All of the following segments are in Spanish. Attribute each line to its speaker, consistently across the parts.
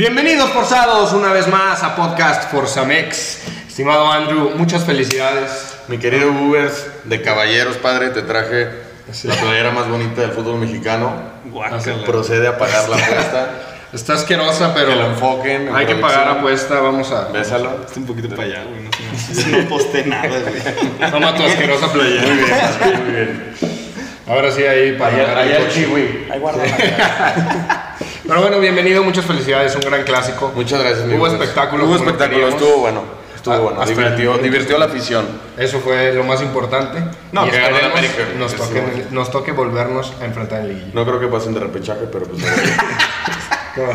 Speaker 1: Bienvenidos forzados una vez más a Podcast Forzamex. Estimado Andrew, muchas felicidades.
Speaker 2: Mi querido Ubers, de caballeros, padre, te traje la playera más bonita del fútbol mexicano.
Speaker 1: Guácala.
Speaker 2: Procede a pagar la apuesta.
Speaker 1: Está asquerosa, pero
Speaker 2: Que lo enfoquen.
Speaker 1: hay que
Speaker 2: producción.
Speaker 1: pagar apuesta, vamos a...
Speaker 2: Bésalo.
Speaker 3: Está un poquito para allá, güey. No, sé. no posté nada, güey.
Speaker 1: Toma tu asquerosa
Speaker 2: Muy
Speaker 1: playera.
Speaker 2: bien, muy bien.
Speaker 1: Ahora sí, ahí para...
Speaker 2: Allá,
Speaker 1: ganar el
Speaker 2: allá el
Speaker 1: coche.
Speaker 2: chiwi.
Speaker 3: Ahí guarda la cara.
Speaker 1: Pero bueno, bienvenido, muchas felicidades, un gran clásico.
Speaker 2: Muchas gracias, mi
Speaker 1: Hubo
Speaker 2: Ubers.
Speaker 1: espectáculo.
Speaker 2: Hubo
Speaker 1: como lo
Speaker 2: espectáculo,
Speaker 1: queríamos.
Speaker 2: estuvo bueno.
Speaker 1: Ah,
Speaker 2: Estuvo bueno.
Speaker 1: hasta
Speaker 2: Divirtió,
Speaker 1: el-
Speaker 2: divirtió a la afición.
Speaker 1: Eso fue lo más importante.
Speaker 2: No,
Speaker 1: Y
Speaker 2: que ganó el
Speaker 1: esperemos
Speaker 2: América.
Speaker 1: Nos
Speaker 2: Sí,
Speaker 1: toque,
Speaker 2: sí.
Speaker 1: nos toque volvernos a enfrentar en liguilla.
Speaker 2: No creo que pasen de repechaje, pero pues. bueno.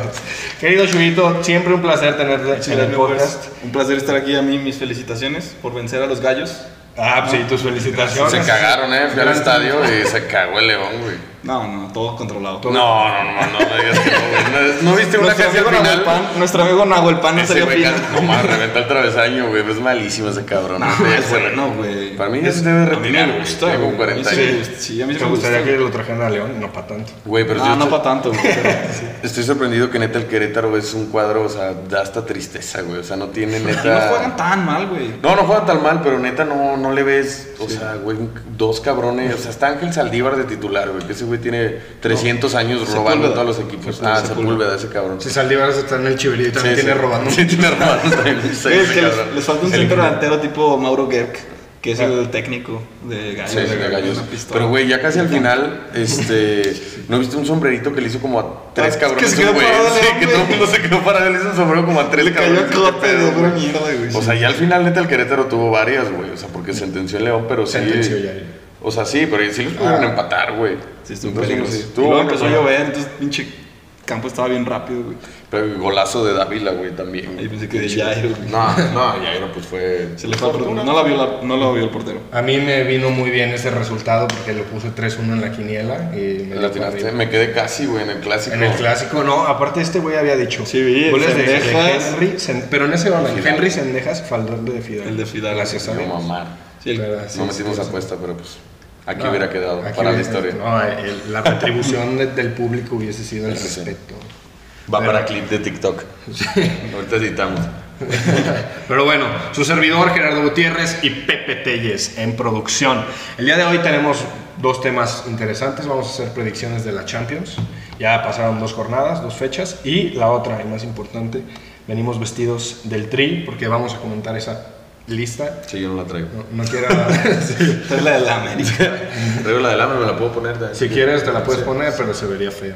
Speaker 1: Querido Chuyito, siempre un placer tenerte en el
Speaker 3: Chile,
Speaker 1: podcast.
Speaker 3: pues, Un placer estar aquí. A mí, mis felicitaciones por vencer a los gallos.
Speaker 1: Ah,
Speaker 3: pues
Speaker 1: sí, tus felicitaciones.
Speaker 2: Se cagaron, ¿eh? Fui al estadio y se cagó el león, güey.
Speaker 3: No, no, todo controlado.
Speaker 2: No, no, no, no, no me digas que no, güey. ¿No, no viste una
Speaker 3: Nuestro
Speaker 2: casi al
Speaker 3: amigo,
Speaker 2: final?
Speaker 3: Nahuel Pan, nuestro amigo Nahuel Pan no
Speaker 2: Ese
Speaker 3: estaría
Speaker 2: güey
Speaker 3: fino.
Speaker 2: casi- no más, reventa el travesaño, güey. pero Es malísimo ese cabrón.
Speaker 3: No,
Speaker 2: Ese-
Speaker 3: es Ah, bueno, güey.
Speaker 2: Para mí ya se debe
Speaker 3: A mí
Speaker 2: retirar.
Speaker 3: me
Speaker 2: güey.
Speaker 3: gusta,
Speaker 2: Tengo
Speaker 3: güey.
Speaker 2: 40
Speaker 3: A mí sí me
Speaker 2: años.
Speaker 3: gusta. Sí, a mí sí
Speaker 1: ¿Te
Speaker 3: me gusta.
Speaker 1: gustaría que lo trajeran a León? No, para tanto.
Speaker 2: Güey, pero
Speaker 3: No,
Speaker 2: yo
Speaker 3: no
Speaker 2: estoy,
Speaker 3: para tanto, güey. pero sí.
Speaker 2: estoy sorprendido que neta el Querétaro es un cuadro, o sea, da hasta tristeza, güey. O sea, no tiene
Speaker 3: Y no juegan
Speaker 2: neta.
Speaker 3: tan mal, güey.
Speaker 2: No, no juegan tan mal, pero neta no, no le ves, o sea, güey, dos cabrones. O sea, está Ángel Saldívar de titular, güey, que ese güey tiene 300 años robando a
Speaker 3: Sepúlveda.
Speaker 2: todos los equipos.
Speaker 3: Sepúlveda,
Speaker 2: ah,
Speaker 3: Sepúlveda.
Speaker 2: Sepúlveda, ese cabrón.
Speaker 1: Si Saldívar está en el chiverío y también
Speaker 2: Sí,
Speaker 1: tiene
Speaker 2: sí.
Speaker 1: robando.
Speaker 2: Sí, tiene robando también. Sí,
Speaker 3: Güey, es
Speaker 2: ese
Speaker 3: que les,
Speaker 2: cabrón.
Speaker 3: les falta un
Speaker 2: El-
Speaker 3: centro delantero tipo Mauro Gerg, que es el técnico de gallos.
Speaker 2: Sí, sí,
Speaker 3: güey,
Speaker 2: de gallos.
Speaker 3: una pistola.
Speaker 2: Pero, güey, ya casi al final, este. ¿No viste un sombrerito que le hizo como a tres
Speaker 3: Ah,
Speaker 2: cabrones?
Speaker 3: que se quedó
Speaker 2: un güey?
Speaker 3: parado el
Speaker 2: Sí,
Speaker 3: león,
Speaker 2: que
Speaker 3: güey.
Speaker 2: todo el mundo se quedó parado. Le hizo un sombrero como a tres
Speaker 3: Le cayó
Speaker 2: cabrones.
Speaker 3: a
Speaker 2: ¿Qué
Speaker 3: Cote
Speaker 2: pedo,
Speaker 3: de
Speaker 2: güey?
Speaker 3: pura mierda, güey.
Speaker 2: O sea, ya al final, neta, el Querétaro tuvo varias, güey. O sea, porque sentenció el León, pero sí.
Speaker 1: Sentenció ya.
Speaker 2: O sea, sí, pero sí los pudieron empatar, güey.
Speaker 3: Ah. Sí, estuvo
Speaker 2: Entonces,
Speaker 3: peligroso.
Speaker 2: sí,
Speaker 3: y
Speaker 2: estuvo
Speaker 3: luego
Speaker 2: bueno,
Speaker 3: empezó a
Speaker 2: pero-
Speaker 3: llover, entonces pinche campo estaba bien rápido, güey.
Speaker 2: Pero el golazo de Dávila, güey, también.
Speaker 3: Ahí pensé que de Jairo, güey.
Speaker 2: No, no, Jairo, pues fue.
Speaker 3: Se le fue al portero. No la vio, la- no la vio el portero.
Speaker 1: A mí me vino muy bien ese resultado porque lo puse 3-1 en la quiniela y me
Speaker 2: Me
Speaker 1: dio
Speaker 2: la
Speaker 1: para
Speaker 2: atinaste.
Speaker 1: arriba.
Speaker 2: Me quedé casi, güey, en el clásico.
Speaker 1: En el clásico, no, aparte este güey había dicho.
Speaker 3: Sí, vi, el
Speaker 1: goles de, de
Speaker 3: Cendejas.
Speaker 1: Henry, Cen- pero en ese orden,
Speaker 2: Fidalgo.
Speaker 1: Henry Sendejas, Faldando de Fidal.
Speaker 3: El de Fidalgo.
Speaker 1: Gracias a
Speaker 2: No,
Speaker 1: Dios.
Speaker 2: mamar.
Speaker 3: Sí, el-
Speaker 1: Pero sí,
Speaker 2: no metimos
Speaker 1: sí, sí.
Speaker 2: apuesta, pero pues aquí
Speaker 1: No,
Speaker 2: hubiera quedado
Speaker 1: aquí
Speaker 2: para la
Speaker 1: hubiera-
Speaker 2: historia.
Speaker 1: No, el- la retribución de- del público hubiese sido el
Speaker 2: Sí, sí.
Speaker 1: respeto.
Speaker 2: Va
Speaker 1: Pero-
Speaker 2: para clip de TikTok. Ahorita editamos.
Speaker 1: Pero bueno, su servidor Gerardo Gutiérrez y Pepe Telles en producción. El día de hoy tenemos dos temas interesantes. Vamos a hacer predicciones de la Champions. Ya pasaron dos jornadas, dos fechas. Y la otra, y más importante, venimos vestidos del tri porque vamos a comentar esa lista.
Speaker 2: Sí, yo no la traigo.
Speaker 1: No, no quiero...
Speaker 3: Esta es la de la América.
Speaker 2: Traigo la del hambre, me la puedo poner. de-
Speaker 1: si quieres te la puedes poner, pero se vería feo.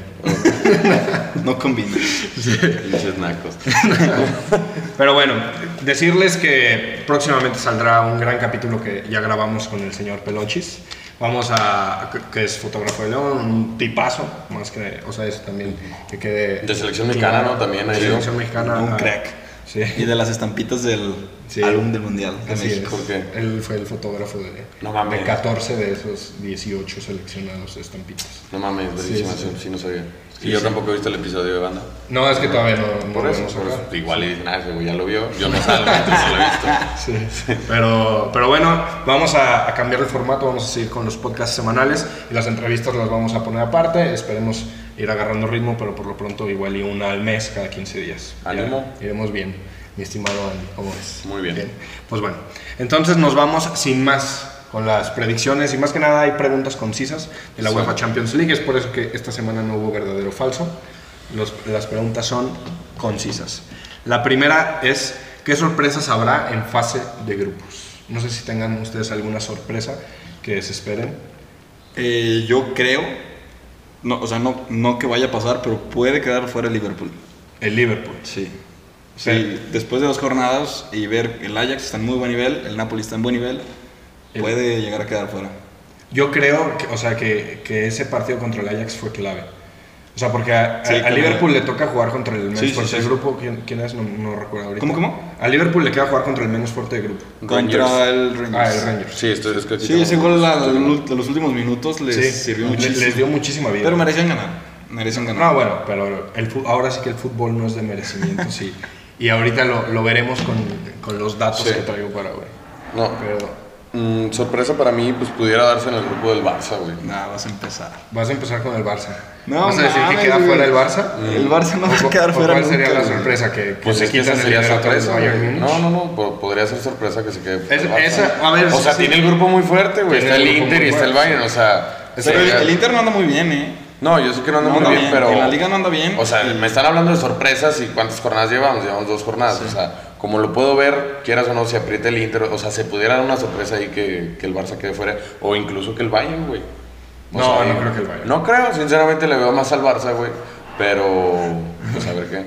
Speaker 3: No combina.
Speaker 2: Pinches nacos.
Speaker 1: Pero bueno, decirles que próximamente saldrá un gran capítulo que ya grabamos con el señor Pelonchis. Vamos a, que es fotógrafo de León, un tipazo, más que, o sea, eso también que quede...
Speaker 2: De selección mexicana, ¿no? También ahí,
Speaker 1: De
Speaker 2: ¿no?
Speaker 1: selección mexicana.
Speaker 3: Un
Speaker 1: ah,
Speaker 3: crack.
Speaker 1: Sí.
Speaker 3: Y de las estampitas del
Speaker 1: Sí.
Speaker 3: álbum del Mundial de
Speaker 1: Así
Speaker 3: México.
Speaker 2: ¿por
Speaker 1: es.
Speaker 2: qué?
Speaker 1: Él fue el fotógrafo de,
Speaker 2: No mames.
Speaker 1: de 14 de esos 18 seleccionados de estampitas.
Speaker 2: No mames, buenísima.
Speaker 1: Sí,
Speaker 2: Sí,
Speaker 1: sí, sí.
Speaker 2: no sabía. Y yo tampoco he visto el episodio de banda.
Speaker 1: No, es que todavía no, no
Speaker 2: Por
Speaker 1: lo
Speaker 2: eso,
Speaker 1: vemos
Speaker 2: por
Speaker 1: acá.
Speaker 2: eso. Igual y dicen, ah, ese güey ya lo vio. Yo no salgo, entonces no lo he visto.
Speaker 1: Sí, pero, pero bueno, vamos a, a cambiar el formato, vamos a seguir con los podcasts semanales y las entrevistas las vamos a poner aparte, esperemos ir agarrando ritmo, pero por lo pronto igual y una al mes cada 15 días. Ya
Speaker 2: Ánimo.
Speaker 1: Iremos bien, mi estimado Andy, ¿cómo ves?
Speaker 2: Muy bien.
Speaker 1: Pues bueno, entonces nos vamos sin más con las predicciones y más que nada hay preguntas concisas de la
Speaker 2: Sí.
Speaker 1: UEFA Champions League, es por eso que esta semana no hubo verdadero o falso. Los- las preguntas son concisas. La primera es, ¿qué sorpresas habrá en fase de grupos? No sé si tengan ustedes alguna sorpresa que se esperen.
Speaker 3: Eh, yo creo, no, o sea, no, no que vaya a pasar, pero puede quedar fuera Liverpool.
Speaker 1: El Liverpool.
Speaker 3: Sí. Sí,
Speaker 1: Pero-
Speaker 3: después de dos jornadas y ver que el Ajax está en muy buen nivel, el Napoli está en buen nivel,
Speaker 1: El-
Speaker 3: puede llegar a quedar fuera.
Speaker 1: Yo creo, que, o sea, que, que ese partido contra el Ajax fue clave. O sea, porque a, a-
Speaker 3: Sí,
Speaker 1: a
Speaker 3: claro.
Speaker 1: Liverpool le toca jugar contra el menos
Speaker 3: Sí, sí,
Speaker 1: fuerte
Speaker 3: sí,
Speaker 1: del
Speaker 3: sí.
Speaker 1: grupo. ¿Quién, quién es? No, no recuerdo ahorita.
Speaker 3: ¿Cómo, cómo?
Speaker 1: A Liverpool le queda jugar contra el menos fuerte del grupo.
Speaker 3: Contra el
Speaker 1: Ah,
Speaker 3: Rangers.
Speaker 1: el Rangers.
Speaker 2: Sí, esto es que aquí
Speaker 3: Sí,
Speaker 2: tengo-
Speaker 3: ese gol a, a los últimos minutos les
Speaker 1: Sí,
Speaker 3: sirvió
Speaker 1: le-
Speaker 3: muchísimo.
Speaker 1: les dio muchísima vida. Ah,
Speaker 3: Pero merecían ganar. Merecen ganar.
Speaker 1: No, bueno, pero el, fu- ahora sí que el fútbol no es de merecimiento, sí. Y ahorita lo, lo veremos con, con los datos
Speaker 2: Sí.
Speaker 1: que traigo para hoy.
Speaker 2: No,
Speaker 1: Pero
Speaker 2: Mm, sorpresa para mí, pues pudiera darse en el grupo del Barça, güey.
Speaker 3: Nah, vas a empezar.
Speaker 1: ¿Vas a empezar con el Barça?
Speaker 3: No,
Speaker 1: ¿Vas a decir
Speaker 3: mames,
Speaker 1: que queda
Speaker 3: güey.
Speaker 1: fuera el Barça?
Speaker 3: El Barça no
Speaker 1: ¿O
Speaker 3: va a
Speaker 1: cu-
Speaker 3: quedar
Speaker 1: o
Speaker 3: fuera
Speaker 1: ¿Cuál sería
Speaker 3: nunca,
Speaker 1: la
Speaker 3: güey.
Speaker 1: sorpresa? Que, que
Speaker 2: Pues
Speaker 1: les
Speaker 2: es que
Speaker 1: quitan
Speaker 2: esa
Speaker 1: el
Speaker 2: sería
Speaker 1: liderato
Speaker 2: sorpresa.
Speaker 1: al Bayern
Speaker 2: güey.
Speaker 1: Múnich?
Speaker 2: No, no, no. po- Podría ser sorpresa que se quede. fuera
Speaker 1: Es-
Speaker 2: el Barça.
Speaker 1: esa- a ver,
Speaker 2: o sea,
Speaker 1: sí.
Speaker 2: tiene el grupo muy fuerte, güey.
Speaker 1: Tiene
Speaker 2: Está el
Speaker 1: el grupo
Speaker 2: Inter
Speaker 1: muy
Speaker 2: y está el
Speaker 1: fuerte,
Speaker 2: Bayern. O sea.
Speaker 3: Pero el,
Speaker 2: sería-
Speaker 3: el Inter no anda muy bien, ¿eh?
Speaker 2: No, yo sé que no anda
Speaker 3: No
Speaker 2: muy
Speaker 3: anda
Speaker 2: bien,
Speaker 3: bien.
Speaker 2: pero.
Speaker 3: En la liga no anda bien.
Speaker 2: O sea, me están hablando de sorpresas y cuántas jornadas llevamos. Llevamos dos jornadas. O sea, como lo puedo ver, quieras o no, se aprieta el Inter. O sea, se pudiera dar una sorpresa ahí que, que el Barça quede fuera. O incluso que el Bayern, güey. O
Speaker 1: No, no creo que el Bayern.
Speaker 2: No creo, sinceramente le veo más al Barça, güey. Pero. Pues a ver qué.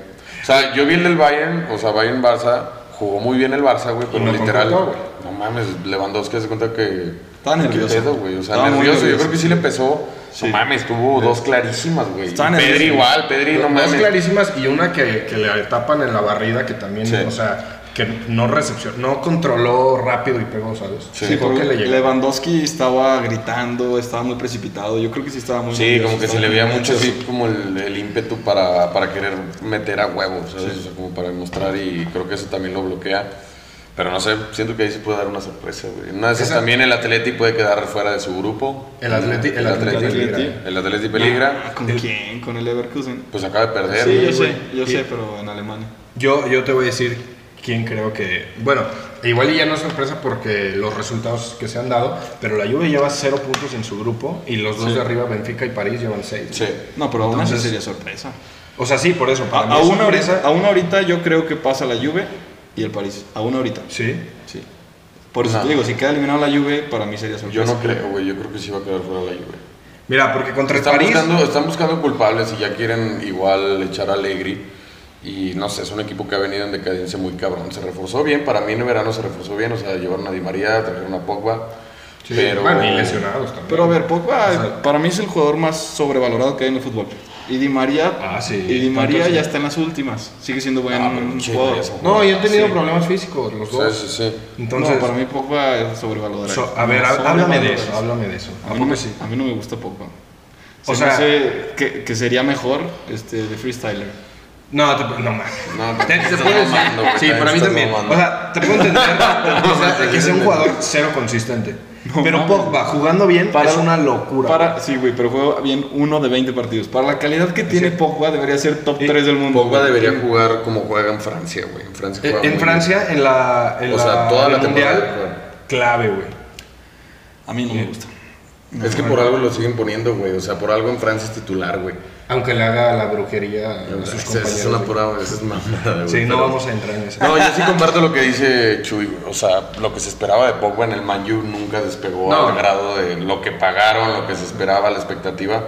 Speaker 2: O sea, yo vi el del Bayern, o sea, Bayern-Barça. Jugó muy bien el Barça, güey, pero
Speaker 1: no
Speaker 2: literal.
Speaker 1: concretó, güey.
Speaker 2: No mames, Lewandowski hace cuenta que.
Speaker 3: Estaba
Speaker 2: ¿Qué
Speaker 3: nervioso.
Speaker 2: pedo, güey? O sea,
Speaker 3: Estaba muy
Speaker 2: nervioso. Yo
Speaker 3: nervioso.
Speaker 2: creo que sí le pesó.
Speaker 3: Sí.
Speaker 2: No mames, tuvo dos clarísimas, güey. Y
Speaker 3: Estaba
Speaker 2: Pedri
Speaker 3: nervioso.
Speaker 2: igual, Pedri, no
Speaker 1: Dos
Speaker 2: mames.
Speaker 1: clarísimas y una que, que le tapan en la barrida que también,
Speaker 2: Sí.
Speaker 1: o sea, que no recepcionó, no controló rápido y pegó, ¿sabes?
Speaker 2: Sí.
Speaker 3: Sí,
Speaker 1: creo
Speaker 3: porque
Speaker 1: que le llegó.
Speaker 3: Lewandowski estaba gritando, estaba muy precipitado. Yo creo que sí estaba muy
Speaker 2: Sí,
Speaker 3: nervioso,
Speaker 2: como que se
Speaker 3: estaba
Speaker 2: le veía
Speaker 3: muy
Speaker 2: mucho
Speaker 3: ansioso.
Speaker 2: así como el, el ímpetu para, para querer meter a huevos, ¿sabes? O sea, como para demostrar y creo que eso también lo bloquea. Pero no sé, siento que ahí se puede dar una sorpresa, güey. Una de esas
Speaker 1: Esa-
Speaker 2: también el Atleti puede quedar fuera de su grupo.
Speaker 1: El Atleti- el Atleti
Speaker 2: peligra.
Speaker 1: peligra.
Speaker 2: El Atleti peligra.
Speaker 3: Ah, ¿Con quién? ¿Con el Leverkusen?
Speaker 2: Pues acaba de perder.
Speaker 3: Sí, yo
Speaker 2: güey.
Speaker 3: sé, yo
Speaker 1: Sí.
Speaker 3: sé, pero en Alemania.
Speaker 1: Yo, yo te voy a decir quién creo que. Bueno, igual y ya no es sorpresa porque los resultados que se han dado, pero la Juve lleva cero puntos en su grupo y los dos
Speaker 3: Sí.
Speaker 1: de arriba, Benfica y París, llevan seis.
Speaker 2: Sí.
Speaker 3: No, pero aún así
Speaker 1: Entonces-
Speaker 3: sería sorpresa.
Speaker 1: O sea, sí, por eso.
Speaker 3: A-
Speaker 1: Para mí es
Speaker 3: Aún
Speaker 1: sorpresa.
Speaker 3: ahorita, aún ahorita yo creo que pasa la Juve y el París. Aún ahorita.
Speaker 1: Sí.
Speaker 3: Sí. Por eso
Speaker 2: No.
Speaker 3: te digo, si queda eliminado la Juve, para mí sería sorpresa.
Speaker 2: Yo no creo, güey. Yo creo que sí va a quedar fuera la Juve.
Speaker 1: Mira, porque contra el
Speaker 2: Están
Speaker 1: París.
Speaker 2: buscando, están buscando culpables y ya quieren igual echar a Allegri. Y no sé, es un equipo que ha venido en decadencia muy cabrón. Se reforzó bien, para mí en el verano se reforzó bien. O sea, llevaron a Di María, trajeron a Pogba.
Speaker 1: Sí,
Speaker 2: pero...
Speaker 1: Bueno, y lesionados también.
Speaker 3: Pero a ver, Pogba
Speaker 1: O sea-
Speaker 3: para mí es el jugador más sobrevalorado que hay en el fútbol. Y Di María,
Speaker 1: Ah, sí.
Speaker 3: y Di María
Speaker 1: Tanto sí.
Speaker 3: ya está en las últimas. Sigue siendo buen
Speaker 2: Ah, pero sí,
Speaker 3: jugador.
Speaker 2: ya son-
Speaker 1: No, y han tenido
Speaker 3: Sí.
Speaker 1: problemas físicos los
Speaker 2: Sí,
Speaker 1: dos.
Speaker 2: sí, sí.
Speaker 1: Entonces.
Speaker 3: no, para mí Pogba es sobrevalorado.
Speaker 1: so- a ver, há- háblame de eso, háblame de eso.
Speaker 3: A
Speaker 1: ¿A
Speaker 3: mí,
Speaker 1: poco
Speaker 3: no, me-
Speaker 1: sí?
Speaker 3: a mí no me gusta Pogba.
Speaker 1: O
Speaker 3: o
Speaker 1: sea-
Speaker 3: sea, que, que sería mejor este, de freestyler.
Speaker 1: No, te, no más.
Speaker 2: No,
Speaker 1: Te, te
Speaker 2: estás
Speaker 1: puedo decir-
Speaker 2: mamando, güey,
Speaker 1: sí, para mí
Speaker 2: estás
Speaker 1: también.
Speaker 2: mamando.
Speaker 1: O sea, te puedo entender o sea,
Speaker 2: mames,
Speaker 1: que sea un
Speaker 2: entiendo.
Speaker 1: jugador cero consistente.
Speaker 3: No
Speaker 1: pero
Speaker 3: mames.
Speaker 1: Pogba jugando bien es una locura.
Speaker 3: Para, sí, güey, pero juega bien uno de 20 partidos. Para la calidad que tiene Pogba, debería ser top
Speaker 1: Y
Speaker 3: 3 del mundo.
Speaker 2: Pogba
Speaker 3: güey.
Speaker 2: debería jugar como juega en Francia, güey. En Francia
Speaker 1: Eh,
Speaker 2: juega
Speaker 1: en
Speaker 2: muy
Speaker 1: Francia, en la. En
Speaker 2: O sea, toda
Speaker 1: en
Speaker 2: la
Speaker 1: el
Speaker 2: temporada,
Speaker 1: mundial, clave, güey.
Speaker 3: A mí no me gusta.
Speaker 2: bien. Es que por algo lo siguen poniendo, güey. O sea, por algo en Francia es titular, güey.
Speaker 1: Aunque le haga la brujería a
Speaker 2: Esa-
Speaker 1: sus
Speaker 2: esa
Speaker 1: compañeros.
Speaker 2: Es una
Speaker 1: güey.
Speaker 2: pura, esa es mamada, güey.
Speaker 1: sí, no
Speaker 2: pero-
Speaker 1: vamos a entrar en eso.
Speaker 2: No, yo sí comparto lo que dice Chuy, güey. o sea, lo que se esperaba de Pogba en el Man U nunca despegó
Speaker 1: No.
Speaker 2: al grado de lo que pagaron, lo que se esperaba, la expectativa.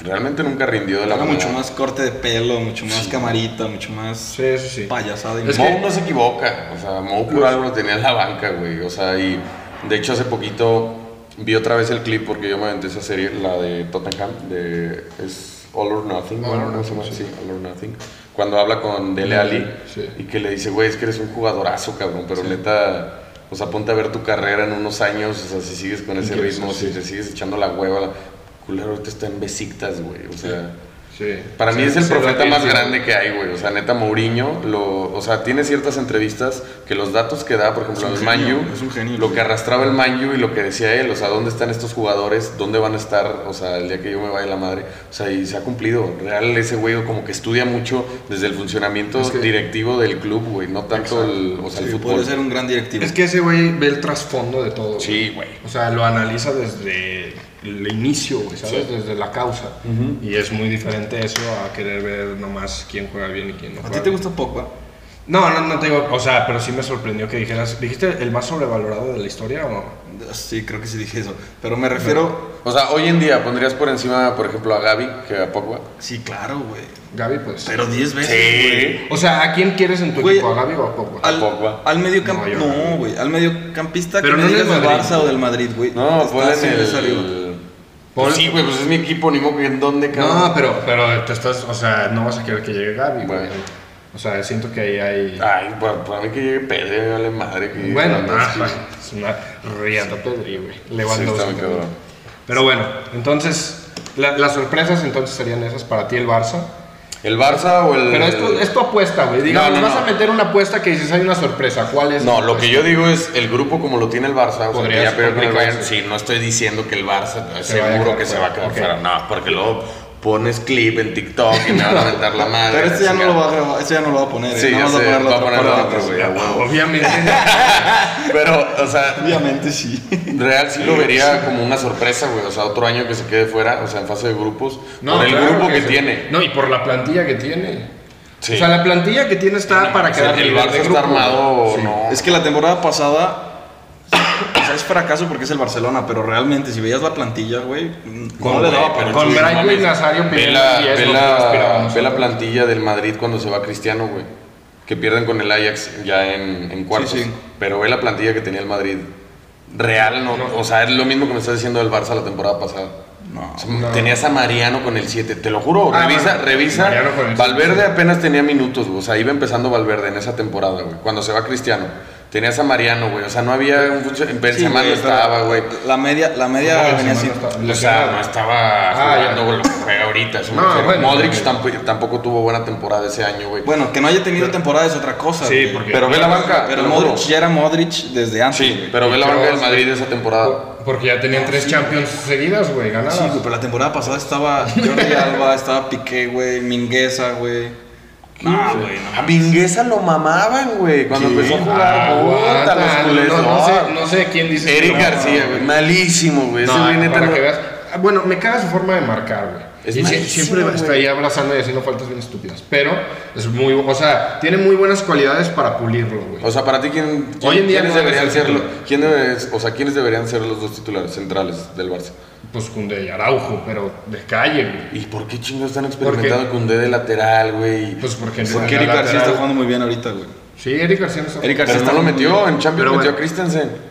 Speaker 2: Realmente nunca rindió de la
Speaker 3: Era
Speaker 2: manera.
Speaker 3: mucho más corte de pelo, mucho más camarita, mucho más
Speaker 1: Sí, eso sí.
Speaker 3: payasada. y
Speaker 2: Es
Speaker 3: más-
Speaker 2: Mou no se equivoca, o sea, Mou por algo lo tenía en la banca, güey, o sea, y de hecho hace poquito vi otra vez el clip porque yo me aventé esa serie, la de Tottenham, de es All or Nothing,
Speaker 1: All or
Speaker 2: ¿no?
Speaker 1: Nothing,
Speaker 2: Sí, All or Nothing. Cuando habla con Dele Ali
Speaker 1: Sí.
Speaker 2: y que le dice, güey, es que eres un jugadorazo, cabrón, pero neta, o sea, ponte a ver tu carrera en unos años, o sea, si sigues con ese
Speaker 1: Increíble,
Speaker 2: ritmo, si te sigues echando la hueva, la- culero, ahorita está en Besiktas, güey, o sea...
Speaker 1: Sí.
Speaker 2: Para mí
Speaker 1: Sí,
Speaker 2: es el
Speaker 1: sí,
Speaker 2: profeta
Speaker 1: sí.
Speaker 2: más grande que hay, güey. O sea, neta, Mourinho, lo, o sea, tiene ciertas entrevistas que los datos que da, por ejemplo,
Speaker 3: Es un
Speaker 2: el Man
Speaker 3: genio,
Speaker 2: U,
Speaker 3: es un genio.
Speaker 2: lo que arrastraba el Man U y lo que decía él, o sea, ¿dónde están estos jugadores? ¿Dónde van a estar? O sea, el día que yo me vaya la madre. O sea, y se ha cumplido. Real ese güey como que estudia mucho desde el funcionamiento
Speaker 1: Es que-
Speaker 2: directivo del club, güey. No tanto el, o sea, el
Speaker 3: Sí,
Speaker 2: fútbol.
Speaker 3: puede ser un gran directivo.
Speaker 1: Es que ese güey ve el trasfondo de todo.
Speaker 2: Sí, güey.
Speaker 1: O sea, lo analiza desde el inicio, güey, ¿sabes?
Speaker 2: Sí.
Speaker 1: Desde la causa. Y es muy diferente eso a querer ver nomás quién juega bien y quién no
Speaker 3: ¿A
Speaker 1: juega
Speaker 3: ti te
Speaker 1: bien.
Speaker 3: gusta Pogba?
Speaker 1: No, no, no te digo. O sea, pero sí me sorprendió que dijeras. ¿Dijiste el más sobrevalorado de la historia o no?
Speaker 3: Sí, creo que sí dije eso. Pero me refiero...
Speaker 2: O sea, hoy en día pondrías por encima, por ejemplo, a Gaby que a Pogba.
Speaker 3: Sí, claro, güey.
Speaker 1: Gaby, pues.
Speaker 3: Pero 10 veces. güey.
Speaker 1: O sea, ¿a quién quieres en tu
Speaker 3: Güey,
Speaker 1: equipo? ¿A Gaby o a Pogba?
Speaker 2: al-
Speaker 3: Al,
Speaker 2: Pogba.
Speaker 3: al
Speaker 1: No, yo
Speaker 3: mediocampista.
Speaker 1: no.
Speaker 3: No, güey. al mediocampista
Speaker 1: Pero
Speaker 3: que
Speaker 1: no
Speaker 3: me
Speaker 1: del
Speaker 3: digas del
Speaker 1: Madrid.
Speaker 3: Barça o del Madrid, güey.
Speaker 2: No,
Speaker 3: Está
Speaker 2: ponle
Speaker 3: sin esa arriba.
Speaker 2: el...
Speaker 1: Ponle-
Speaker 2: Sí, güey, pues es mi equipo, ni modo que en dónde, cabrón.
Speaker 1: No, pero, pero te estás. O sea, no vas a querer que llegue Gaby, güey.
Speaker 2: Bueno. Ah,
Speaker 1: O sea, siento que ahí hay.
Speaker 2: Ay, para, para mí que llegue Pedri, me vale madre. Que llegue
Speaker 1: Bueno,
Speaker 2: Lewandowski.
Speaker 1: nah, Ah, es una riata Pedri, güey.
Speaker 2: pues, Sí, está
Speaker 1: Lewandowski.
Speaker 2: muy cabrón.
Speaker 1: Pero bueno, entonces, la- las sorpresas entonces serían esas para ti el Barça.
Speaker 2: ¿El Barça o el.?
Speaker 1: Pero es tu, es tu apuesta, güey. Digamos,
Speaker 2: Eh, No, no,
Speaker 1: vas a
Speaker 2: no.
Speaker 1: meter una apuesta que dices, hay una sorpresa. ¿Cuál es?
Speaker 2: No, lo que yo digo es el grupo como lo tiene el Barça. O sea, que
Speaker 1: Podrías
Speaker 2: ya perdió con el
Speaker 1: complicarse.
Speaker 2: Bayern. Sí, no estoy diciendo que el Barça eh,
Speaker 1: Se vaya a
Speaker 2: seguro
Speaker 1: quedar
Speaker 2: que se va a quedar
Speaker 1: fuera,
Speaker 2: fuera.
Speaker 1: ok.
Speaker 2: No, porque luego pones clip en TikTok y me van a mentar la madre.
Speaker 3: Pero este ya no
Speaker 2: chingada.
Speaker 3: lo va a grabar, este ya no lo va a poner. ¿eh?
Speaker 2: Sí,
Speaker 3: Nada
Speaker 2: ya
Speaker 3: más va a
Speaker 2: sé,
Speaker 3: poner
Speaker 2: va
Speaker 3: la
Speaker 2: a
Speaker 3: otra
Speaker 2: poner la
Speaker 3: parte
Speaker 2: otra,
Speaker 3: de atrás.
Speaker 2: güey, a huevo.
Speaker 1: Pues, Obviamente.
Speaker 2: Pero, o sea,
Speaker 3: Obviamente sí.
Speaker 2: Real sí lo vería como una sorpresa, güey. O sea, otro año que se quede fuera, o sea, en fase de grupos. por el
Speaker 1: claro
Speaker 2: grupo que,
Speaker 1: sí.
Speaker 2: tiene.
Speaker 1: No, y por la plantilla que tiene.
Speaker 2: Sí.
Speaker 1: O sea, la plantilla que tiene está para
Speaker 2: Sí,
Speaker 1: quedar
Speaker 2: el
Speaker 1: líder
Speaker 2: Barça
Speaker 1: de
Speaker 2: está
Speaker 1: grupo,
Speaker 2: armado,
Speaker 1: güey. Sí.
Speaker 2: no.
Speaker 3: Es que la temporada pasada. O sea, es fracaso porque es el Barcelona, pero realmente, si veías la plantilla, güey, mm, no
Speaker 2: Con-
Speaker 3: le
Speaker 2: güey,
Speaker 3: daba
Speaker 2: pero
Speaker 3: para
Speaker 1: Con
Speaker 2: sí,
Speaker 1: Braico
Speaker 2: mames.
Speaker 1: y Nazario
Speaker 2: Ve
Speaker 1: pidiendo
Speaker 2: la,
Speaker 1: 10,
Speaker 2: ve
Speaker 1: lo que
Speaker 2: la-
Speaker 1: aspirábamos.
Speaker 2: ve la plantilla del Madrid cuando se va Cristiano, güey. Que pierden con el Ajax ya en, en cuartos.
Speaker 3: Sí, sí.
Speaker 2: Pero ve la plantilla que tenía el Madrid. Real, no, O sea, es lo mismo que me estás diciendo del Barça la temporada pasada.
Speaker 3: No.
Speaker 2: O sea, Tenías a Mariano con el 7, te lo juro.
Speaker 1: Ah,
Speaker 2: revisa,
Speaker 1: bueno,
Speaker 2: revisa.
Speaker 1: Mariano con el
Speaker 2: Valverde apenas tenía minutos, güey. O sea, iba empezando Valverde en esa temporada, güey. Cuando se va Cristiano. Tenías a Mariano, güey. O sea, no había un funcionamiento. Benzema no
Speaker 3: güey, pero
Speaker 2: estaba, güey.
Speaker 3: La media, la
Speaker 1: No,
Speaker 3: media
Speaker 1: Benzema
Speaker 3: venía así.
Speaker 1: no está.
Speaker 2: O sea, no estaba
Speaker 1: Ah,
Speaker 2: jugando
Speaker 1: ya.
Speaker 2: güey, lo que juega ahorita. eso me
Speaker 1: No,
Speaker 2: refiero.
Speaker 1: bueno,
Speaker 2: Modric
Speaker 1: ok.
Speaker 2: tamp- tampoco tuvo buena temporada ese año, güey.
Speaker 3: Bueno, que no haya tenido temporada es otra cosa.
Speaker 1: Sí,
Speaker 3: güey.
Speaker 1: porque-
Speaker 2: pero ve la banca.
Speaker 3: Pero
Speaker 2: te lo juro.
Speaker 3: Modric ya era Modric desde antes.
Speaker 2: Sí,
Speaker 3: güey.
Speaker 2: pero ve la
Speaker 1: Pero-
Speaker 2: banca del Madrid de esa temporada.
Speaker 1: Porque ya tenían tres Champions seguidas, güey, ganadas.
Speaker 3: Sí, güey, pero la temporada pasada estaba Jordi Alba, estaba Piqué, güey, Mingueza, güey. No, güey, no.
Speaker 2: A Mingueza lo mamaban, güey. Cuando
Speaker 3: Sí.
Speaker 2: empezó a jugar, puta,
Speaker 1: Ah, Aguanta,
Speaker 2: los culés.
Speaker 1: no, no
Speaker 2: Ah.
Speaker 1: sé, no sé quién dice. que
Speaker 2: Eric
Speaker 1: no.
Speaker 2: García, güey. Malísimo, güey. Ese
Speaker 1: No,
Speaker 2: güey neta
Speaker 1: para
Speaker 2: no-
Speaker 1: que veas. Ah, Bueno, me caga su forma de marcar, güey.
Speaker 2: Es
Speaker 1: Y sie-
Speaker 2: malísimo,
Speaker 1: siempre
Speaker 2: güey.
Speaker 1: está ahí abrazando y haciendo faltas bien estúpidas. Pero es muy, o sea, tiene muy buenas cualidades para pulirlo, güey.
Speaker 2: O sea, para ti, ¿quién, quién-
Speaker 1: Hoy en día
Speaker 2: ¿quiénes
Speaker 1: no
Speaker 2: deberían
Speaker 1: es
Speaker 2: ser
Speaker 1: el
Speaker 2: lo- quién debe- o sea, ¿quiénes deberían ser los dos titulares centrales del Barça?
Speaker 1: Pues Cunde y Araujo, pero de calle, güey.
Speaker 2: ¿Y por qué chingados están
Speaker 1: Porque-
Speaker 2: experimentando con D de lateral, güey?
Speaker 1: Pues porque
Speaker 3: Porque
Speaker 1: en la
Speaker 3: Eric García
Speaker 1: lateral-
Speaker 3: está jugando muy bien ahorita, güey.
Speaker 1: Sí, Eric García no está
Speaker 3: Eric
Speaker 2: Pero
Speaker 3: García
Speaker 2: no
Speaker 3: está
Speaker 2: lo
Speaker 3: jugando
Speaker 2: metió,
Speaker 3: muy
Speaker 2: en Champions
Speaker 1: Pero
Speaker 2: metió
Speaker 1: bueno.
Speaker 2: a Christensen.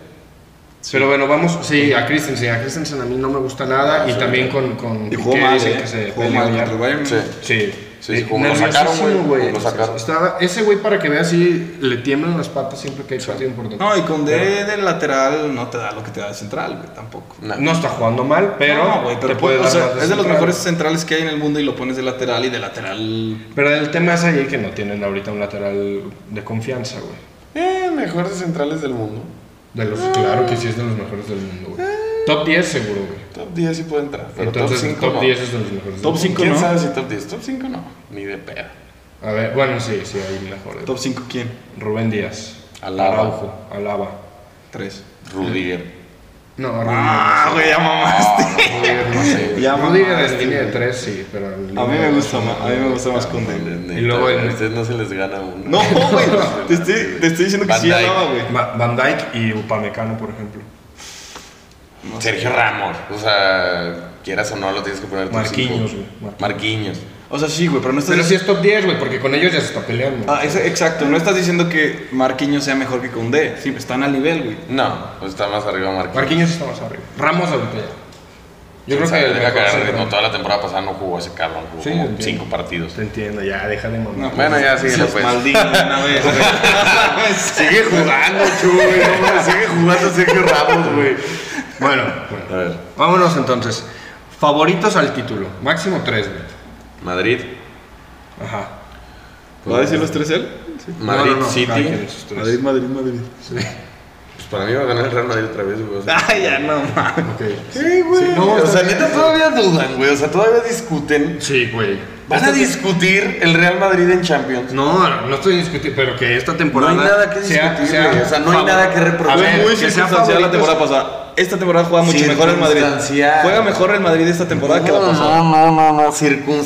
Speaker 1: Pero bueno, vamos, sí, a Christensen. A Christensen a mí no me gusta nada. Y también con, con
Speaker 3: bien. Y jugó
Speaker 1: Piqué,
Speaker 3: mal,
Speaker 1: dicen
Speaker 3: eh.
Speaker 1: que se
Speaker 3: Jugó
Speaker 1: peleó
Speaker 3: mal
Speaker 1: ya.
Speaker 3: contra el Bayern.
Speaker 2: Sí.
Speaker 1: Sí.
Speaker 2: Sí,
Speaker 1: Eh,
Speaker 2: como lo sacaron, güey,
Speaker 1: nerviosísimo,
Speaker 2: como lo sacaron.
Speaker 1: Estaba, ese güey, para que veas, sí, le tiemblan las patas siempre que hay partido importante.
Speaker 3: No, y con D del lateral no te da lo que te da de central, güey, tampoco.
Speaker 2: No.
Speaker 1: No está jugando mal, pero,
Speaker 3: No, güey, pero
Speaker 1: te puede
Speaker 3: o
Speaker 1: dar
Speaker 3: sea,
Speaker 1: más
Speaker 3: es de los
Speaker 1: central.
Speaker 3: mejores centrales que hay en el mundo y lo pones de lateral y de lateral.
Speaker 1: Pero el tema es ahí que no tienen ahorita un lateral de confianza, güey.
Speaker 2: Eh, mejores centrales del mundo.
Speaker 1: De los, claro que sí es de los mejores del mundo, güey. Top 10 seguro, güey.
Speaker 2: Top 10 sí puede entrar, pero
Speaker 1: Entonces,
Speaker 2: top
Speaker 1: top,
Speaker 2: 5 no.
Speaker 1: 10 es de los mejores.
Speaker 3: Top
Speaker 1: del mundo.
Speaker 3: cinco
Speaker 2: ¿Quién
Speaker 3: no.
Speaker 2: sabe si top 10? Top 5 no, ni de pedo.
Speaker 1: A ver, bueno, sí, sí, hay mejores.
Speaker 3: Top 5 quién?
Speaker 1: Rubén Díaz.
Speaker 2: Alaba.
Speaker 1: Araujo. Alaba.
Speaker 3: 3.
Speaker 2: Rudiger.
Speaker 1: No, Rubén
Speaker 3: Ah, güey, ya mamaste.
Speaker 2: Ah, no, Rudiger, no sé.
Speaker 3: Ya
Speaker 1: Rudiger
Speaker 3: mamaste,
Speaker 1: en línea de
Speaker 3: güey.
Speaker 1: 3, sí, pero... en
Speaker 3: A mí
Speaker 1: línea
Speaker 3: me
Speaker 1: de-
Speaker 3: gusta más, a mí me gusta más con D.
Speaker 2: Neta,
Speaker 1: Y luego el-
Speaker 2: A ustedes no se les gana uno.
Speaker 3: No, güey, te estoy, te estoy diciendo que
Speaker 2: Van
Speaker 3: sí
Speaker 2: Dijk.
Speaker 3: alaba, güey.
Speaker 1: Va- Van Dyke y Upamecano, por ejemplo.
Speaker 2: Sergio Ramos. O sea, quieras o no, lo tienes que poner top
Speaker 1: Marquinhos,
Speaker 2: cinco.
Speaker 1: güey,
Speaker 2: Marquinhos.
Speaker 3: O sea, sí, güey, pero no estás
Speaker 1: Pero sí es top 10, güey, porque con ellos ya se está peleando.
Speaker 3: Ah, ese- exacto, no estás diciendo que Marquinhos sea mejor que con D. Sí, están al nivel, güey.
Speaker 2: No, pues está más arriba Marquinhos.
Speaker 1: Marquinhos está más arriba. Ramos ahorita ya. Yo creo
Speaker 2: O sea,
Speaker 1: que el
Speaker 2: deja
Speaker 1: mejor
Speaker 2: cagar
Speaker 1: centro-
Speaker 2: ritmo. Toda la temporada pasada no jugó ese cabrón, jugó
Speaker 1: Sí,
Speaker 2: como
Speaker 1: entiendo.
Speaker 2: 5 partidos.
Speaker 1: Te entiendo, ya, deja de mamar.
Speaker 2: Bueno, ya síguele,
Speaker 3: Sí,
Speaker 2: pues.
Speaker 3: Maldini,
Speaker 1: Ah,
Speaker 3: una vez, güey. pues.
Speaker 2: Sigue jugando, chuy. no mames, sigue jugando Sergio Ramos, güey.
Speaker 1: Bueno,
Speaker 2: A
Speaker 1: bueno.
Speaker 2: ver,
Speaker 1: vámonos entonces. Favoritos al título, máximo 3, güey.
Speaker 2: Madrid,
Speaker 1: Ajá.
Speaker 3: ¿Va a decir los tres él?
Speaker 2: Madrid City.
Speaker 1: cada quien sus tres.
Speaker 3: Madrid, Madrid, Madrid.
Speaker 2: Pues para mí va a ganar el Real Madrid otra vez, güey. O sea,
Speaker 3: Ay, ya no, mames.
Speaker 1: Ok.
Speaker 2: sí, güey.
Speaker 1: no,
Speaker 2: o sea,
Speaker 1: está bien.
Speaker 2: neta todavía dudan, güey. O sea, todavía discuten.
Speaker 1: Sí, güey.
Speaker 2: Van a discutir el Real Madrid en Champions.
Speaker 1: No, no estoy discutiendo, pero que esta
Speaker 2: No
Speaker 1: temporada.
Speaker 2: hay nada que discutir,
Speaker 1: sea- sea
Speaker 2: güey. O sea, no hay
Speaker 1: favor-
Speaker 2: nada que
Speaker 1: A
Speaker 2: reprochar.
Speaker 1: ver,
Speaker 3: Fue muy
Speaker 1: que sea
Speaker 3: circunstancial la
Speaker 1: favoritos.
Speaker 3: temporada pasada. Esta temporada juega mucho mejor el Madrid.
Speaker 2: Circunstancial.
Speaker 3: Juega mejor el Madrid esta temporada que la pasada.
Speaker 2: no, no, no,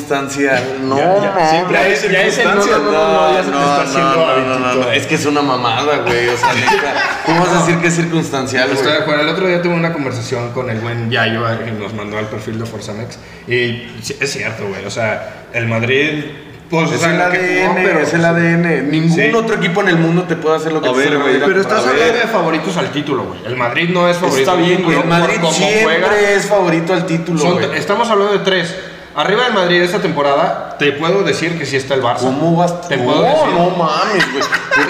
Speaker 2: circunstancial. No, no.
Speaker 3: siempre
Speaker 1: Ya
Speaker 3: hay
Speaker 1: es- ya es el- no,
Speaker 3: circunstancias.
Speaker 1: no, no, no, ya se te está haciendo
Speaker 2: no, no,
Speaker 1: hábito
Speaker 2: no, no,
Speaker 1: todo.
Speaker 2: Es que es una mamada, güey. O sea, neta, ¿cómo vas a decir que es circunstancial,
Speaker 1: Estoy de
Speaker 2: güey?
Speaker 1: acuerdo. El otro día tuve una conversación con el buen Yayo eh, que nos mandó al perfil de Forzamex. Y sí, es cierto, güey. O sea, el Madrid. Pues, o
Speaker 2: Es
Speaker 1: sea,
Speaker 2: el
Speaker 1: lo que jugó,
Speaker 2: ADN,
Speaker 1: pero-
Speaker 2: es el ADN. Ningún
Speaker 1: Sí.
Speaker 2: otro equipo en el mundo te puede hacer lo que
Speaker 3: A
Speaker 2: te
Speaker 3: ver,
Speaker 2: hace el
Speaker 3: güey,
Speaker 2: Madrid.
Speaker 1: Pero estás
Speaker 2: A ver.
Speaker 1: hablando de favoritos al título, güey. El Madrid no es favorito.
Speaker 2: Está bien, güey.
Speaker 1: Por
Speaker 2: El Madrid
Speaker 1: cómo
Speaker 2: siempre
Speaker 1: juega.
Speaker 2: es favorito al título,
Speaker 1: Son-
Speaker 2: güey.
Speaker 1: estamos hablando de tres. Arriba del Madrid esta temporada, te puedo decir que sí está el Barça.
Speaker 2: ¿Cómo vas?
Speaker 1: Te
Speaker 2: no,
Speaker 1: puedo decir.
Speaker 2: no mames, güey.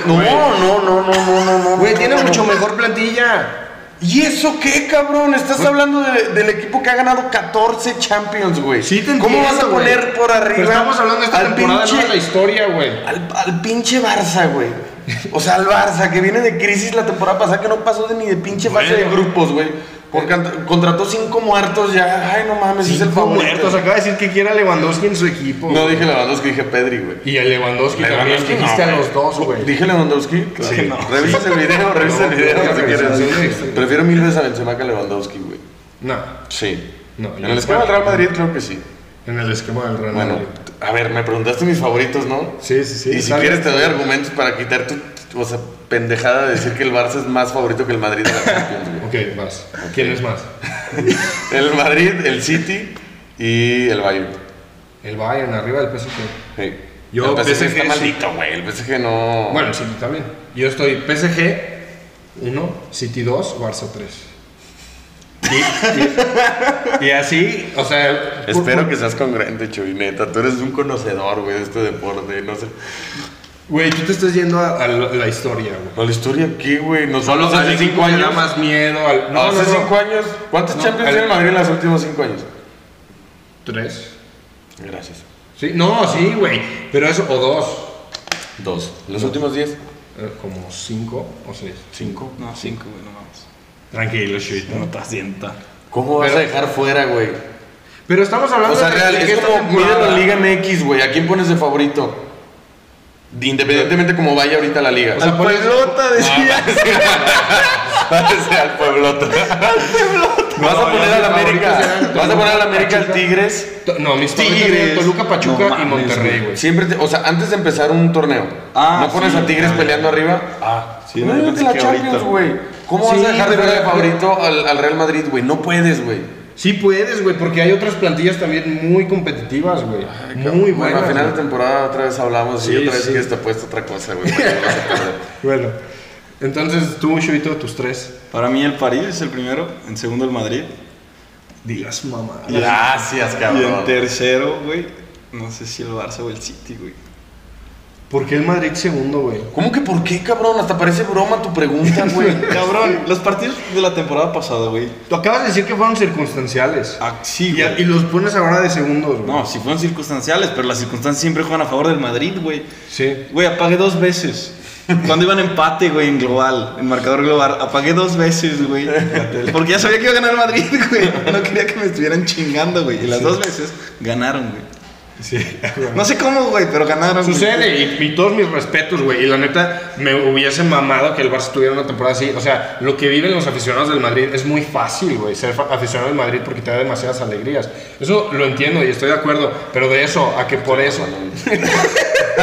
Speaker 2: No, no, no, no, no, no, no.
Speaker 1: Güey, tiene
Speaker 2: no, no.
Speaker 1: mucho mejor plantilla.
Speaker 2: ¿Y eso qué, cabrón? Estás hablando de- del equipo que ha ganado 14 Champions, güey.
Speaker 1: Sí, te
Speaker 2: ¿Cómo
Speaker 1: entiendo,
Speaker 2: vas a
Speaker 1: güey.
Speaker 2: poner por arriba?
Speaker 1: Pero estamos hablando de esta
Speaker 2: al
Speaker 1: temporada, no
Speaker 2: pinche-
Speaker 1: de la historia, güey.
Speaker 2: al, al pinche Barça, güey. O sea, al Barça, que viene de crisis la temporada pasada, que no pasó de ni de pinche fase
Speaker 1: Bueno.
Speaker 2: de grupos, güey. Por cant- contrató cinco muertos ya. Ay, no mames, es el
Speaker 1: Cinco
Speaker 2: favorito.
Speaker 1: muertos. Acaba de decir que quiera Lewandowski en su equipo.
Speaker 2: No dije Lewandowski, dije Pedri, güey.
Speaker 1: Y a Lewandowski,
Speaker 2: Lewandowski,
Speaker 1: también. Dijiste
Speaker 2: no,
Speaker 1: a
Speaker 2: güey.
Speaker 1: los dos, güey.
Speaker 2: ¿Dije Lewandowski?
Speaker 1: Sí,
Speaker 2: que
Speaker 1: no.
Speaker 2: Revisas el video, revisas
Speaker 1: No,
Speaker 2: el video
Speaker 1: no,
Speaker 2: si
Speaker 1: no,
Speaker 2: quieres.
Speaker 1: no, no, no.
Speaker 2: Prefiero mil veces a Benzema que a Lewandowski, güey.
Speaker 1: No,
Speaker 2: Sí.
Speaker 1: No,
Speaker 2: en
Speaker 1: yo-
Speaker 2: el esquema del Real Madrid creo que sí.
Speaker 1: en el esquema del Real
Speaker 2: Bueno,
Speaker 1: Madrid.
Speaker 2: a ver, me preguntaste mis favoritos, ¿no?
Speaker 1: Sí, sí, sí.
Speaker 2: Y si
Speaker 1: Está
Speaker 2: quieres
Speaker 1: bien.
Speaker 2: te doy argumentos para quitar tu, o sea, pendejada de decir que el Barça es más favorito que el Madrid de la Champions, güey.
Speaker 1: Ok, más. ¿Quién es más?
Speaker 2: El Madrid, el City y el Bayern.
Speaker 1: El Bayern, arriba del PSG.
Speaker 2: Sí.
Speaker 1: Yo,
Speaker 2: el PSG,
Speaker 1: PSG,
Speaker 2: está
Speaker 1: sí.
Speaker 2: maldito, güey. El PSG no...
Speaker 1: Bueno, sí, también. Yo estoy PSG 1, City 2, Barça 3. Y, y- y así, o sea. por-
Speaker 2: Espero
Speaker 1: por-
Speaker 2: que seas congruente, Chuy, neta. Tú eres un conocedor, güey, de este deporte. No sé.
Speaker 1: Güey, tú te estás yendo a, a la la historia, güey.
Speaker 2: No, la historia aquí, güey. Nos
Speaker 1: Solo
Speaker 2: vamos hace cinco
Speaker 1: da
Speaker 2: años.
Speaker 1: más miedo al.
Speaker 2: No, hace cinco años. ¿Cuántos
Speaker 1: No,
Speaker 2: Champions
Speaker 1: al-
Speaker 2: tiene el Madrid en los últimos cinco años?
Speaker 1: Tres.
Speaker 2: Gracias.
Speaker 1: Sí, no, sí, güey. Pero eso, o dos.
Speaker 2: Dos. ¿Los últimos diez?
Speaker 1: Eh, Como cinco o seis.
Speaker 2: Cinco.
Speaker 3: No, cinco, güey, no mames.
Speaker 1: Tranquilo, shit.
Speaker 3: No te asienta.
Speaker 2: ¿Cómo vas
Speaker 1: Pero-
Speaker 2: a dejar fuera, güey?
Speaker 1: Pero estamos hablando
Speaker 2: O sea,
Speaker 1: de-
Speaker 2: real,
Speaker 1: de que
Speaker 2: es
Speaker 1: esta
Speaker 2: como mide
Speaker 1: temporada-
Speaker 2: la Liga MX, güey. ¿A quién pones de favorito? Independientemente como vaya ahorita la liga.
Speaker 1: O sea, pones-
Speaker 3: Ah, decía.
Speaker 2: O sea, al pueblota. Vas
Speaker 1: No,
Speaker 2: a poner
Speaker 1: yo
Speaker 2: al
Speaker 1: mis
Speaker 2: América.
Speaker 1: favoritos eran
Speaker 2: Vas a poner al
Speaker 1: Toluca,
Speaker 2: América al
Speaker 1: Pachuca.
Speaker 2: Tigres.
Speaker 1: To- No, mis Tigres,
Speaker 3: Tigres.
Speaker 1: Toluca, Pachuca
Speaker 3: No
Speaker 1: y
Speaker 3: mames,
Speaker 1: Monterrey, güey.
Speaker 2: Siempre, te- o sea, antes de empezar un torneo,
Speaker 3: Ah,
Speaker 2: ¿no pones
Speaker 3: sí.
Speaker 2: a Tigres peleando arriba? Ah,
Speaker 4: sí, no, yo pensé que ahorita.
Speaker 2: güey. ¿Cómo
Speaker 1: Sí,
Speaker 2: vas a dejar
Speaker 1: pero-
Speaker 2: fuera de favorito al, al Real Madrid, güey? No puedes, güey.
Speaker 1: Sí puedes, güey, porque hay otras plantillas también muy competitivas, güey. Muy
Speaker 2: Bueno,
Speaker 1: buenas.
Speaker 2: al final de
Speaker 1: güey.
Speaker 2: temporada otra vez hablamos
Speaker 1: Sí,
Speaker 2: y otra vez
Speaker 1: sí.
Speaker 2: que te puesto otra cosa, güey. porque no vas a perder.
Speaker 1: Bueno, entonces tú, Chuito, tus tres.
Speaker 3: Para mí el París es el primero, en segundo el Madrid.
Speaker 1: Digas mamá.
Speaker 2: Gracias,
Speaker 3: Y en
Speaker 2: cabrón.
Speaker 3: tercero, güey, no sé si el Barça o el City, güey.
Speaker 1: ¿Por qué el Madrid segundo, güey?
Speaker 2: ¿Cómo que por qué, cabrón? Hasta parece broma tu pregunta, güey.
Speaker 3: Cabrón, los partidos de la temporada pasada, güey.
Speaker 1: Tú acabas de decir que fueron circunstanciales.
Speaker 3: Ah, sí,
Speaker 1: y,
Speaker 3: güey.
Speaker 1: y los pones ahora de segundos, güey.
Speaker 3: No, si fueron circunstanciales, pero las circunstancias siempre juegan a favor del Madrid, güey.
Speaker 1: Sí.
Speaker 3: Güey, apagué dos veces. Cuando iban empate, güey, en global, en marcador global, apagué dos veces, güey. Porque ya sabía que iba a ganar el Madrid, güey. No quería que me estuvieran chingando, güey. Y las dos veces ganaron, güey.
Speaker 1: Sí.
Speaker 3: No sé cómo, güey, pero ganaron. güey.
Speaker 1: Sucede, y, y todos mis respetos, güey. Y la neta, me hubiese mamado que el Barça tuviera una temporada así. O sea, lo que viven los aficionados del Madrid es muy fácil, güey. Ser fa- aficionado del Madrid porque te da demasiadas alegrías. Eso lo entiendo y estoy de acuerdo. Pero de eso, a que por eso.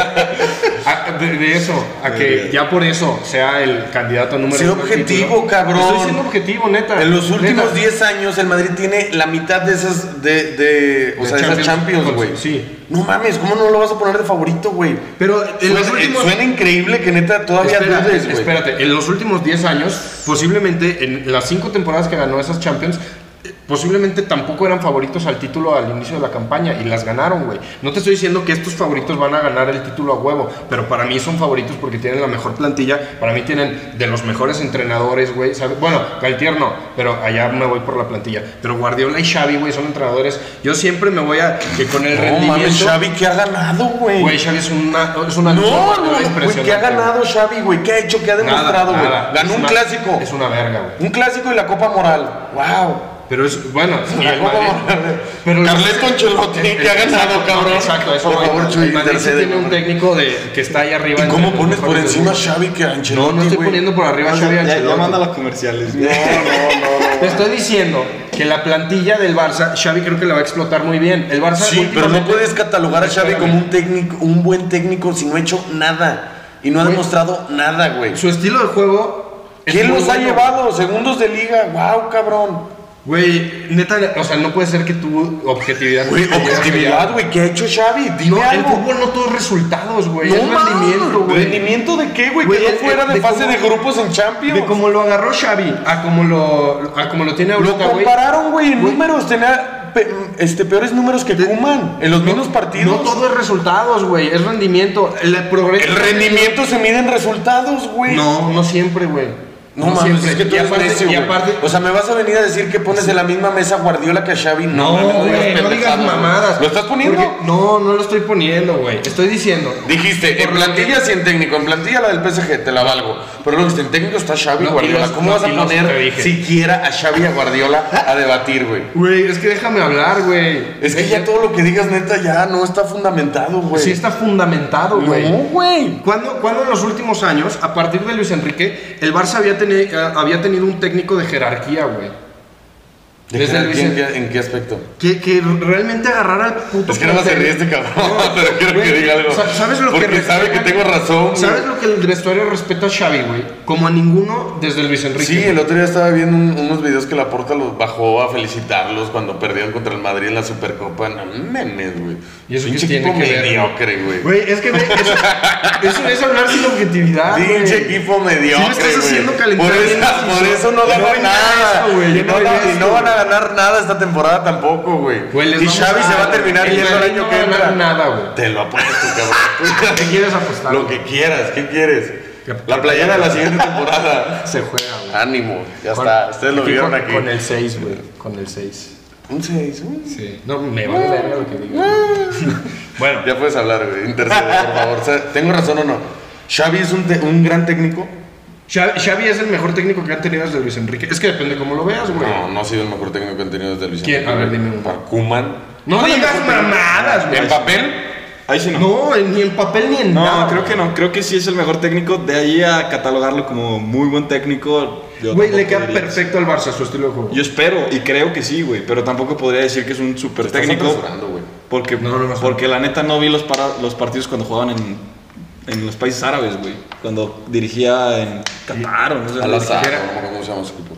Speaker 1: a- de, de eso, a que ya por eso sea el candidato número
Speaker 2: Sé
Speaker 1: uno al
Speaker 2: objetivo,
Speaker 1: título.
Speaker 2: cabrón.
Speaker 1: Estoy siendo objetivo, neta.
Speaker 2: En los últimos
Speaker 1: Neta.
Speaker 2: 10 años el Madrid tiene la mitad de esas de, de- o
Speaker 1: De
Speaker 2: sea, de esas
Speaker 1: Champions.
Speaker 2: Champions, güey.
Speaker 1: Sí.
Speaker 2: No mames, ¿cómo no lo vas a poner de favorito, güey?
Speaker 1: Pero en los
Speaker 2: Suena-
Speaker 1: últimos.
Speaker 2: Suena increíble que neta todavía
Speaker 1: Espera,
Speaker 2: dudes, güey.
Speaker 1: espérate, en los últimos 10 años, posiblemente en las 5 temporadas que ganó esas Champions, eh, posiblemente tampoco eran favoritos al título al inicio de la campaña y las ganaron, güey. No te estoy diciendo que estos favoritos van a ganar el título a huevo, pero para mí son favoritos porque tienen la mejor plantilla, para mí tienen de los mejores entrenadores, güey. ¿sabes? Bueno, Galtier no, pero allá me voy por la plantilla. Pero Guardiola y Xavi, güey, son entrenadores. Yo siempre me voy a que con el
Speaker 2: No
Speaker 1: rendimiento...
Speaker 2: mames, Xavi, ¿qué ha ganado, güey?
Speaker 1: Güey, Xavi es una... Es una
Speaker 2: No, no, güey, ¿qué ha
Speaker 1: impresionante, güey.
Speaker 2: ganado Xavi, güey? ¿Qué ha hecho? ¿Qué ha demostrado, güey?
Speaker 1: Nada,
Speaker 2: Ganó
Speaker 1: es
Speaker 2: un
Speaker 1: una-
Speaker 2: clásico.
Speaker 1: Es una verga, güey.
Speaker 2: Un clásico y la Copa Moral. ¡Wow!
Speaker 1: Pero es, bueno, y
Speaker 2: La
Speaker 1: el
Speaker 2: Copa
Speaker 1: Madrid-
Speaker 2: Moral.
Speaker 1: pero
Speaker 2: Carleto Ancelotti,
Speaker 1: el-
Speaker 2: que ha ganado,
Speaker 1: exacto,
Speaker 2: cabrón.
Speaker 1: Exacto, eso
Speaker 2: Por
Speaker 1: voy.
Speaker 2: favor, Chuy,
Speaker 1: El Madrid sí
Speaker 2: intercede,
Speaker 1: tiene un
Speaker 2: por favor.
Speaker 1: técnico de, que está ahí arriba.
Speaker 2: ¿Y
Speaker 1: entre
Speaker 2: cómo
Speaker 1: los
Speaker 2: pones por
Speaker 1: mejores del
Speaker 2: encima a
Speaker 1: mundo.
Speaker 2: Xavi que a Ancelotti,
Speaker 1: No, no estoy
Speaker 2: güey?
Speaker 1: poniendo por arriba a Xavi
Speaker 3: Ya, ya
Speaker 1: Ancelotti.
Speaker 3: manda los comerciales,
Speaker 2: No,
Speaker 3: güey.
Speaker 2: no, no, no.
Speaker 1: Te estoy diciendo que la plantilla del Barça, Xavi creo que la va a explotar muy bien. El Barça
Speaker 2: Sí, pero no
Speaker 1: últimamente-
Speaker 2: puedes catalogar a Xavi
Speaker 1: Espérame.
Speaker 2: como un técnico, un buen técnico si no ha hecho nada y no ha
Speaker 1: Güey.
Speaker 2: demostrado nada, güey.
Speaker 1: Su estilo de juego. es
Speaker 2: ¿Quién
Speaker 1: muy
Speaker 2: los ha
Speaker 1: bueno.
Speaker 2: llevado? Segundos de liga, wow, cabrón.
Speaker 1: Güey, neta, o sea, no puede ser que tu objetividad.
Speaker 2: Güey, objetividad, güey, ¿qué ha hecho Xavi?
Speaker 1: No,
Speaker 2: Dime
Speaker 1: el
Speaker 2: algo.
Speaker 1: fútbol no todos resultados, güey.
Speaker 2: No
Speaker 1: es
Speaker 2: mames,
Speaker 1: rendimiento, güey.
Speaker 2: ¿Rendimiento de qué, güey?
Speaker 1: Güey,
Speaker 2: Que no
Speaker 1: eh,
Speaker 2: fuera de,
Speaker 1: de
Speaker 2: fase
Speaker 1: cómo-
Speaker 2: de grupos en Champions.
Speaker 1: De como lo agarró Xavi a como lo, a como lo tiene
Speaker 2: Lo
Speaker 1: ahorita, güey.
Speaker 2: compararon, güey, en
Speaker 1: Güey.
Speaker 2: números. Tenía pe- este, peores números que Kuman en los mismos partidos.
Speaker 1: No todo es resultados, güey. Es rendimiento. El, progreso-
Speaker 2: El rendimiento se mide en resultados, güey.
Speaker 1: No, no siempre, güey.
Speaker 2: No,
Speaker 1: No
Speaker 2: mames,
Speaker 1: siempre.
Speaker 2: es que tú
Speaker 1: Y
Speaker 2: eres
Speaker 1: aparte-
Speaker 2: necio,
Speaker 1: y
Speaker 2: güey.
Speaker 1: aparte-
Speaker 2: O sea, ¿me vas a venir a decir que pones en la misma mesa a Guardiola que a Xavi?
Speaker 1: No,
Speaker 2: mames,
Speaker 1: güey, no digas
Speaker 2: pendejadas, güey.
Speaker 1: mamadas.
Speaker 2: ¿Lo estás poniendo?
Speaker 1: Porque- no, no lo estoy poniendo, güey. Estoy diciendo.
Speaker 2: Dijiste, en
Speaker 1: Por lo
Speaker 2: plantilla sí en técnico, en plantilla la del PSG, te la valgo. Pero luego dijiste, en técnico está Xavi
Speaker 1: No, y
Speaker 2: Guardiola.
Speaker 1: los-
Speaker 2: ¿Cómo
Speaker 1: no,
Speaker 2: vas a
Speaker 1: y los te
Speaker 2: poner
Speaker 1: dije.
Speaker 2: siquiera a Xavi y a Guardiola a debatir, güey?
Speaker 1: Güey, es que déjame hablar, güey. Eh,
Speaker 2: Es que ya todo lo que digas, neta, ya no está fundamentado, güey.
Speaker 1: Sí está fundamentado, güey.
Speaker 2: No, güey.
Speaker 1: ¿Cuándo, cuándo en los últimos años, a partir de Luis Enrique, el Barça había, teni- eh, había tenido un técnico de jerarquía, güey?
Speaker 2: ¿De
Speaker 1: Desde
Speaker 2: jerarquía
Speaker 1: Luis-
Speaker 2: ¿en, qué, en qué aspecto?
Speaker 1: Que, que realmente agarrara al puto.
Speaker 2: Es que no más se
Speaker 1: plantel.
Speaker 2: ríe este cabrón,
Speaker 1: No,
Speaker 2: pero quiero que
Speaker 1: güey,
Speaker 2: diga algo.
Speaker 1: sa- ¿Sabes lo
Speaker 2: Porque
Speaker 1: que
Speaker 2: sabe que
Speaker 1: respetan-
Speaker 2: tengo razón. güey.
Speaker 1: ¿Sabes lo que el vestuario respeta a Xavi, güey? Como a ninguno desde Luis Enrique.
Speaker 2: Sí, el otro día estaba viendo un- unos videos que la Porta los bajó a felicitarlos cuando perdieron contra el Madrid en la Supercopa. No memes, güey.
Speaker 1: ¿Y eso qué
Speaker 2: Pinche
Speaker 1: tiene
Speaker 2: equipo
Speaker 1: que ver,
Speaker 2: mediocre, güey.
Speaker 1: Güey, es que ve, eso, eso es hablar sin objetividad. güey.
Speaker 2: Pinche equipo mediocre,
Speaker 1: Sí lo estás
Speaker 2: güey.
Speaker 1: haciendo calentar
Speaker 2: Por,
Speaker 1: bien
Speaker 2: esa-
Speaker 1: los
Speaker 2: por
Speaker 1: hizo.
Speaker 2: eso no
Speaker 1: No
Speaker 2: ganó
Speaker 1: venga
Speaker 2: nada.
Speaker 1: eso, güey,
Speaker 2: y
Speaker 1: no
Speaker 2: no,
Speaker 1: venga
Speaker 2: va- y
Speaker 1: eso,
Speaker 2: no van a
Speaker 1: güey.
Speaker 2: ganar nada esta temporada tampoco, güey.
Speaker 1: Güey, les
Speaker 2: Y
Speaker 1: vamos
Speaker 2: Xavi se va a
Speaker 1: dar-
Speaker 2: terminar
Speaker 1: el
Speaker 2: yendo el
Speaker 1: Madrid
Speaker 2: año
Speaker 1: no
Speaker 2: que
Speaker 1: va a ganar
Speaker 2: entra.
Speaker 1: nada, güey.
Speaker 2: Te lo apuesto, cabrón.
Speaker 1: ¿Qué quieres apostar?
Speaker 2: Lo
Speaker 1: güey?
Speaker 2: que quieras, ¿qué quieres?
Speaker 1: Que-
Speaker 2: La playera de la siguiente temporada.
Speaker 1: se juega, güey.
Speaker 2: Ánimo, Ah, ya
Speaker 1: Con-
Speaker 2: está. Ustedes lo
Speaker 1: aquí
Speaker 2: vieron
Speaker 1: con,
Speaker 2: aquí.
Speaker 1: Con el 6, güey. Con el 6.
Speaker 2: Un 6, un
Speaker 1: Sí. No, me vale verga lo que diga.
Speaker 2: Ah,
Speaker 1: bueno,
Speaker 2: Ya puedes hablar, güey. Intercedo, por favor. O sea, ¿Tengo razón o no? Xavi es un, te- un gran técnico.
Speaker 1: Xavi, Xavi es el mejor técnico que han tenido desde Luis Enrique. Es que depende cómo lo veas, güey.
Speaker 2: No, no ha sido el mejor técnico que han tenido desde Luis
Speaker 1: ¿Quién?
Speaker 2: Enrique.
Speaker 1: A ver, dime uno.
Speaker 2: Por Koeman.
Speaker 1: No digas mamadas, güey.
Speaker 2: ¿En papel?
Speaker 3: Ahí sí no. No,
Speaker 1: No, en- ni en papel ni en nada.
Speaker 3: creo que no. Creo que sí es el mejor técnico. De ahí a catalogarlo como muy buen técnico. yo
Speaker 1: Güey, le
Speaker 3: tampoco
Speaker 1: queda
Speaker 3: diría.
Speaker 1: perfecto al Barça su estilo de juego.
Speaker 3: Yo espero y creo que sí, güey. Pero tampoco podría decir que es un super
Speaker 2: Estás
Speaker 3: técnico.
Speaker 2: apresurando, güey.
Speaker 3: Porque,
Speaker 1: No, no, no.
Speaker 3: porque la neta no vi los, para- los partidos cuando jugaban en, en los países árabes, güey. Cuando dirigía en Qatar o no sé.
Speaker 2: Al
Speaker 3: dónde.
Speaker 2: azar,
Speaker 1: siquiera-
Speaker 2: no me acuerdo cómo se llama su equipo.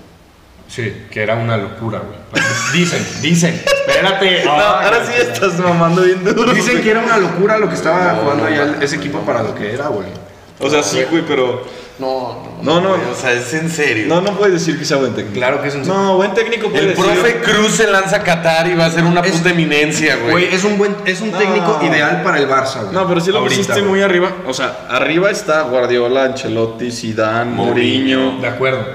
Speaker 1: Sí, que era una locura, güey. Dicen, dicen. Espérate.
Speaker 3: No, ahora sí estás mamando bien duro.
Speaker 1: Dicen
Speaker 3: güey.
Speaker 1: que era una locura lo que estaba
Speaker 2: No,
Speaker 1: jugando
Speaker 2: no,
Speaker 1: allá el-
Speaker 2: no,
Speaker 1: ese equipo
Speaker 2: no,
Speaker 1: para
Speaker 2: no.
Speaker 1: lo que era, güey.
Speaker 3: O sea, sí, güey, pero.
Speaker 2: No,
Speaker 3: No, no.
Speaker 2: güey, O sea, es en serio.
Speaker 3: No, no puedes decir que sea buen técnico.
Speaker 1: Claro que es un-
Speaker 3: No, buen técnico puede
Speaker 2: El
Speaker 3: decir.
Speaker 2: profe Cruz se lanza a Qatar y va a ser una
Speaker 1: Es-
Speaker 2: puta eminencia, güey.
Speaker 1: Güey, es un buen, es un
Speaker 3: No.
Speaker 1: técnico ideal para el Barça, güey.
Speaker 3: No, pero sí lo
Speaker 1: Ahorita,
Speaker 3: pusiste
Speaker 1: güey.
Speaker 3: muy arriba. O sea, arriba está Guardiola, Ancelotti, Zidane,
Speaker 2: Mourinho.
Speaker 3: Mourinho.
Speaker 1: De acuerdo.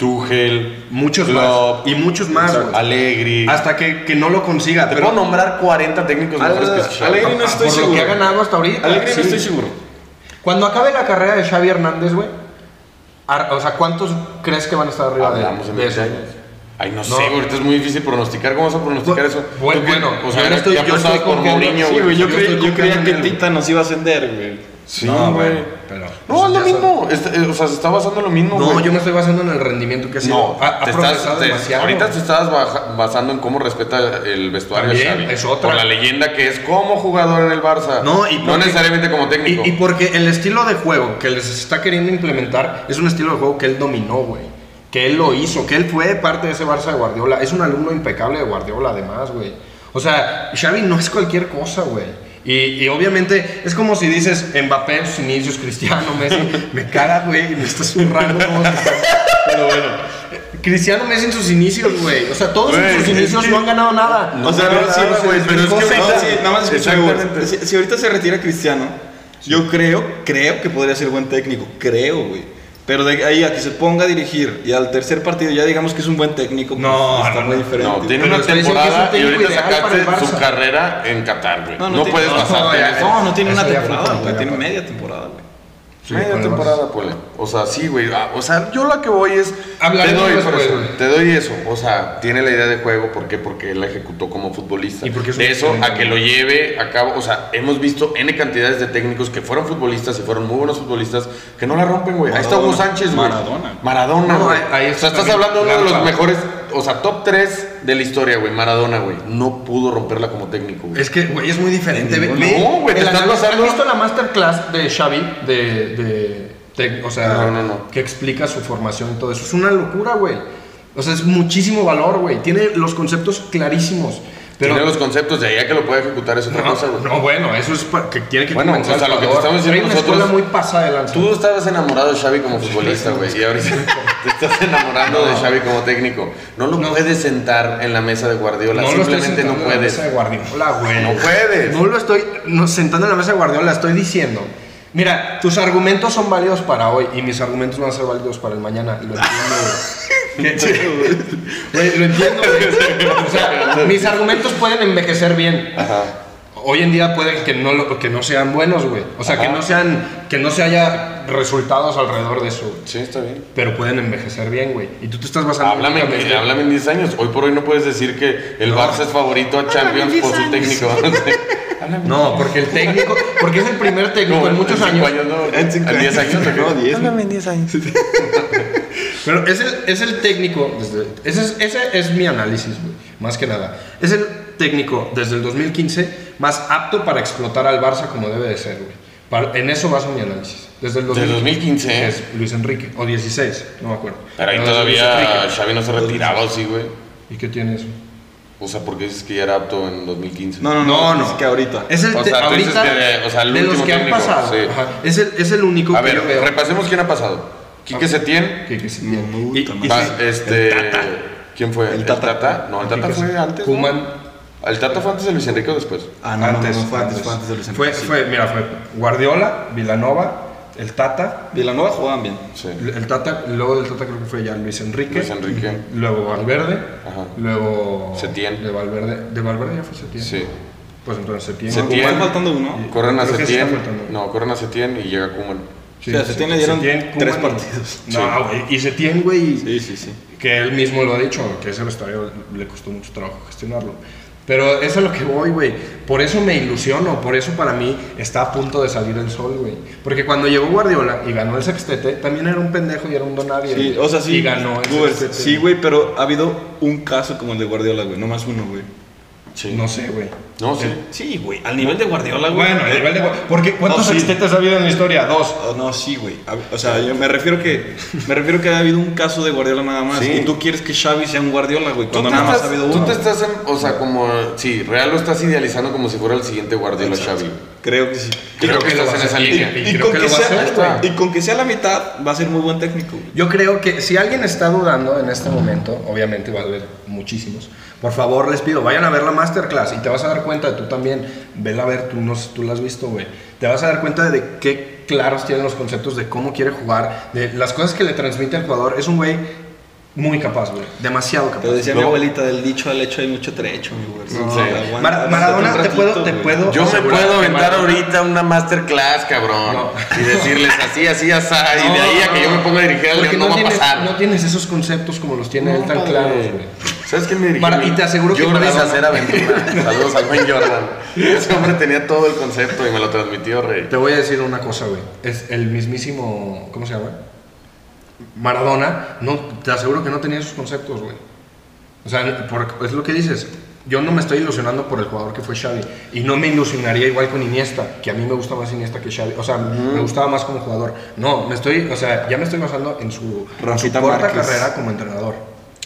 Speaker 2: Tuchel,
Speaker 1: Muchos
Speaker 2: Klopp,
Speaker 1: más. Y muchos más, güey.
Speaker 2: Allegri.
Speaker 1: Hasta que, que no lo consiga.
Speaker 2: Te
Speaker 1: pero
Speaker 2: puedo nombrar 40 técnicos
Speaker 3: Al-
Speaker 2: mejores que Xavi.
Speaker 3: Allegri no estoy
Speaker 1: por
Speaker 3: seguro.
Speaker 1: lo que ha ganado hasta ahorita.
Speaker 3: Alegre,
Speaker 1: sí.
Speaker 3: no estoy seguro.
Speaker 1: Cuando acabe la carrera de Xavi Hernández, güey. ar- O sea, ¿cuántos crees que van a estar arriba
Speaker 2: Hablamos
Speaker 1: de,
Speaker 2: en
Speaker 1: de
Speaker 2: 20
Speaker 1: eso?
Speaker 2: años. Ay, no, sé,
Speaker 1: No.
Speaker 2: güey, ahorita es muy difícil pronosticar. ¿Cómo vas a pronosticar
Speaker 1: Bu-
Speaker 2: eso?
Speaker 1: bueno,
Speaker 2: Tú que-
Speaker 1: bueno,
Speaker 2: o sea,
Speaker 1: yo
Speaker 2: ya,
Speaker 1: estoy-
Speaker 2: ya
Speaker 1: yo
Speaker 2: apostabas
Speaker 1: estoy
Speaker 2: por
Speaker 1: confiando-
Speaker 2: Mourinho,
Speaker 1: sí,
Speaker 3: Sí,
Speaker 2: güey.
Speaker 3: güey, yo,
Speaker 1: Yo
Speaker 3: creí-
Speaker 1: estoy
Speaker 3: yo creía
Speaker 1: confiando
Speaker 3: que
Speaker 1: en él.
Speaker 3: Tita nos iba a ascender, güey.
Speaker 2: Sí,
Speaker 1: No,
Speaker 2: güey.
Speaker 1: bueno, pero- pues,
Speaker 2: no, es lo
Speaker 1: ya sabes.
Speaker 2: mismo. Este, eh, o sea, se está basando en lo mismo,
Speaker 1: No,
Speaker 2: güey.
Speaker 1: yo me estoy basando en el rendimiento que ha sido.
Speaker 2: No,
Speaker 1: ha, ha
Speaker 2: te
Speaker 1: progresado
Speaker 2: estás, te-
Speaker 1: demasiado.
Speaker 2: ahorita te estabas baja- basando en cómo respeta el vestuario a
Speaker 1: También,
Speaker 2: Xavi.
Speaker 1: es otra.
Speaker 2: Por la leyenda que es como jugador en el Barça.
Speaker 1: No, y porque-
Speaker 2: necesariamente como técnico.
Speaker 1: Y, y porque el estilo de juego que les está queriendo implementar es un estilo de juego que él dominó, güey. Que él lo hizo, que él fue parte de ese Barça de Guardiola. Es un alumno impecable de Guardiola, además, güey. O sea, Xavi no es cualquier cosa, güey. Y, y obviamente es como si dices Mbappé en sus inicios, Cristiano, Messi. me caga, güey, me estás zurrando. ¿no? Pero bueno, Cristiano Messi en sus inicios, güey. O sea, todos
Speaker 2: Güey,
Speaker 1: en sus
Speaker 2: es
Speaker 1: inicios
Speaker 2: que-
Speaker 1: no han ganado nada.
Speaker 2: No, pero sí, güey,
Speaker 1: se
Speaker 2: pero es que
Speaker 1: descosen.
Speaker 2: ahorita-
Speaker 3: No, sí, nada más escucha, güey.
Speaker 2: Exactamente.
Speaker 3: Si, si ahorita se retira Cristiano, yo creo, creo que podría ser buen técnico. Creo, güey. Pero de ahí a que se ponga a dirigir y al tercer partido ya digamos que es un buen técnico. pues,
Speaker 1: No,
Speaker 3: está
Speaker 1: no,
Speaker 3: muy
Speaker 1: no.
Speaker 3: diferente.
Speaker 2: No, tiene
Speaker 1: Pero
Speaker 2: una
Speaker 1: estoy diciendo que es un
Speaker 2: temporada y
Speaker 1: técnico
Speaker 2: ahorita
Speaker 1: ideal para el
Speaker 2: sacaste su
Speaker 1: Barça.
Speaker 2: carrera en Qatar, güey. No,
Speaker 3: tiene-
Speaker 2: puedes pasarte
Speaker 1: no,
Speaker 2: de eso.
Speaker 3: No, no tiene
Speaker 1: Eso
Speaker 3: una
Speaker 1: ya
Speaker 3: temporada,
Speaker 1: aparte,
Speaker 3: güey.
Speaker 1: ya
Speaker 3: Tiene
Speaker 1: aparte.
Speaker 3: media temporada, güey.
Speaker 1: Sí, con
Speaker 2: Media
Speaker 1: el Barça.
Speaker 2: temporada, Pole. O sea, sí, güey. Ah, O sea, yo la que voy es.
Speaker 1: Hablaremos
Speaker 2: te doy,
Speaker 1: después,
Speaker 2: por eso,
Speaker 1: güey.
Speaker 2: te doy eso. O sea, tiene la idea de juego. ¿Por qué? Porque él la ejecutó como futbolista.
Speaker 1: Y porque es un
Speaker 2: de eso a
Speaker 1: excelente.
Speaker 2: que lo lleve a cabo. O sea, hemos visto N cantidades de técnicos que fueron futbolistas y fueron muy buenos futbolistas que no la rompen, güey. Ahí está
Speaker 3: Maradona.
Speaker 2: Hugo Sánchez, güey.
Speaker 3: Maradona.
Speaker 2: Maradona,
Speaker 1: No,
Speaker 2: güey.
Speaker 1: ahí- ahí
Speaker 2: o sea,
Speaker 1: está
Speaker 2: estás
Speaker 1: también
Speaker 2: hablando de uno de los
Speaker 1: Rafa.
Speaker 2: mejores. O sea, top 3 de la historia, güey. Maradona, güey. No pudo romperla como técnico, güey.
Speaker 1: Es que, güey, es muy diferente. Ve-
Speaker 2: No,
Speaker 1: ve-
Speaker 2: güey, te
Speaker 1: el
Speaker 2: estás
Speaker 1: análisis-
Speaker 2: basando-
Speaker 1: ¿Has visto la masterclass de Xavi? De, de, de- o sea,
Speaker 2: No, no, no.
Speaker 1: que explica su formación y todo eso. Es una locura, güey. O sea, es muchísimo valor, güey. Tiene los conceptos clarísimos. Pero,
Speaker 2: Tiene los conceptos de ahí a que lo pueda ejecutar es otra
Speaker 1: no,
Speaker 2: cosa, güey.
Speaker 1: no, bueno, eso es pa- que tiene que
Speaker 2: Bueno,
Speaker 1: comenzar
Speaker 2: o sea, lo que te
Speaker 1: Salvador.
Speaker 2: estamos diciendo
Speaker 1: Hay una
Speaker 2: nosotros-
Speaker 1: escuela muy pasada de lanza.
Speaker 2: Tú estabas enamorado de Xavi como futbolista, güey, y ahorita te estás enamorando de Xavi como técnico. No lo puedes sentar en la mesa de Guardiola,
Speaker 1: lo estoy
Speaker 2: simplemente
Speaker 1: sentando
Speaker 2: no
Speaker 1: en la
Speaker 2: puedes.
Speaker 1: mesa de Guardiola, güey.
Speaker 2: No puedes.
Speaker 1: No lo estoy no, sentando en la mesa de Guardiola, estoy diciendo Mira, tus argumentos son válidos para hoy y mis argumentos van a ser válidos para el mañana. Lo entiendo, güey. Que- Güey, lo entiendo, güey. O sea, mis argumentos pueden envejecer bien.
Speaker 2: Ajá.
Speaker 1: Hoy en día pueden que no, lo- que no sean buenos, güey. O sea, que
Speaker 2: Ajá.
Speaker 1: no sean, que no se haya resultados alrededor de eso. güey.
Speaker 2: Sí, está bien.
Speaker 1: Pero pueden envejecer bien, güey. Y tú te estás basando.
Speaker 2: Háblame,
Speaker 1: únicamente-
Speaker 2: háblame en 10 años. Hoy por hoy no puedes decir que el
Speaker 1: No.
Speaker 2: Barça es favorito a Champions por su técnico. Háblame.
Speaker 1: No, porque el técnico, porque es el primer técnico
Speaker 2: No,
Speaker 1: en muchos
Speaker 2: cinco
Speaker 1: años.
Speaker 2: no,
Speaker 3: En cinco
Speaker 2: ¿En 10 años? ¿o qué?
Speaker 3: No, 10.
Speaker 4: Háblame en 10 años.
Speaker 1: Pero es el, es el técnico, desde- ese, es, ese es mi análisis, güey, más que nada. Es el técnico desde el 2015 más apto para explotar al Barça como debe de ser, güey. Para- en eso baso mi análisis. Desde el
Speaker 2: Desde
Speaker 1: 2015
Speaker 2: 2015.
Speaker 1: es Luis Enrique, o 16, no me acuerdo.
Speaker 2: Pero ahí
Speaker 1: No, es Luis
Speaker 2: todavía
Speaker 1: Enrique.
Speaker 2: Xavi no se retiraba así, güey.
Speaker 1: ¿Y qué tiene eso?
Speaker 2: O sea, porque dices que ya era apto en 2015.
Speaker 3: No, no, no. Es que ahorita.
Speaker 1: Es el
Speaker 2: O
Speaker 1: te-
Speaker 2: sea, tú dices
Speaker 1: ahorita
Speaker 2: que, o sea, el
Speaker 1: de los
Speaker 2: último
Speaker 1: que han
Speaker 2: técnico,
Speaker 1: pasado.
Speaker 2: sí.
Speaker 1: ajá, es, el, es el único
Speaker 2: A
Speaker 1: que yo
Speaker 2: ver,
Speaker 1: veo.
Speaker 2: repasemos quién ha pasado. Quique Setién.
Speaker 1: que- que sí
Speaker 3: Me
Speaker 1: tiene.
Speaker 3: gusta,
Speaker 1: Y- y-
Speaker 3: man.
Speaker 2: va,
Speaker 3: sí.
Speaker 2: este, ¿Quién fue?
Speaker 3: El Tata.
Speaker 2: No, el Tata
Speaker 1: Quique
Speaker 2: fue
Speaker 1: Setién.
Speaker 2: antes. ¿no?
Speaker 1: Koeman.
Speaker 2: ¿El Tata fue antes de Luis Enrique o después?
Speaker 3: Ah, no,
Speaker 1: antes,
Speaker 3: no, no, fue antes, fue antes de Luis Enrique,
Speaker 1: Fue,
Speaker 3: sí.
Speaker 1: fue- mira, fue Guardiola, Vilanova, el Tata.
Speaker 3: Vilanova jugaban bien.
Speaker 2: Sí.
Speaker 1: El Tata, luego del Tata creo que fue ya Luis Enrique.
Speaker 2: Luis Enrique.
Speaker 1: Luego Valverde.
Speaker 2: Ajá.
Speaker 1: Luego.
Speaker 2: Setién.
Speaker 1: De Valverde. De Valverde ya fue Setién.
Speaker 2: Sí.
Speaker 1: Pues entonces Setién.
Speaker 2: Setién.
Speaker 3: Igual faltando uno.
Speaker 2: Corren a
Speaker 1: Creo que sí está
Speaker 2: Setién.
Speaker 1: faltando.
Speaker 2: No, corren a Setién y llega Kuman.
Speaker 3: O sea, Setién le dieron tres
Speaker 1: Koeman y-
Speaker 3: partidos.
Speaker 1: No, güey. Y Setién, güey.
Speaker 3: Sí, sí, sí.
Speaker 1: Que él mismo lo ha dicho, que ese vestuario le costó mucho trabajo gestionarlo. Pero es a lo que voy, güey. Por eso me ilusiono, por eso para mí está a punto de salir el sol, güey. Porque cuando llegó Guardiola y ganó el sextete, también era un pendejo y era un donario.
Speaker 3: Sí, o sea, sí.
Speaker 1: Y ganó el
Speaker 3: Gubers,
Speaker 1: sextete.
Speaker 3: sí, güey, pero ha habido un caso como el de Guardiola, güey. No más uno, güey.
Speaker 2: Sí.
Speaker 1: No sé, güey.
Speaker 2: No, sí.
Speaker 3: Sí, Ah, güey. Al nivel de Guardiola,
Speaker 1: Bueno, a nivel de. Porque ¿cuántos
Speaker 3: No, sí.
Speaker 1: sextetes ha habido en la historia? Dos.
Speaker 3: Oh, no, sí, güey. A- O sea, yo me refiero que me refiero que ha habido un caso de Guardiola nada más.
Speaker 2: Sí.
Speaker 3: Y tú quieres que Xavi sea un Guardiola, güey.
Speaker 2: Tú
Speaker 3: Cuando
Speaker 2: te,
Speaker 3: nada más ha
Speaker 2: estás,
Speaker 3: habido
Speaker 2: tú
Speaker 3: uno.
Speaker 2: te estás, en- o sea, como, sí, Real lo estás idealizando como si fuera el siguiente Guardiola Xavi.
Speaker 3: Creo que sí.
Speaker 2: Creo
Speaker 1: que
Speaker 2: que
Speaker 1: lo
Speaker 2: estás
Speaker 1: va
Speaker 2: en
Speaker 1: a
Speaker 2: esa
Speaker 1: hacer.
Speaker 2: línea.
Speaker 1: Y
Speaker 3: Y
Speaker 1: creo
Speaker 3: con
Speaker 1: que
Speaker 3: que
Speaker 1: lo va a hacer,
Speaker 3: sea-
Speaker 2: güey.
Speaker 3: y con que sea la mitad, va a ser muy buen técnico. güey.
Speaker 1: Yo creo que si alguien está dudando en este momento, obviamente va a haber muchísimos, por favor les pido, vayan a ver la masterclass y te vas a dar cuenta, tú también, vela a ver, tú, no, sé, tú la has visto, güey, te vas a dar cuenta de qué claros tienen los conceptos de cómo quiere jugar, de las cosas que le transmite al jugador, es un güey muy capaz, güey, demasiado capaz.
Speaker 3: Te decía mi
Speaker 2: No.
Speaker 3: abuelita, del dicho al hecho hay mucho trecho, mi güey.
Speaker 2: Sí.
Speaker 3: aguanta,
Speaker 1: Mar-
Speaker 3: aguanta
Speaker 1: Maradona,
Speaker 3: un
Speaker 1: te puedo-
Speaker 3: ratito,
Speaker 1: te
Speaker 3: güey.
Speaker 1: puedo-
Speaker 2: Yo me
Speaker 1: Asegurar
Speaker 2: puedo
Speaker 1: que
Speaker 2: aventar
Speaker 1: Maradona-
Speaker 2: ahorita una masterclass, cabrón.
Speaker 1: No.
Speaker 2: Y decirles así, así, así. y de ahí a que yo me ponga a dirigir al
Speaker 1: Porque
Speaker 2: León no, va a
Speaker 1: tienes-
Speaker 2: pasar.
Speaker 1: No tienes esos conceptos como los tiene él tan
Speaker 2: padre.
Speaker 1: claros, güey.
Speaker 2: ¿Sabes quién me dirigió?
Speaker 1: Para- y te aseguro que
Speaker 2: Jordan
Speaker 1: Maradona-
Speaker 2: Sacer Aventura. Saludos al buen Jordan. Ese hombre tenía todo el concepto y me lo transmitió, rey.
Speaker 1: Te voy a decir una cosa, güey. Es el mismísimo. ¿Cómo se llama? Maradona. No, te aseguro que no tenía esos conceptos, güey. O sea, por- es lo que dices. Yo no me estoy ilusionando por el jugador que fue Xavi. Y no me ilusionaría igual con Iniesta, que a mí me gusta más Iniesta que Xavi. O sea, me gustaba más como jugador. No, me estoy, o sea, ya me estoy basando en su, en su
Speaker 3: Rafita
Speaker 1: corta
Speaker 3: Márquez.
Speaker 1: carrera como entrenador.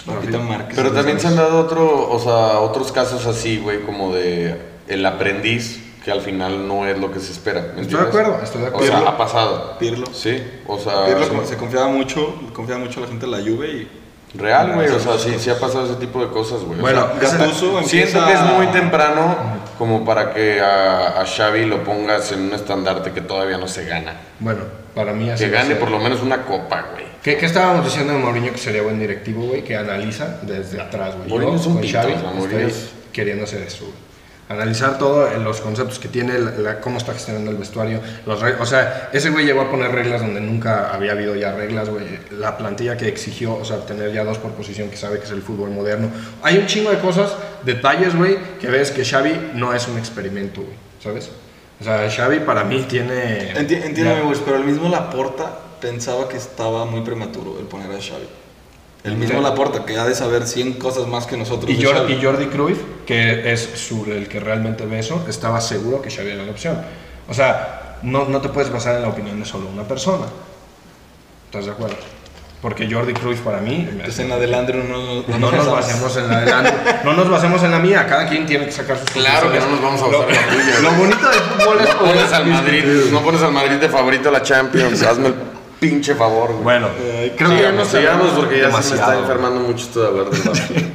Speaker 3: Rafita Márquez.
Speaker 2: Pero también se han
Speaker 3: entonces.
Speaker 2: dado otro, o sea, otros casos así, güey, como de el aprendiz que al final no es lo que se espera. ¿me
Speaker 1: Estoy de
Speaker 2: entiendes?
Speaker 1: acuerdo, estoy de
Speaker 2: O
Speaker 1: acuerdo.
Speaker 2: sea, ha pasado.
Speaker 3: Pirlo.
Speaker 2: Sí, o sea,
Speaker 1: Ah,
Speaker 3: Pirlo como- se confiaba mucho, confiaba mucho la gente de la Juve y
Speaker 2: real, güey, o sea, sí, sí ha pasado ese tipo de cosas, güey. O
Speaker 1: Bueno,
Speaker 2: sea, siento
Speaker 3: Gattuso empieza-
Speaker 2: que es muy temprano como para que a, a Xavi lo pongas en un estandarte que todavía no se gana.
Speaker 1: Bueno, para mí así
Speaker 2: Que
Speaker 1: va a
Speaker 2: gane
Speaker 1: ser.
Speaker 2: por lo menos una copa, güey.
Speaker 1: ¿Qué, qué estábamos diciendo de Mourinho que sería buen directivo, güey? Que analiza desde atrás, güey.
Speaker 2: Mourinho
Speaker 1: Yo,
Speaker 2: es un
Speaker 1: con
Speaker 2: pito,
Speaker 1: Xavi,
Speaker 2: o sea,
Speaker 1: estoy
Speaker 2: Mourinho es-
Speaker 1: queriendo hacer eso, güey. Analizar todo eh, los conceptos que tiene, la- la- cómo está gestionando el vestuario. Los re- o sea, ese güey llegó a poner reglas donde nunca había habido ya reglas, güey. La plantilla que exigió, o sea, tener ya dos por posición que sabe que es el fútbol moderno. Hay un chingo de cosas, detalles, güey, que ves que Xavi no es un experimento, güey. ¿Sabes? O sea, Xavi para mí tiene...
Speaker 3: Enti-
Speaker 1: ya-
Speaker 3: Entiéndame, güey, pero el mismo Laporta pensaba que estaba muy prematuro el poner a Xavi. El mismo
Speaker 1: Sí.
Speaker 3: Laporta, que ha de saber 100 cosas más que nosotros.
Speaker 1: Y
Speaker 3: de
Speaker 1: Jordi,
Speaker 3: Xavi.
Speaker 1: y Jordi Cruyff, que es su- el que realmente ve eso, estaba seguro que Xavi era la opción. O sea, no, no te puedes basar en la opinión de solo una persona. ¿Estás de acuerdo? Porque Jordi Cruyff para mí... me-
Speaker 3: Entonces en la del Andrew no, no,
Speaker 1: no nos
Speaker 3: pasamos.
Speaker 1: basemos en la del Andrew, no nos basemos en la mía, cada quien tiene que sacar sus
Speaker 2: Claro que no nos vamos a
Speaker 1: Lo-
Speaker 2: basar en la tuya,
Speaker 1: Lo
Speaker 2: güey.
Speaker 1: bonito del fútbol es
Speaker 2: No pones
Speaker 1: poder
Speaker 2: al Madrid,
Speaker 1: discutir.
Speaker 2: no pones al Madrid de favorito a la Champions. Hazme el pinche favor, güey.
Speaker 1: Bueno,
Speaker 3: Ay,
Speaker 1: Eh, creo que ya nos
Speaker 2: sigamos porque ya se me
Speaker 1: demasiado,
Speaker 2: está
Speaker 1: güey.
Speaker 2: enfermando mucho esto de hablar de la-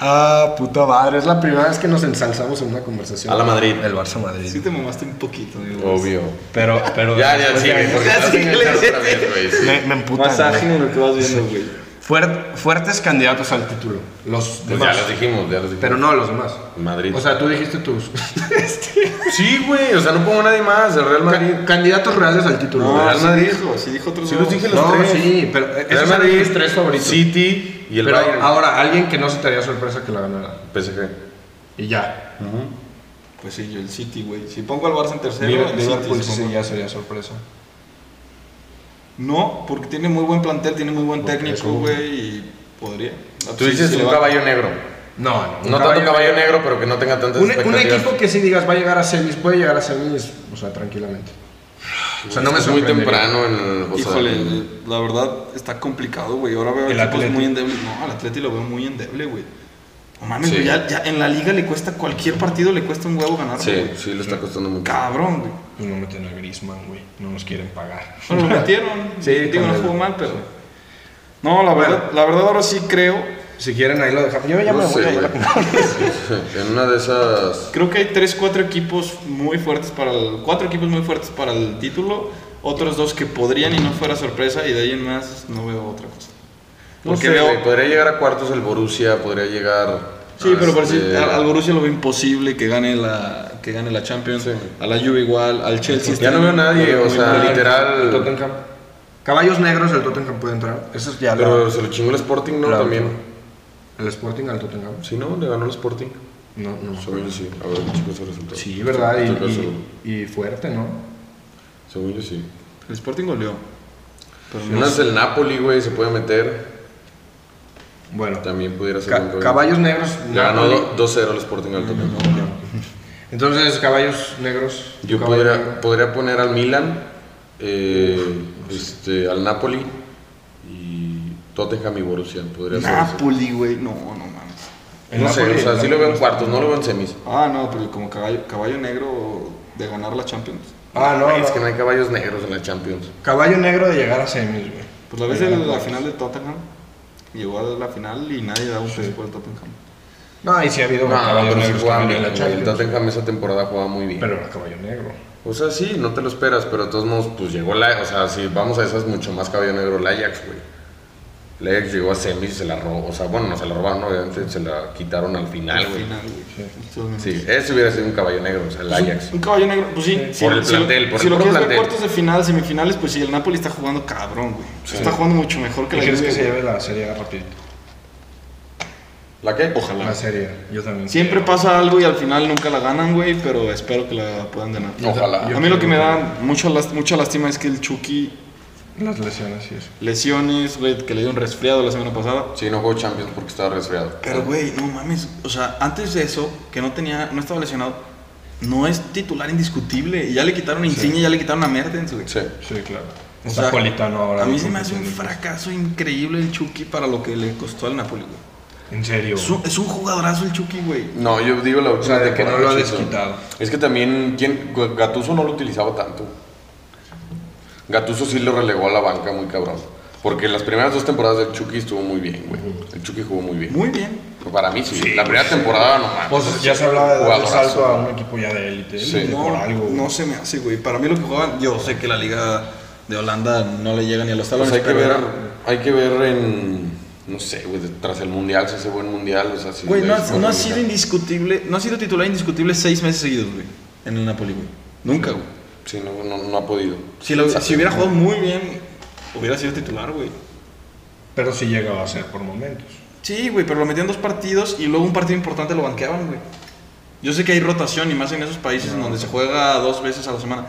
Speaker 1: Ah, puta madre. Es la primera vez que nos ensalzamos en una conversación.
Speaker 2: A la Madrid.
Speaker 1: Del Barça Madrid.
Speaker 3: Sí te mamaste un poquito, amigo.
Speaker 2: Obvio.
Speaker 1: Pero, pero.
Speaker 2: Ya, ya,
Speaker 1: sí.
Speaker 2: sigue. Porque
Speaker 3: Ya,
Speaker 2: te vas a
Speaker 3: síguele.
Speaker 2: enganchar otra vez, güey. sí.
Speaker 1: Me, me emputan,
Speaker 3: Masaje
Speaker 1: güey.
Speaker 3: en lo que vas viendo, güey.
Speaker 1: Fuert- fuertes candidatos al título. Los
Speaker 2: Pues
Speaker 1: demás.
Speaker 2: ya los dijimos, ya los dijimos.
Speaker 1: Pero no los demás.
Speaker 2: Madrid.
Speaker 1: O sea, tú dijiste tus.
Speaker 2: sí, güey. O sea, no pongo a nadie más. El Real Madrid.
Speaker 1: Ca- candidatos reales al título.
Speaker 3: No,
Speaker 1: ¿verdad?
Speaker 2: Real
Speaker 3: sí
Speaker 2: Madrid.
Speaker 3: dijo, sí dijo otros
Speaker 2: Sí los dije los
Speaker 1: No,
Speaker 2: tres.
Speaker 1: sí, pero eh,
Speaker 2: Real
Speaker 1: esos eran
Speaker 2: Madrid,
Speaker 1: mis tres favoritos.
Speaker 2: City y el
Speaker 1: pero
Speaker 2: Bayern.
Speaker 1: ahora, alguien que no se te haría sorpresa que la ganara.
Speaker 2: PSG.
Speaker 1: Y ya.
Speaker 3: Pues sí, yo el City, güey. Si pongo al Barça en tercero,
Speaker 1: Liver-
Speaker 3: el
Speaker 1: Liverpool
Speaker 3: City.
Speaker 1: sí,
Speaker 3: supongo.
Speaker 1: ya sería sorpresa.
Speaker 3: No, porque tiene muy buen plantel, tiene muy buen
Speaker 1: Porque es
Speaker 3: técnico,
Speaker 1: un-
Speaker 3: güey, y podría. Ah,
Speaker 2: Tú
Speaker 3: sí,
Speaker 2: dices
Speaker 3: sí le
Speaker 2: un
Speaker 3: va.
Speaker 2: caballo negro.
Speaker 1: No, no. un
Speaker 2: No tanto caballo negro, pero que no tenga tantas
Speaker 1: Un, un
Speaker 2: expectativas.
Speaker 1: equipo que sí digas va a llegar a semis, puede llegar a semis, o sea, tranquilamente. O sea, no me
Speaker 2: Es muy
Speaker 1: sorprendería.
Speaker 2: temprano en el. o sea,
Speaker 3: Híjole, la verdad está complicado, güey. Ahora veo
Speaker 1: El
Speaker 3: equipos
Speaker 1: Atleti.
Speaker 3: muy endebles. No, al Atleti lo veo muy endeble, güey. No mames,
Speaker 2: Sí.
Speaker 3: güey, ya, ya en la liga le cuesta, cualquier partido le cuesta un huevo ganar,
Speaker 2: Sí,
Speaker 3: güey.
Speaker 2: sí, le está costando mucho.
Speaker 3: Cabrón, güey.
Speaker 1: Y Pues no meten a Griezmann, güey. No nos quieren pagar.
Speaker 3: Bueno, lo metieron.
Speaker 2: Sí,
Speaker 3: digo,
Speaker 2: con
Speaker 3: no
Speaker 2: el-
Speaker 3: jugó mal, pero. No, la verdad, la verdad ahora sí creo.
Speaker 1: Si quieren, ahí lo dejamos. Yo ya
Speaker 2: No
Speaker 1: me
Speaker 2: sé,
Speaker 1: voy a ir a
Speaker 2: güey.
Speaker 1: comprar.
Speaker 2: En una de esas.
Speaker 3: Creo que hay tres, cuatro equipos muy fuertes para el. Cuatro equipos muy fuertes para el título. Otros dos que podrían y no fuera sorpresa. Y de ahí en más no veo otra cosa.
Speaker 2: No
Speaker 3: Porque
Speaker 2: sé,
Speaker 3: veo.
Speaker 2: güey, pues, podría llegar a cuartos el Borussia, podría llegar.
Speaker 3: Sí,
Speaker 2: a
Speaker 3: pero por
Speaker 2: este,
Speaker 3: decir, al, al Borussia lo veo imposible que gane la, que gane la Champions,
Speaker 2: Sí.
Speaker 3: a la Juve igual, al Chelsea.
Speaker 2: Ya no veo a nadie, o sea, literal.
Speaker 1: Tottenham. Caballos negros, el Tottenham puede entrar. Eso es ya la-
Speaker 2: Pero se lo chingó el Sporting, ¿no?
Speaker 1: la
Speaker 2: También.
Speaker 1: última. El Sporting al Tottenham.
Speaker 2: Sí, ¿no? Le ganó el Sporting.
Speaker 1: No, no.
Speaker 2: Según yo sí. A ver, chicos, el resultado.
Speaker 1: Sí, verdad.
Speaker 2: Estoy casi seguro.
Speaker 1: Y, y- y fuerte, ¿no?
Speaker 2: Según yo sí.
Speaker 3: El Sporting goleó. Pero
Speaker 2: En
Speaker 3: no
Speaker 2: unas
Speaker 3: sé.
Speaker 2: el Napoli, güey, se puede meter.
Speaker 1: Bueno.
Speaker 2: También pudiera ser.
Speaker 1: Ca-
Speaker 2: buen gol.
Speaker 1: caballos negros.
Speaker 2: Ya ganó
Speaker 1: Napoli.
Speaker 2: do- 2-0 el Sporting al Tottenham.
Speaker 1: Entonces, caballos negros.
Speaker 2: Yo
Speaker 1: caballo
Speaker 2: podría,
Speaker 1: negro.
Speaker 2: podría poner al Milan, eh, este, al Napoli y Tottenham y Borussia. Podría
Speaker 1: Ah,
Speaker 2: ser eso.
Speaker 3: Napoli, güey. No, no mames.
Speaker 1: El
Speaker 2: No sé,
Speaker 1: Napoli,
Speaker 2: o sea,
Speaker 1: el
Speaker 2: sí lo
Speaker 1: Napoli.
Speaker 2: veo en cuartos, no lo veo en semis.
Speaker 3: Ah, no, pero como caballo, caballo negro de ganar la Champions.
Speaker 1: Ah, no.
Speaker 2: Güey, es
Speaker 1: no.
Speaker 2: que no hay caballos negros en la Champions.
Speaker 1: Caballo negro de llegar a semis, güey.
Speaker 3: Pues la vez
Speaker 1: De
Speaker 3: de
Speaker 1: ganar
Speaker 3: la
Speaker 1: cuartos.
Speaker 3: final de Tottenham. Llegó a la final y nadie da un peso por el Tottenham.
Speaker 1: No, y sí ha habido
Speaker 2: No,
Speaker 1: caballos
Speaker 2: pero sí
Speaker 1: negros
Speaker 2: juega
Speaker 1: también
Speaker 2: bien,
Speaker 1: en la
Speaker 2: güey. El
Speaker 1: Champions.
Speaker 2: Tottenham esa temporada jugaba muy bien.
Speaker 1: Pero era caballo negro.
Speaker 2: O sea, sí, no te lo esperas, pero de todos modos, pues llegó la. O sea, si vamos a esas, mucho más caballo negro la Ajax, güey. La Ajax llegó a semis y se la robó. O sea, bueno, no se la robaron, obviamente, se la quitaron al final,
Speaker 3: Al
Speaker 2: güey.
Speaker 3: final, güey. Entonces,
Speaker 2: Sí, ese hubiera sido un caballo negro, o sea, el Ajax.
Speaker 3: Un caballo negro, pues sí. sí,
Speaker 2: Por el
Speaker 3: si lo-
Speaker 2: plantel, por
Speaker 3: si
Speaker 2: el
Speaker 3: lo
Speaker 2: puro
Speaker 3: quieres
Speaker 2: plantel.
Speaker 3: ver cuartos de final, semifinales, pues sí, el Napoli está jugando cabrón, güey. Está jugando mucho mejor que
Speaker 1: ¿Y
Speaker 3: la
Speaker 1: crees que
Speaker 3: Juve,
Speaker 1: se
Speaker 3: güey.
Speaker 1: lleve la serie A rapidito?
Speaker 2: ¿La qué?
Speaker 1: La
Speaker 3: Ojalá.
Speaker 1: serie A, yo también.
Speaker 3: Siempre pasa algo y al final nunca la ganan, güey, pero espero que la puedan ganar.
Speaker 2: Ojalá.
Speaker 3: A mí lo que me da mucha, lás- mucha lástima es que el Chucky,
Speaker 1: Las lesiones y eso.
Speaker 3: lesiones, güey, que le dio un resfriado la semana pasada.
Speaker 2: Sí, no juego Champions porque estaba resfriado.
Speaker 3: Pero, güey, no mames. O sea, antes de eso, que no tenía, no estaba lesionado, no es titular indiscutible. Y ya le quitaron a Insigne, ya le quitaron a Mertens, güey.
Speaker 2: Sí.
Speaker 1: Sí, claro.
Speaker 3: O
Speaker 1: Está
Speaker 3: sea,
Speaker 1: Politano ahora.
Speaker 3: A mí
Speaker 1: ¿no?
Speaker 3: se me hace un fracaso increíble el Chucky para lo que le costó al Napoli, güey.
Speaker 1: En serio.
Speaker 3: Es un, es un jugadorazo el Chucky, güey.
Speaker 2: No, yo digo la última
Speaker 1: sea, de que
Speaker 2: temporada,
Speaker 1: no lo ha
Speaker 2: Chito.
Speaker 1: desquitado.
Speaker 2: Es que también ¿quién? Gatuso no lo utilizaba tanto. Gatuso sí lo relegó a la banca muy cabrón. Porque las primeras dos temporadas del Chucky estuvo muy bien, güey. El Chucky jugó muy bien.
Speaker 3: Muy bien.
Speaker 2: Para mí sí. la primera temporada no mames.
Speaker 1: Pues ya se hablaba de dar el
Speaker 2: Jugadorazo.
Speaker 1: salto a un equipo ya de élite.
Speaker 2: Sí.
Speaker 1: élite por
Speaker 3: No,
Speaker 1: algo. güey.
Speaker 3: no se me hace, güey. Para mí lo que jugaban, yo sé que la liga de Holanda no le llega ni a los
Speaker 2: Pues
Speaker 3: talones.
Speaker 2: hay que
Speaker 3: pero
Speaker 2: ver,
Speaker 3: era-
Speaker 2: hay que ver en no sé, güey, tras el mundial, si ese buen mundial, o sea, si
Speaker 3: Güey, no,
Speaker 2: es-
Speaker 3: ha- no ha sido indiscutible, no ha sido titular indiscutible seis meses seguidos, güey. En el Napoli, güey. Nunca, güey.
Speaker 2: Sí, no, no, no ha podido.
Speaker 3: Si, lo-
Speaker 2: O sea,
Speaker 3: si hubiera jugado muy bien, hubiera sido titular, güey.
Speaker 1: Pero sí llegaba a ser por momentos.
Speaker 3: Sí, güey, pero lo metían dos partidos y luego un partido importante lo banqueaban, güey. Yo sé que hay rotación y más en esos países en donde se juega dos veces a la semana.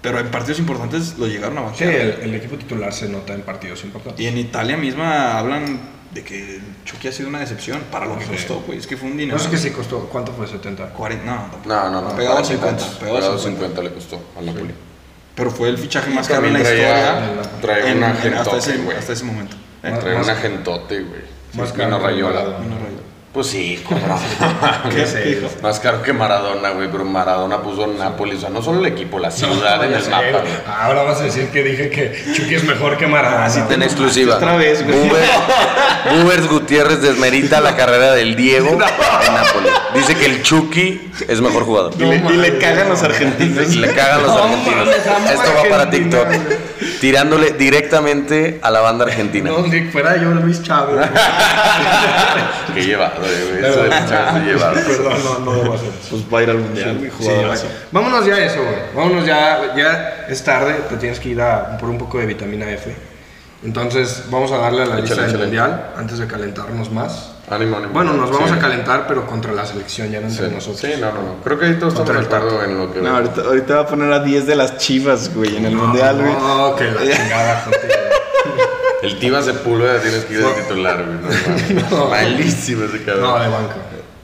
Speaker 3: Pero en partidos importantes lo llegaron a
Speaker 1: Sí,
Speaker 3: banquear.
Speaker 1: el, el equipo titular se nota en partidos importantes.
Speaker 3: Y en Italia misma hablan de que Chucky ha sido una decepción para lo que
Speaker 1: Sí.
Speaker 3: costó, güey. Es que fue un
Speaker 1: No
Speaker 3: dinero.
Speaker 1: sé qué sí costó. ¿Cuánto fue? ¿70?
Speaker 3: 40, no, tampoco.
Speaker 2: No, no, no.
Speaker 3: Pegado a
Speaker 2: para
Speaker 3: 50,
Speaker 2: tantos.
Speaker 3: pegado a 50.
Speaker 2: 50 le costó al Napoli.
Speaker 3: Pero fue el fichaje más caro en
Speaker 2: También
Speaker 3: la
Speaker 2: traía,
Speaker 3: historia.
Speaker 2: traía
Speaker 3: en-
Speaker 2: un
Speaker 3: en- hasta,
Speaker 2: agentote,
Speaker 3: ese,
Speaker 2: güey.
Speaker 3: hasta ese momento. ¿eh?
Speaker 1: Más-
Speaker 2: Traía un
Speaker 1: más-
Speaker 2: agentote, güey.
Speaker 1: más
Speaker 2: Más que no
Speaker 1: caro que
Speaker 2: rayola.
Speaker 1: Maradona.
Speaker 3: Menos rayo.
Speaker 2: Pues sí, cabrón.
Speaker 1: ¿Qué es
Speaker 3: dijo?
Speaker 1: eso?
Speaker 2: Más caro que Maradona, güey, pero Maradona puso Nápoles, o sea, no solo el equipo, la ciudad en
Speaker 1: Ya
Speaker 2: el
Speaker 1: sé,
Speaker 2: mapa,
Speaker 1: güey.
Speaker 2: güey.
Speaker 1: Ahora vas a decir que dije que Chucky es mejor que
Speaker 3: Ah,
Speaker 1: Maradona.
Speaker 4: Así
Speaker 1: güey.
Speaker 4: en exclusiva.
Speaker 3: Otra vez, güey.
Speaker 4: Buber- Bubers Gutiérrez desmerita la carrera del Diego en Nápoles. Dice que el Chucky es mejor jugador.
Speaker 3: Y, le, y le cagan los
Speaker 4: Y
Speaker 3: argentinos.
Speaker 4: le cagan los
Speaker 1: No
Speaker 4: argentinos.
Speaker 1: mames, amo a
Speaker 4: Esto va para
Speaker 1: Argentina,
Speaker 4: TikTok. Tirándole directamente a la banda argentina.
Speaker 1: No, Nick, fuera yo Luis Chávez. güey.
Speaker 2: Qué llevado, güey. Eso de las chavas de llevado.
Speaker 1: Ah, Perdón, no, no debo hacer eso.
Speaker 3: Pues va a ir al mundial, güey.
Speaker 1: Sí, ya sé. Vámonos ya a eso, güey. Vámonos ya. Ya es tarde, te tienes que ir a, por un poco de vitamina F. Entonces, vamos a darle a la
Speaker 2: Échale,
Speaker 1: lista del
Speaker 2: échale.
Speaker 1: mundial antes de calentarnos más.
Speaker 2: Ánimo, ánimo.
Speaker 1: Bueno, nos vamos
Speaker 2: Sí.
Speaker 1: a calentar, pero contra la selección, ya no
Speaker 2: Sí.
Speaker 1: entre nosotros.
Speaker 2: Sí, no, no, no. Creo que ahí todos estamos
Speaker 1: Contra
Speaker 2: de
Speaker 1: el
Speaker 2: acuerdo en lo que.
Speaker 3: No, ahorita, ahorita va a poner a 10 de las chivas, güey, en el mundial, güey.
Speaker 1: No, que la chingada, jote.
Speaker 2: El Tiva Sepúlveda tienes que ir de titular, güey. No,
Speaker 1: No.
Speaker 2: mames. Malísimo ese
Speaker 1: No,
Speaker 2: cabrón.
Speaker 1: de banco.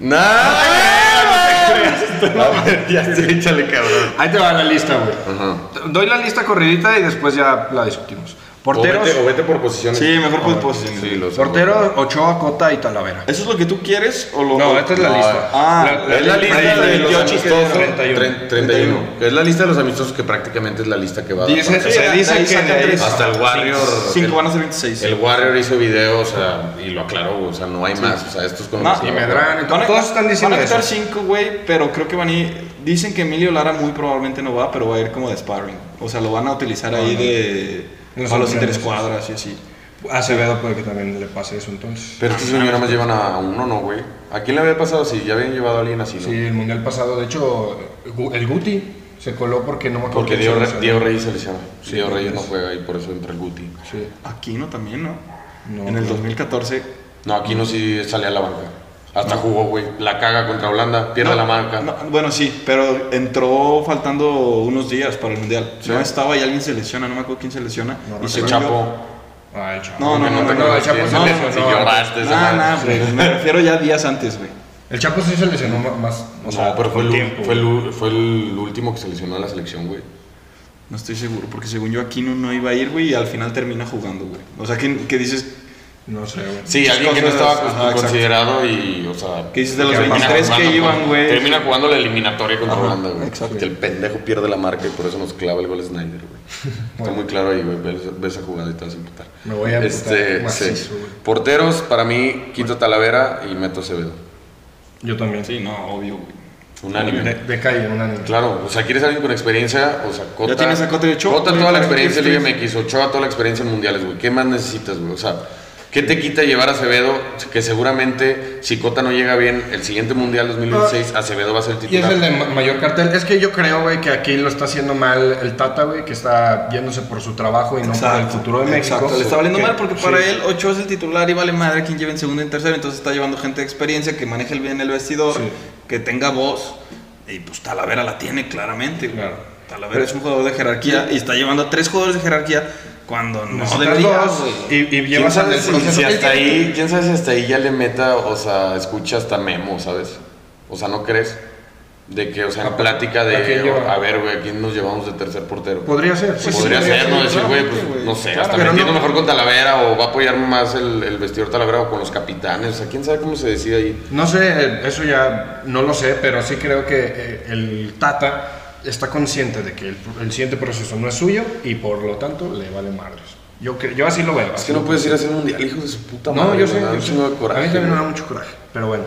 Speaker 2: No, güey, no te creas. A ver, ya sé, échale, cabrón.
Speaker 1: Ahí te va la lista, güey.
Speaker 2: Ajá.
Speaker 1: Doy la lista corridita y después ya la discutimos.
Speaker 2: O
Speaker 1: Porteros,
Speaker 2: vete, o vete por posiciones.
Speaker 3: Sí, mejor por posiciones.
Speaker 2: Sí, los
Speaker 1: porteros Ochoa, Cota y Talavera.
Speaker 3: ¿Eso es lo que tú quieres o lo.?
Speaker 1: No, esta es la
Speaker 2: No,
Speaker 1: lista.
Speaker 3: ah,
Speaker 2: Es la lista
Speaker 1: la-
Speaker 2: de los
Speaker 1: 28 que
Speaker 2: amistosos.
Speaker 1: dieron.
Speaker 2: 31. 31. Es la lista de los amistosos que prácticamente es la lista que va a dar.
Speaker 1: Dice-
Speaker 2: para-
Speaker 3: Sí,
Speaker 1: se
Speaker 3: ahí
Speaker 1: dice que
Speaker 3: sacan
Speaker 1: de ahí-
Speaker 3: tres.
Speaker 2: Hasta el Warrior.
Speaker 3: 5
Speaker 2: el-
Speaker 3: van a ser 26.
Speaker 2: El Warrior hizo video, o sea, y lo aclaró, o sea, no hay más, o sea, estos con
Speaker 3: Ma-
Speaker 2: los que
Speaker 1: Y
Speaker 2: se va a
Speaker 1: Medrano.
Speaker 3: Van a-
Speaker 1: Todos están diciendo
Speaker 3: Van a quitar
Speaker 1: eso.
Speaker 3: 5, güey, pero creo que van a ir. Dicen que Emilio Lara muy probablemente no va, pero va a ir como de sparring. O sea, lo van a utilizar ahí de.
Speaker 1: Ah, No
Speaker 3: para los
Speaker 1: sorprendes.
Speaker 3: interescuadras y así.
Speaker 1: Acevedo puede que también le pase eso entonces.
Speaker 2: Pero este estos señores nada más llevan a uno, ¿no, güey? ¿A quién le había pasado si ya habían llevado a alguien así, no?
Speaker 1: Sí, el mundial pasado, de hecho, Gu- el Guti se coló porque no me acuerdo.
Speaker 2: Porque
Speaker 1: quién
Speaker 2: Diego,
Speaker 1: se
Speaker 2: Re-
Speaker 1: lo salió.
Speaker 2: Diego Reyes se lesiona.
Speaker 1: Sí,
Speaker 2: Diego Reyes no
Speaker 1: Reyes.
Speaker 2: juega y por eso entra el Guti.
Speaker 1: Sí.
Speaker 3: Aquino también, ¿no?
Speaker 1: No,
Speaker 3: en el
Speaker 1: no.
Speaker 3: 2014.
Speaker 2: No, aquí no sí sale a la banca. Hasta jugó, güey. La caga contra Holanda, pierde la marca.
Speaker 3: No, bueno, sí, pero entró faltando unos días para el mundial.
Speaker 2: Sí.
Speaker 3: No estaba y alguien se lesiona, no me acuerdo quién se lesiona.
Speaker 1: No,
Speaker 3: y
Speaker 1: no
Speaker 2: Se
Speaker 3: según yo-
Speaker 2: chapó.
Speaker 1: Ah, el Chapo.
Speaker 3: No, no,
Speaker 2: Porque
Speaker 3: no,
Speaker 2: te
Speaker 3: no,
Speaker 2: acuerdas
Speaker 1: el Chapo
Speaker 2: bien.
Speaker 1: se
Speaker 2: No, no,
Speaker 1: lesionó.
Speaker 2: si lloraste esa
Speaker 3: Nah,
Speaker 2: madre.
Speaker 3: nah, güey, me refiero ya días antes, güey.
Speaker 1: El Chapo sí se lesionó ma- más. O sea,
Speaker 2: no, pero fue
Speaker 1: con
Speaker 2: el,
Speaker 1: tiempo.
Speaker 2: fue, el, fue el último que se lesionó en la selección, güey.
Speaker 3: No estoy seguro, porque según yo Aquino no iba a ir, güey, y al final termina jugando, güey. O sea, que, que dices,
Speaker 1: No sé, güey.
Speaker 2: Sí,
Speaker 3: Muchas
Speaker 2: alguien que no
Speaker 3: cosas,
Speaker 2: estaba
Speaker 3: ajá,
Speaker 2: cons-
Speaker 3: exacto.
Speaker 2: considerado y, o sea...
Speaker 3: ¿Qué dices de los
Speaker 2: termina
Speaker 3: 23 que
Speaker 2: jugando,
Speaker 3: iban, güey?
Speaker 2: Termina jugando la eliminatoria contra
Speaker 3: Ajá,
Speaker 2: Holanda, güey.
Speaker 3: exacto.
Speaker 2: Que el pendejo pierde la marca y por eso nos clava el gol Snyder, güey. Está
Speaker 1: Bueno.
Speaker 2: muy claro ahí, güey. Ve, ve esa jugada y te vas a imputar.
Speaker 1: Me voy a emputar
Speaker 2: Este,
Speaker 1: macizo,
Speaker 2: sí.
Speaker 1: güey.
Speaker 2: Porteros, para mí, quito Talavera y meto Acevedo.
Speaker 1: Yo también.
Speaker 3: sí, no, obvio, güey.
Speaker 2: Unánime.
Speaker 1: De, de calle, un anime.
Speaker 2: Claro, o sea, quieres alguien con experiencia, o sea, Cota.
Speaker 3: Ya tienes a Cota y Ochoa,
Speaker 2: Cota
Speaker 3: güey,
Speaker 2: toda la
Speaker 3: ¿para qué
Speaker 2: experiencia en
Speaker 3: quieres
Speaker 2: Liga MX, Ochoa toda la experiencia en mundiales, güey. ¿Qué más necesitas, güey? O sea, ¿qué te quita llevar a Acevedo? Que seguramente, si Cota no llega bien, el siguiente mundial 2016, Acevedo va a ser
Speaker 1: Ah. Y es
Speaker 2: titular.
Speaker 1: el de ma- mayor cartel. Es que yo creo, güey, que aquí lo está haciendo mal el Tata, güey, que está viéndose por su trabajo y no por el futuro de México.
Speaker 3: Exacto, le está valiendo
Speaker 1: Que-
Speaker 3: mal porque para
Speaker 1: sí.
Speaker 3: él 8 es el titular y vale madre quien lleve en segundo y en tercero, entonces está llevando gente de experiencia que maneje el bien el vestidor,
Speaker 1: Sí.
Speaker 3: que tenga voz. Y pues Talavera la tiene claramente, güey.
Speaker 1: Claro.
Speaker 3: Talavera es un jugador de jerarquía y está llevando a tres jugadores de jerarquía cuando no
Speaker 1: Necesitas
Speaker 3: debería,
Speaker 1: dos
Speaker 3: güey.
Speaker 1: y, y
Speaker 2: ¿Quién
Speaker 1: llevas al
Speaker 2: sabe,
Speaker 1: del
Speaker 2: si,
Speaker 1: proceso.
Speaker 2: si hasta
Speaker 1: Él-
Speaker 2: ahí, ¿Quién sabe si hasta ahí ya le meta, o sea, escucha hasta memo, ¿sabes? O sea, ¿no crees? De que, o sea, en plática
Speaker 1: ¿A quién
Speaker 2: de,
Speaker 1: lleva?
Speaker 2: a ver, güey, ¿a quién nos llevamos de tercer portero?
Speaker 1: Podría ser.
Speaker 2: Sí,
Speaker 1: sí,
Speaker 2: podría
Speaker 1: sí,
Speaker 2: ser, ¿no? Decir, güey,
Speaker 3: claramente,
Speaker 2: pues
Speaker 3: güey.
Speaker 2: no sé,
Speaker 3: Claro,
Speaker 2: hasta me
Speaker 1: pero
Speaker 2: entiendo
Speaker 1: no-
Speaker 2: mejor con Talavera o va a apoyar más el, el vestidor Talavera o con los capitanes, o sea, quién sabe cómo se decide ahí.
Speaker 1: No sé, eso ya no lo sé, pero sí creo que eh, el Tata está consciente de que el, el siguiente proceso no es suyo y por lo tanto le vale madres. Yo, cre- yo así lo veo.
Speaker 2: Es
Speaker 1: así
Speaker 2: que no
Speaker 1: lo
Speaker 2: puedes ir a hacer mundial, hijo de su puta
Speaker 1: veo.
Speaker 2: madre.
Speaker 1: No, yo
Speaker 2: me
Speaker 1: sé.
Speaker 2: da un
Speaker 1: yo sé.
Speaker 2: chingo de coraje,
Speaker 1: a mí también me da
Speaker 2: güey.
Speaker 1: mucho coraje, pero bueno.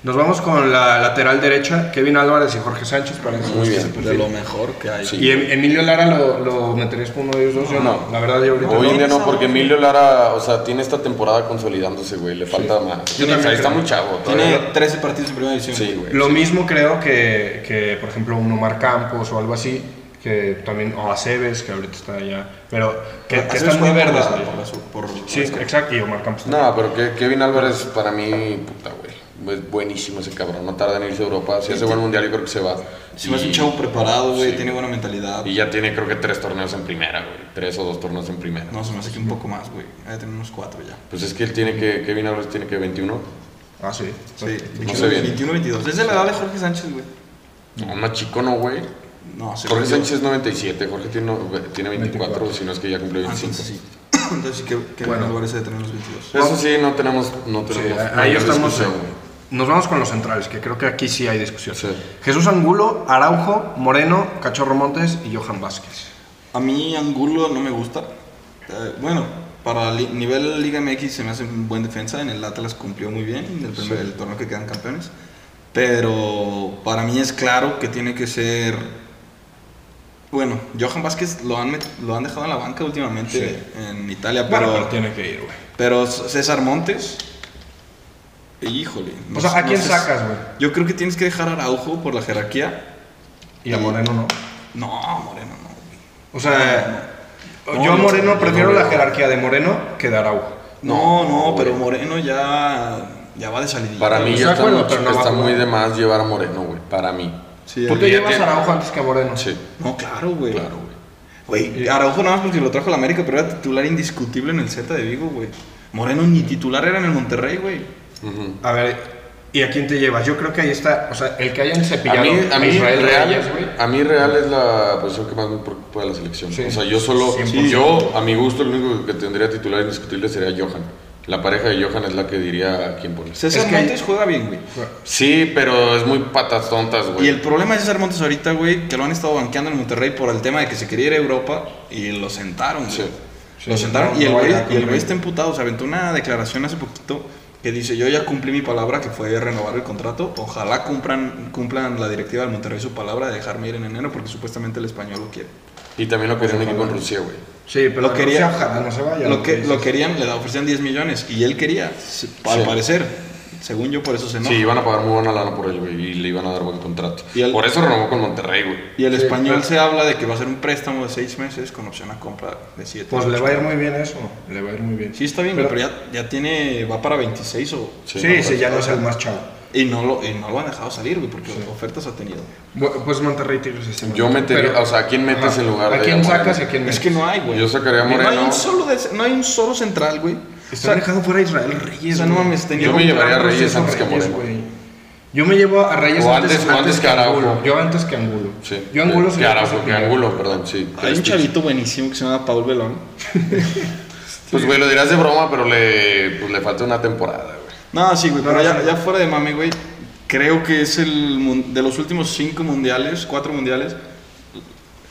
Speaker 1: Nos vamos con la lateral derecha, Kevin Álvarez y Jorge Sánchez para esos
Speaker 2: Muy
Speaker 1: dos que
Speaker 2: bien.
Speaker 1: se perfilan.
Speaker 3: De lo mejor que hay.
Speaker 2: Sí.
Speaker 1: ¿Y Em- Emilio Lara lo, lo meterías por uno de ellos dos? Yo no.
Speaker 2: No.
Speaker 1: La verdad, yo ahorita
Speaker 2: Hoy
Speaker 1: no.
Speaker 2: en día no, porque Emilio Lara, o sea, tiene esta temporada consolidándose, güey, le falta más.
Speaker 1: Yo también
Speaker 2: O sea, está
Speaker 1: creo.
Speaker 2: muy chavo
Speaker 3: Tiene
Speaker 2: todavía.
Speaker 3: 13 partidos en primera división.
Speaker 2: Sí, güey.
Speaker 1: Lo mismo creo que, que, por ejemplo, un Omar Campos o algo así, que también, o Aceves, que ahorita está allá, pero que, que
Speaker 3: Así
Speaker 1: están
Speaker 3: es,
Speaker 1: muy
Speaker 3: por la-
Speaker 1: verdes.
Speaker 3: por
Speaker 1: güey.
Speaker 3: la su- por-
Speaker 1: Sí, exacto, y Omar Campos también.
Speaker 2: No, pero que Kevin Álvarez para mí, puta, güey, es buenísimo ese cabrón, no tarda en irse a Europa, si hace buen mundial yo creo que se va.
Speaker 3: Si vas
Speaker 2: Y-
Speaker 3: un chavo preparado, güey,
Speaker 2: Sí,
Speaker 3: tiene buena mentalidad.
Speaker 2: Y ya tiene creo que tres torneos en primera, güey. Tres o dos torneos en primera.
Speaker 3: No, se me hace que un poco más, güey. Ya tenemos cuatro ya.
Speaker 2: Pues es que él tiene que, Kevin Álvarez tiene que 21.
Speaker 1: Ah, sí.
Speaker 2: No sé bien.
Speaker 3: 21-22. Es de la edad de Jorge Sánchez, güey.
Speaker 2: No, más chico no, güey.
Speaker 3: No, se
Speaker 2: Jorge Sánchez es 97, Jorge tiene, no- tiene 24,
Speaker 1: 24.
Speaker 2: si no es que ya cumplió
Speaker 3: Ah,
Speaker 2: 25.
Speaker 3: entonces sí. Entonces sí que, que
Speaker 1: Bueno.
Speaker 3: bueno. lugares de tener los 22.
Speaker 2: Eso sí, no tenemos, no
Speaker 1: Sí,
Speaker 2: tenemos.
Speaker 1: ahí estamos
Speaker 2: discusión,
Speaker 1: en-
Speaker 2: güey.
Speaker 1: Nos vamos con los centrales, que creo que aquí sí hay discusión.
Speaker 2: Sí.
Speaker 1: Jesús Angulo, Araujo, Moreno, Cachorro Montes y Johan Vázquez.
Speaker 3: A mí Angulo no me gusta. Eh, bueno, para li- nivel Liga MX se me hace un buen defensa. En el Atlas cumplió muy bien en el primer el torneo que quedan campeones. Pero para mí es claro que tiene que ser... Bueno, Johan Vázquez lo han, met- lo han dejado en la banca últimamente en Italia, pero,
Speaker 1: Bueno, pero tiene que ir, güey.
Speaker 3: pero C- César Montes... Híjole. no
Speaker 1: O sea,
Speaker 3: sé-
Speaker 1: ¿a
Speaker 3: no
Speaker 1: quién
Speaker 3: sé-
Speaker 1: sacas, güey?
Speaker 3: Yo creo que tienes que dejar a Araujo por la jerarquía.
Speaker 1: Y a Moreno no.
Speaker 3: No, Moreno, no. güey.
Speaker 1: O sea,
Speaker 3: No,
Speaker 1: yo a
Speaker 3: no,
Speaker 1: Moreno
Speaker 3: no,
Speaker 1: prefiero
Speaker 2: no,
Speaker 1: la
Speaker 2: no.
Speaker 1: jerarquía de Moreno que de Araujo.
Speaker 3: No, no,
Speaker 2: No,
Speaker 3: pero
Speaker 2: güey.
Speaker 3: Moreno ya, ya va de salida.
Speaker 2: Para mí
Speaker 1: Estoy
Speaker 2: ya
Speaker 1: de
Speaker 2: está,
Speaker 1: acuerdo,
Speaker 2: mucho-
Speaker 1: Pues, pero no va a
Speaker 2: está
Speaker 1: jugar.
Speaker 2: muy de más llevar a Moreno, güey. Para mí.
Speaker 3: Sí,
Speaker 1: Tú
Speaker 3: ya-
Speaker 1: te
Speaker 2: ya
Speaker 1: llevas a
Speaker 2: tiene-
Speaker 1: Araujo antes que a Moreno.
Speaker 2: Sí,
Speaker 3: No, claro, güey.
Speaker 2: claro, güey.
Speaker 3: Güey, Araujo nada más porque lo trajo a la América, pero era titular indiscutible en el Z de Vigo, güey. Moreno ni titular era en el Monterrey, güey.
Speaker 2: Ujú.
Speaker 1: A ver, ¿y a quién te llevas? Yo creo que ahí está, o sea, el que hayan cepillado
Speaker 2: a mí, a mí
Speaker 1: Israel
Speaker 2: Real,
Speaker 1: Reyes, güey.
Speaker 2: a mí Real es la posición que más me preocupa de la selección.
Speaker 1: Sí.
Speaker 2: O sea, yo solo,
Speaker 1: 100%.
Speaker 2: yo a mi gusto, el único que tendría titular indiscutible sería Johan. La pareja de Johan es la que diría a quién poner.
Speaker 3: César
Speaker 1: Es que-
Speaker 3: Montes juega bien, güey.
Speaker 2: Sí, pero es muy patas tontas, güey.
Speaker 3: Y el problema de César Montes ahorita, güey, que lo han estado banqueando en el Monterrey por el tema de que se quería ir a Europa y lo sentaron, güey.
Speaker 2: Sí,
Speaker 3: lo
Speaker 1: sí,
Speaker 3: sentaron
Speaker 1: no,
Speaker 3: y el
Speaker 1: no
Speaker 3: güey
Speaker 1: baila con
Speaker 3: y el güey
Speaker 1: el-
Speaker 3: está emputado. O sea, aventó una declaración hace poquito que dice, yo ya cumplí mi palabra que fue renovar el contrato. Ojalá cumplan, cumplan la directiva del Monterrey su palabra de dejarme ir en enero porque supuestamente el español lo quiere.
Speaker 2: Y también lo quería un equipo en Rusia, güey.
Speaker 1: Sí, pero
Speaker 3: Lo quería-
Speaker 1: Rusia, ojalá no se vaya.
Speaker 3: lo, que,
Speaker 1: dices.
Speaker 3: lo querían, le da- ofrecían 10 millones y él quería, se- al
Speaker 2: Sí.
Speaker 3: parecer. Según yo, por eso se enoja.
Speaker 2: Sí, iban a pagar muy buena lana por él, güey, y le iban a dar buen contrato.
Speaker 3: Y el-
Speaker 2: Por eso renovó con Monterrey, güey.
Speaker 3: Y el
Speaker 1: Sí,
Speaker 3: español
Speaker 1: pero-
Speaker 3: se habla de que va a ser un préstamo de 6 meses con opción a compra de 7.
Speaker 1: Pues le va a ir muy bien eso, le va a ir muy bien.
Speaker 3: Sí, está bien,
Speaker 1: Pero-
Speaker 3: pero, ya, ya tiene, va para 26 o...
Speaker 1: Sí,
Speaker 2: Sí,
Speaker 1: sí,
Speaker 2: no,
Speaker 1: ya no es el más chavo.
Speaker 3: Y no lo, y no lo han dejado salir, güey, porque ofertas ha tenido.
Speaker 1: Bu- Pues Monterrey Tigres es el
Speaker 2: Yo
Speaker 1: mejor.
Speaker 2: metería,
Speaker 1: Pero-
Speaker 2: o sea, ¿a quién metes
Speaker 1: Ajá.
Speaker 2: en lugar
Speaker 1: ¿A
Speaker 2: de
Speaker 1: quién
Speaker 2: Moreno?
Speaker 1: sacas y a quién metes?
Speaker 3: Es que no hay, güey.
Speaker 2: Yo sacaría a
Speaker 3: Y No hay
Speaker 2: Moreno.
Speaker 3: un solo, des- no hay un solo central, güey. O
Speaker 1: Está
Speaker 3: sea,
Speaker 1: dejado fuera Israel Reyes.
Speaker 3: o sea, no
Speaker 1: güey.
Speaker 3: mames, tenía
Speaker 2: Yo me
Speaker 3: un-
Speaker 2: llevaría a Reyes
Speaker 1: Proceso
Speaker 2: antes que a Moreno.
Speaker 1: güey. Yo me llevo a Reyes
Speaker 2: O antes- o antes que Araujo.
Speaker 1: Angulo. Yo antes que Angulo.
Speaker 2: Sí.
Speaker 1: Yo Angulo
Speaker 2: Que
Speaker 1: sería
Speaker 2: Araujo, que
Speaker 1: primero.
Speaker 2: Angulo, perdón, sí.
Speaker 3: Hay un
Speaker 2: Este,
Speaker 3: chavito buenísimo que se llama Paul Belón.
Speaker 2: Pues, güey, lo dirás de broma, pero le, pues, le falta una temporada, güey.
Speaker 3: No, sí, güey,
Speaker 1: No,
Speaker 3: pero
Speaker 1: no,
Speaker 3: ya,
Speaker 1: no.
Speaker 3: ya fuera de mami, güey, creo que es el mun- de los últimos 5 mundiales, 4 mundiales,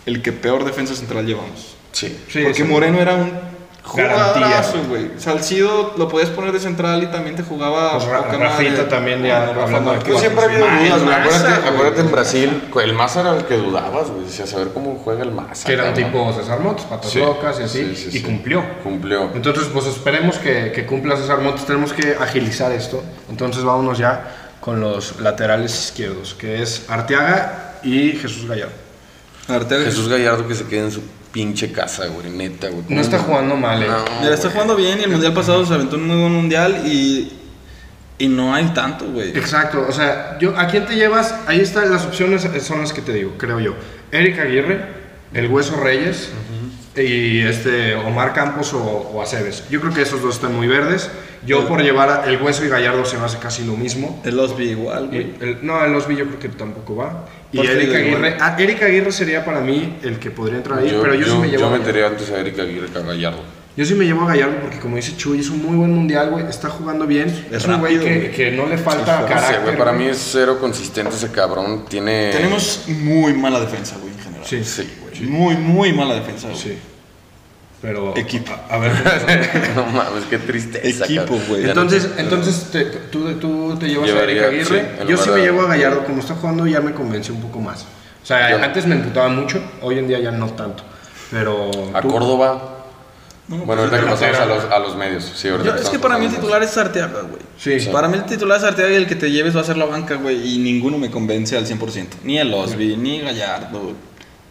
Speaker 3: el que peor defensa central llevamos.
Speaker 2: Sí.
Speaker 1: Sí,
Speaker 3: Porque
Speaker 1: sí.
Speaker 3: Moreno era un
Speaker 1: Garantía.
Speaker 3: jugadorazo, güey. Salcido lo podías poner de central y también te jugaba.
Speaker 1: Pues Ra-
Speaker 3: poca madre.
Speaker 1: Rafita también, ya,
Speaker 3: Rafa
Speaker 1: hablando de
Speaker 3: Márquez.
Speaker 1: Yo siempre he habido
Speaker 3: Ah, el
Speaker 2: dudas, güey.
Speaker 3: Maza,
Speaker 2: Acuérdate,
Speaker 3: güey.
Speaker 2: acuérdate en Brasil, el Maza era el que dudabas, güey. Decías, a ver cómo juega el Maza.
Speaker 1: Que era un
Speaker 2: cabrón.
Speaker 1: tipo César Montes, patas
Speaker 2: Sí.
Speaker 1: locas y así.
Speaker 2: Sí, sí,
Speaker 1: y
Speaker 2: sí.
Speaker 1: cumplió.
Speaker 2: Cumplió.
Speaker 1: Entonces, pues esperemos que, que cumpla César Montes. Tenemos que agilizar esto. Entonces, vámonos ya con los laterales izquierdos, que es Arteaga y Jesús Gallardo.
Speaker 3: Arteaga.
Speaker 2: Jesús Gallardo que se queda en su pinche casa, güey. Neta, güey.
Speaker 1: No está jugando mal, eh.
Speaker 3: Mira, está
Speaker 2: güey.
Speaker 3: jugando bien y el mundial pasado se aventó un muy buen mundial y. Y no hay tanto, güey.
Speaker 1: Exacto, o sea, yo, ¿a quién te llevas? Ahí están las opciones, eh, son las que te digo, creo yo. Eric Aguirre, el Hueso Reyes y este Omar Campos o, o Aceves. Yo creo que esos dos están muy verdes. Yo por llevar a- el Hueso y Gallardo se me hace casi lo mismo.
Speaker 3: El Osby igual,
Speaker 1: Y
Speaker 3: güey.
Speaker 1: el- no, el Osby yo creo que tampoco va. Y
Speaker 3: Pues,
Speaker 1: Eric
Speaker 3: sí,
Speaker 1: Aguirre,
Speaker 3: igual.
Speaker 1: ah, Eric Aguirre sería para mí el que podría entrar ahí,
Speaker 2: Yo,
Speaker 1: pero yo, sí me llevo a Gallardo.
Speaker 2: metería antes a Erika Aguirre que a Gallardo.
Speaker 1: Yo sí me llevo a Gallardo porque, como dice Chuy, es un muy buen mundial, güey. Está jugando bien. Es, un güey
Speaker 3: rápido,
Speaker 1: que,
Speaker 3: güey.
Speaker 1: que no le falta
Speaker 2: No sé,
Speaker 1: carácter.
Speaker 2: güey, para
Speaker 1: güey.
Speaker 2: mí es cero consistente ese cabrón. Tiene.
Speaker 3: Tenemos muy mala defensa, güey, en general.
Speaker 1: Eh. Sí.
Speaker 2: Sí, güey.
Speaker 3: Muy, muy mala defensa, güey.
Speaker 1: Sí. Pero.
Speaker 3: Equipo.
Speaker 1: A, a ver.
Speaker 2: no mames, qué tristeza.
Speaker 3: Equipo,
Speaker 2: cabrón.
Speaker 3: güey.
Speaker 2: Ya no
Speaker 1: entonces,
Speaker 2: te-
Speaker 1: entonces te- tú, tú te llevas
Speaker 2: Llevaría,
Speaker 1: a Eric Aguirre.
Speaker 2: sí, en
Speaker 1: Yo
Speaker 2: lugar
Speaker 1: sí me
Speaker 2: de-
Speaker 1: llevo a Gallardo. Como está jugando, ya me convenció un poco más. O sea,
Speaker 2: Yo no.
Speaker 1: antes me emputaba mucho. Hoy en día ya no tanto. Pero.
Speaker 2: A
Speaker 1: tú-
Speaker 2: Córdoba.
Speaker 3: No,
Speaker 2: bueno,
Speaker 3: pues,
Speaker 2: ahorita que
Speaker 1: delantera.
Speaker 2: pasamos a los, a los medios. Sí, ahorita
Speaker 3: yo- es que
Speaker 2: pasamos
Speaker 3: para
Speaker 2: a
Speaker 3: mí el
Speaker 2: los
Speaker 3: titular es Arteaga, güey.
Speaker 1: Sí.
Speaker 2: Sí.
Speaker 3: Para mí el titular es Arteaga y el que te lleves va a ser la banca, güey. Y ninguno me convence al 100%. Ni el Osby, ni Gallardo.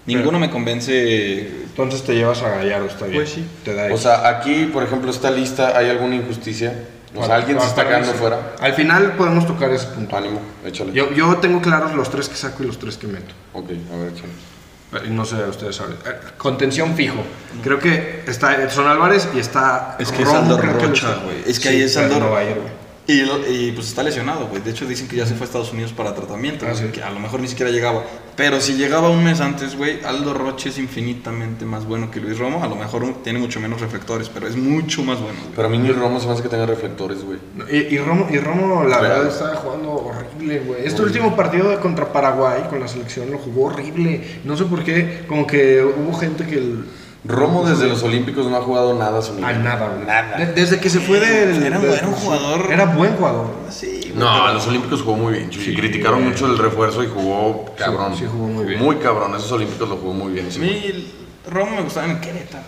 Speaker 3: Ninguno me convence.
Speaker 1: Entonces te llevas a Gallardo, está bien.
Speaker 3: Pues sí.
Speaker 1: Te da
Speaker 2: medios. O sea, aquí, por ejemplo, esta lista, ¿hay alguna injusticia? O sea, pues alguien se está quedando fuera.
Speaker 1: Al final podemos tocar ese punto.
Speaker 2: Ánimo, échale.
Speaker 1: Yo, yo tengo claros los tres que saco y los tres que meto.
Speaker 2: Ok, a ver, échale.
Speaker 1: Eh, No sé, ustedes saben. Eh, Contención fijo. Creo que está Edson Álvarez y está.
Speaker 3: Es que es Aldo
Speaker 1: creo que lo
Speaker 3: Rocha,
Speaker 1: está-
Speaker 3: güey. Es que ahí es
Speaker 1: pero
Speaker 3: Aldo-
Speaker 1: no va a ir, güey.
Speaker 3: Y, lo- y, pues está lesionado, güey. De hecho, dicen que ya se fue a Estados Unidos para tratamiento,
Speaker 1: Ah,
Speaker 3: güey,
Speaker 1: sí.
Speaker 3: que a lo mejor ni siquiera llegaba. Pero si llegaba un mes antes, güey, Aldo Roche es infinitamente más bueno que Luis Romo. A lo mejor tiene mucho menos reflectores, pero es mucho más bueno, güey.
Speaker 2: Pero a mí ni Romo se me hace que tenga reflectores, güey.
Speaker 1: Y, y Romo, y Romo, la
Speaker 2: Real.
Speaker 1: verdad, estaba jugando horrible, güey. Este último partido de contra Paraguay con la selección lo jugó horrible. No sé por qué, como que hubo gente que... el-
Speaker 2: Romo
Speaker 1: Pues
Speaker 2: desde los Olímpicos no ha jugado nada a su nivel.
Speaker 1: A nada, güey.
Speaker 2: Nada.
Speaker 1: De- desde que se fue del...
Speaker 3: Era un
Speaker 1: del-
Speaker 3: buen jugador.
Speaker 1: Era buen jugador.
Speaker 3: Sí,
Speaker 2: No, a los Olímpicos jugó muy bien, Chuy. Criticaron mucho el refuerzo y jugó cabrón.
Speaker 1: sí jugó muy bien.
Speaker 2: Muy cabrón. Esos Olímpicos lo jugó muy bien.
Speaker 3: A
Speaker 2: sí.
Speaker 3: mí el- Romo me gustaba en el Querétaro.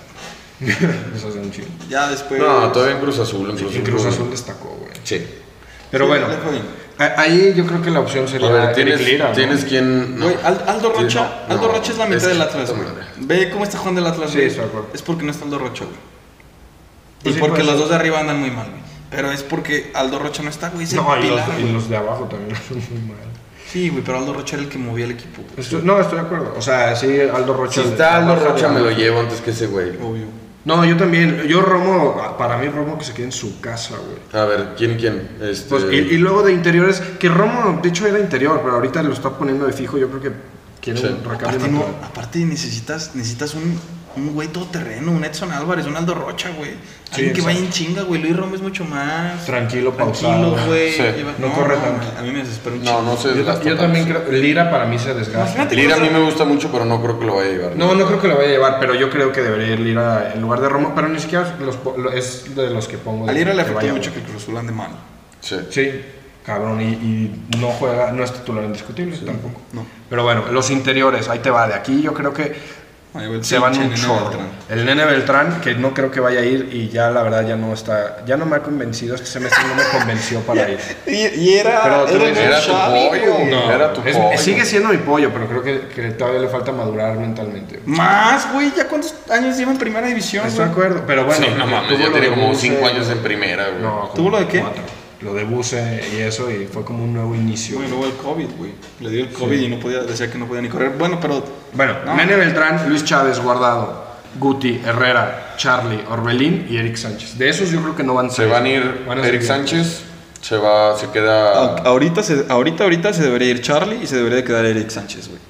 Speaker 1: Eso es un chingo.
Speaker 3: Ya después.
Speaker 2: No, todavía en Cruz Azul. En Cruz,
Speaker 1: Y Pues- Cruz Azul destacó, güey.
Speaker 2: Sí.
Speaker 1: Pero
Speaker 3: Sí,
Speaker 1: bueno,
Speaker 3: le fue bien.
Speaker 1: a- ahí yo creo que la opción
Speaker 2: A
Speaker 1: sería...
Speaker 2: ver,
Speaker 1: Eric
Speaker 2: ¿tienes,
Speaker 1: Lira, ¿no?
Speaker 2: ¿tienes quien...? no.
Speaker 3: Güey, Al- Aldo
Speaker 2: Sí,
Speaker 3: Rocha,
Speaker 2: no,
Speaker 3: Aldo
Speaker 2: no,
Speaker 3: Rocha es la mitad
Speaker 2: que
Speaker 3: del Atlas,
Speaker 2: puta
Speaker 3: güey.
Speaker 2: madre.
Speaker 3: Ve cómo está jugando el Atlas,
Speaker 1: Sí,
Speaker 3: güey.
Speaker 1: estoy de acuerdo.
Speaker 3: Es porque no está Aldo Rocha, güey.
Speaker 1: Pues
Speaker 3: Y
Speaker 1: sí,
Speaker 3: porque
Speaker 1: puede
Speaker 3: los
Speaker 1: ser.
Speaker 3: dos de arriba andan muy mal, güey. Pero es porque Aldo Rocha no está, güey. Es el
Speaker 1: No, y
Speaker 3: pilar,
Speaker 1: los,
Speaker 3: güey.
Speaker 1: y los de abajo también son muy mal.
Speaker 3: Sí, güey, pero Aldo Rocha era el que movía el equipo, güey.
Speaker 1: Estoy- no, estoy de acuerdo. O sea, sí, Aldo
Speaker 2: Si
Speaker 1: Rocha...
Speaker 2: está Aldo Rocha, me lo
Speaker 1: lleva.
Speaker 2: llevo antes que ese güey.
Speaker 3: Obvio.
Speaker 1: No, yo también. Yo Romo, para mí Romo que se quede en su casa, güey.
Speaker 2: A ver, ¿quién, quién? Este...
Speaker 1: Pues, y, y luego de interiores, que Romo, de hecho era interior, pero ahorita lo está poniendo de fijo, yo creo que quiere
Speaker 2: Sí.
Speaker 1: un recambio
Speaker 3: Aparte, no,
Speaker 1: natural.
Speaker 3: aparte necesitas, necesitas un, un güey todoterreno, un Edson Álvarez, un Aldo Rocha, güey.
Speaker 1: Sí,
Speaker 3: Alguien que
Speaker 1: exacto.
Speaker 3: vaya en chinga, güey. Luis Romo es mucho más.
Speaker 1: Tranquilo, pausado.
Speaker 3: Tranquilo, güey.
Speaker 2: Sí.
Speaker 3: Lleva-
Speaker 1: No corre
Speaker 3: no,
Speaker 1: tanto.
Speaker 3: A mí me desespera un
Speaker 2: No,
Speaker 3: chingo.
Speaker 2: no sé.
Speaker 1: Yo, ta- yo también creo, Lira para mí se desgasta.
Speaker 3: Imagínate
Speaker 2: Lira a
Speaker 3: cómo
Speaker 2: mí
Speaker 3: se-
Speaker 2: me gusta mucho, pero no creo que lo vaya a llevar.
Speaker 1: No, no creo que lo vaya a llevar, pero yo creo que debería ir Lira en lugar de Romo, pero ni siquiera los po- lo- es de los que pongo. de-
Speaker 3: A Lira le
Speaker 1: que
Speaker 3: afectó
Speaker 1: vaya,
Speaker 3: mucho que
Speaker 1: güey.
Speaker 3: el Cruz Azul ande mal.
Speaker 2: Sí.
Speaker 1: Sí, cabrón, y, y no juega, no es titular indiscutible tampoco.
Speaker 3: no.
Speaker 1: Pero bueno, los interiores, ahí te va. De aquí yo creo que
Speaker 3: Ahí va el
Speaker 1: se van
Speaker 3: pinche
Speaker 1: un
Speaker 3: Nene
Speaker 1: chorro.
Speaker 3: Beltrán.
Speaker 1: El nene Beltrán, que no creo que vaya a ir y ya la verdad ya no está, ya no me ha convencido, es que se me no me convenció para ir.
Speaker 3: Y, y era,
Speaker 1: Pero tú
Speaker 3: era,
Speaker 1: dices,
Speaker 3: el
Speaker 2: Era tu
Speaker 3: Xavi,
Speaker 2: pollo,
Speaker 3: güey.
Speaker 2: no, era tu
Speaker 1: Es-
Speaker 2: pollo.
Speaker 1: sigue siendo mi pollo, pero creo que, que todavía le falta madurar mentalmente.
Speaker 3: Más, güey, ya cuántos años lleva en primera división,
Speaker 1: Estoy de
Speaker 3: güey.
Speaker 1: acuerdo, pero bueno.
Speaker 2: sí, no mames,
Speaker 1: tuvo
Speaker 2: ya
Speaker 1: lo
Speaker 2: tiene
Speaker 1: de
Speaker 2: como
Speaker 1: Buse,
Speaker 2: 5 años en primera, güey.
Speaker 1: No, como
Speaker 3: ¿Tuvo lo de qué?
Speaker 1: cuatro. Lo de Buse y eso, y fue como un nuevo inicio.
Speaker 3: Güey, luego el COVID, güey. Le dio el COVID y no podía, decía que no podía ni correr. Bueno, pero.
Speaker 1: Bueno,
Speaker 3: No.
Speaker 1: Nene Beltrán, Luis Chávez, Guardado, Guti, Herrera, Charlie, Orbelín y Eric Sánchez. De esos yo creo que no van
Speaker 2: Se van a ir
Speaker 1: Van a
Speaker 2: Eric
Speaker 1: seguir.
Speaker 2: Sánchez, se va, se queda...
Speaker 3: a- ahorita, se, ahorita, ahorita se debería ir Charlie y se debería de quedar Eric Sánchez, güey.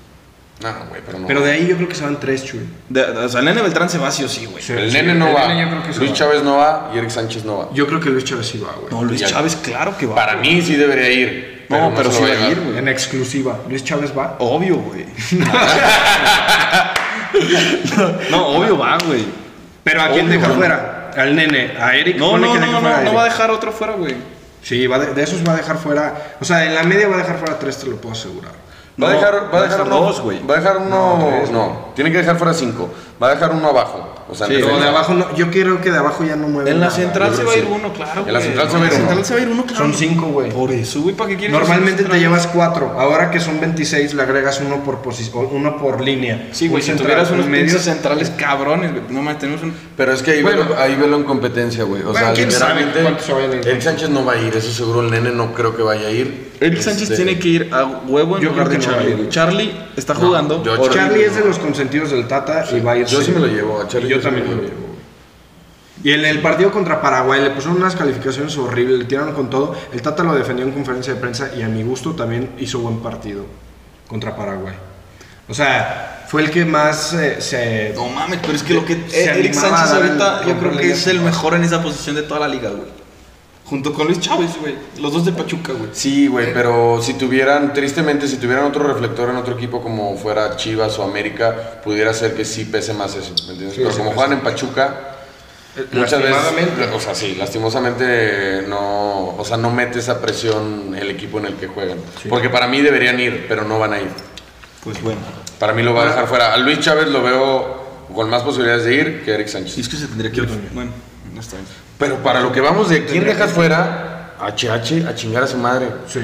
Speaker 2: No, güey, pero no.
Speaker 1: Pero de ahí yo creo que se van tres, chuy.
Speaker 3: De- O sea, el Nene Beltrán se va sí o sí, güey.
Speaker 1: Sí.
Speaker 2: el nene no
Speaker 1: el
Speaker 2: va,
Speaker 1: nene yo creo que se
Speaker 2: Luis
Speaker 1: va.
Speaker 2: Chávez no va y Eric Sánchez no va.
Speaker 1: Yo creo que Luis Chávez sí va, güey.
Speaker 3: No, Luis
Speaker 2: Ya.
Speaker 3: Chávez, claro que va.
Speaker 2: Para mí sí debería ir.
Speaker 3: No, pero
Speaker 2: se
Speaker 3: sí
Speaker 2: lo
Speaker 3: va a ir,
Speaker 2: llevar.
Speaker 3: güey.
Speaker 1: En exclusiva. Luis Chávez va.
Speaker 3: Obvio, güey. no, obvio va, güey.
Speaker 1: Pero ¿a quién
Speaker 3: Obvio,
Speaker 1: deja
Speaker 3: güey.
Speaker 1: fuera? Al nene, a Eric.
Speaker 3: No,
Speaker 1: Ponle
Speaker 3: no,
Speaker 1: que
Speaker 3: no,
Speaker 1: deja
Speaker 3: no,
Speaker 1: fuera
Speaker 3: no,
Speaker 1: Eric.
Speaker 3: va a dejar otro fuera, güey.
Speaker 1: Sí, va de, de esos va a dejar fuera. O sea, en la media va a dejar fuera tres, te lo puedo asegurar.
Speaker 2: Va a
Speaker 3: No,
Speaker 2: dejar, va
Speaker 3: va
Speaker 2: a
Speaker 3: a
Speaker 2: dejar
Speaker 3: dejar
Speaker 2: uno,
Speaker 3: dos, güey.
Speaker 2: Va a dejar uno,
Speaker 1: No,
Speaker 2: no,
Speaker 1: tres,
Speaker 2: tiene que dejar fuera cinco. Va a dejar uno abajo, o sea,
Speaker 3: Sí,
Speaker 2: en
Speaker 1: Pero
Speaker 2: defensa.
Speaker 1: de abajo no, yo creo que de abajo ya no mueve.
Speaker 3: En la
Speaker 1: nada.
Speaker 3: central
Speaker 2: yo
Speaker 3: se
Speaker 2: creo
Speaker 3: va a
Speaker 2: que
Speaker 3: ir
Speaker 2: sí.
Speaker 3: uno, claro.
Speaker 2: En la
Speaker 3: güey.
Speaker 2: central se va a ir
Speaker 3: En la
Speaker 2: uno.
Speaker 3: central se va a ir uno, claro.
Speaker 1: Son cinco, güey.
Speaker 3: Por eso, güey, ¿para qué quieres?
Speaker 1: Normalmente te
Speaker 3: central?
Speaker 1: llevas cuatro. Ahora que son 26, le agregas uno por, posi- o uno por línea.
Speaker 3: Sí,
Speaker 1: Un
Speaker 3: güey, si
Speaker 1: central,
Speaker 3: tuvieras
Speaker 1: un
Speaker 3: unos
Speaker 1: medio. Pues
Speaker 3: medios centrales cabrones, güey. No mames, tenemos un.
Speaker 2: Pero es que ahí,
Speaker 1: Bueno.
Speaker 2: velo, ahí velo en competencia, güey. O
Speaker 1: Bueno,
Speaker 2: sea,
Speaker 1: quién sabe
Speaker 2: literalmente,
Speaker 1: cuántos se vayan a ir.
Speaker 2: Eric Sánchez no va a ir, eso seguro el nene no creo que vaya a ir.
Speaker 3: Eric Sánchez
Speaker 2: Este,
Speaker 3: tiene que ir a huevo en
Speaker 1: Yo
Speaker 3: lugar
Speaker 1: creo que
Speaker 3: de
Speaker 1: no va a
Speaker 3: Charlie.
Speaker 1: ir,
Speaker 3: güey.
Speaker 1: güey.
Speaker 3: Charlie está jugando.
Speaker 2: yo-
Speaker 3: por-
Speaker 1: Charlie es de los consentidos del Tata y va a ir.
Speaker 2: Yo sí me lo llevo, a Charlie
Speaker 1: Y Yo
Speaker 2: yo sí
Speaker 1: también
Speaker 2: me
Speaker 1: me
Speaker 2: lo
Speaker 1: lo llevo. Y en el partido contra Paraguay le pusieron unas calificaciones horribles, le tiraron con todo. El Tata lo defendió en conferencia de prensa y a mi gusto también hizo buen partido contra Paraguay. O sea, fue el que más eh, se...
Speaker 3: No mames, pero es que lo que.
Speaker 1: Se
Speaker 3: Eric
Speaker 1: animaba a
Speaker 3: Sánchez
Speaker 1: dar el-
Speaker 3: ahorita, yo creo que es el
Speaker 1: Ajá.
Speaker 3: mejor en esa posición de toda la liga, güey. Junto con Luis Chávez, güey. Los dos de Pachuca, güey.
Speaker 2: Sí, güey, pero si tuvieran, tristemente, si tuvieran otro reflector en otro equipo como fuera Chivas o América, pudiera ser que sí pese más eso, ¿me entiendes?
Speaker 1: Sí,
Speaker 2: pero
Speaker 1: sí Eh,
Speaker 2: como
Speaker 1: pesa.
Speaker 2: juegan en Pachuca, muchas veces, o sea, sí, lastimosamente no, o sea, no mete esa presión el equipo en el que juegan. Porque para mí deberían ir, pero no van a ir.
Speaker 3: Pues bueno.
Speaker 2: Para mí lo va a dejar fuera. A Luis Chávez lo veo con más posibilidades de ir que Eric Sánchez.
Speaker 3: Y es que se tendría que
Speaker 1: Yo
Speaker 3: ir.
Speaker 1: también.
Speaker 3: Bueno, no está bien.
Speaker 2: Pero para lo que vamos de quién dejas fuera, a HH a chingar a su madre.
Speaker 1: Sí.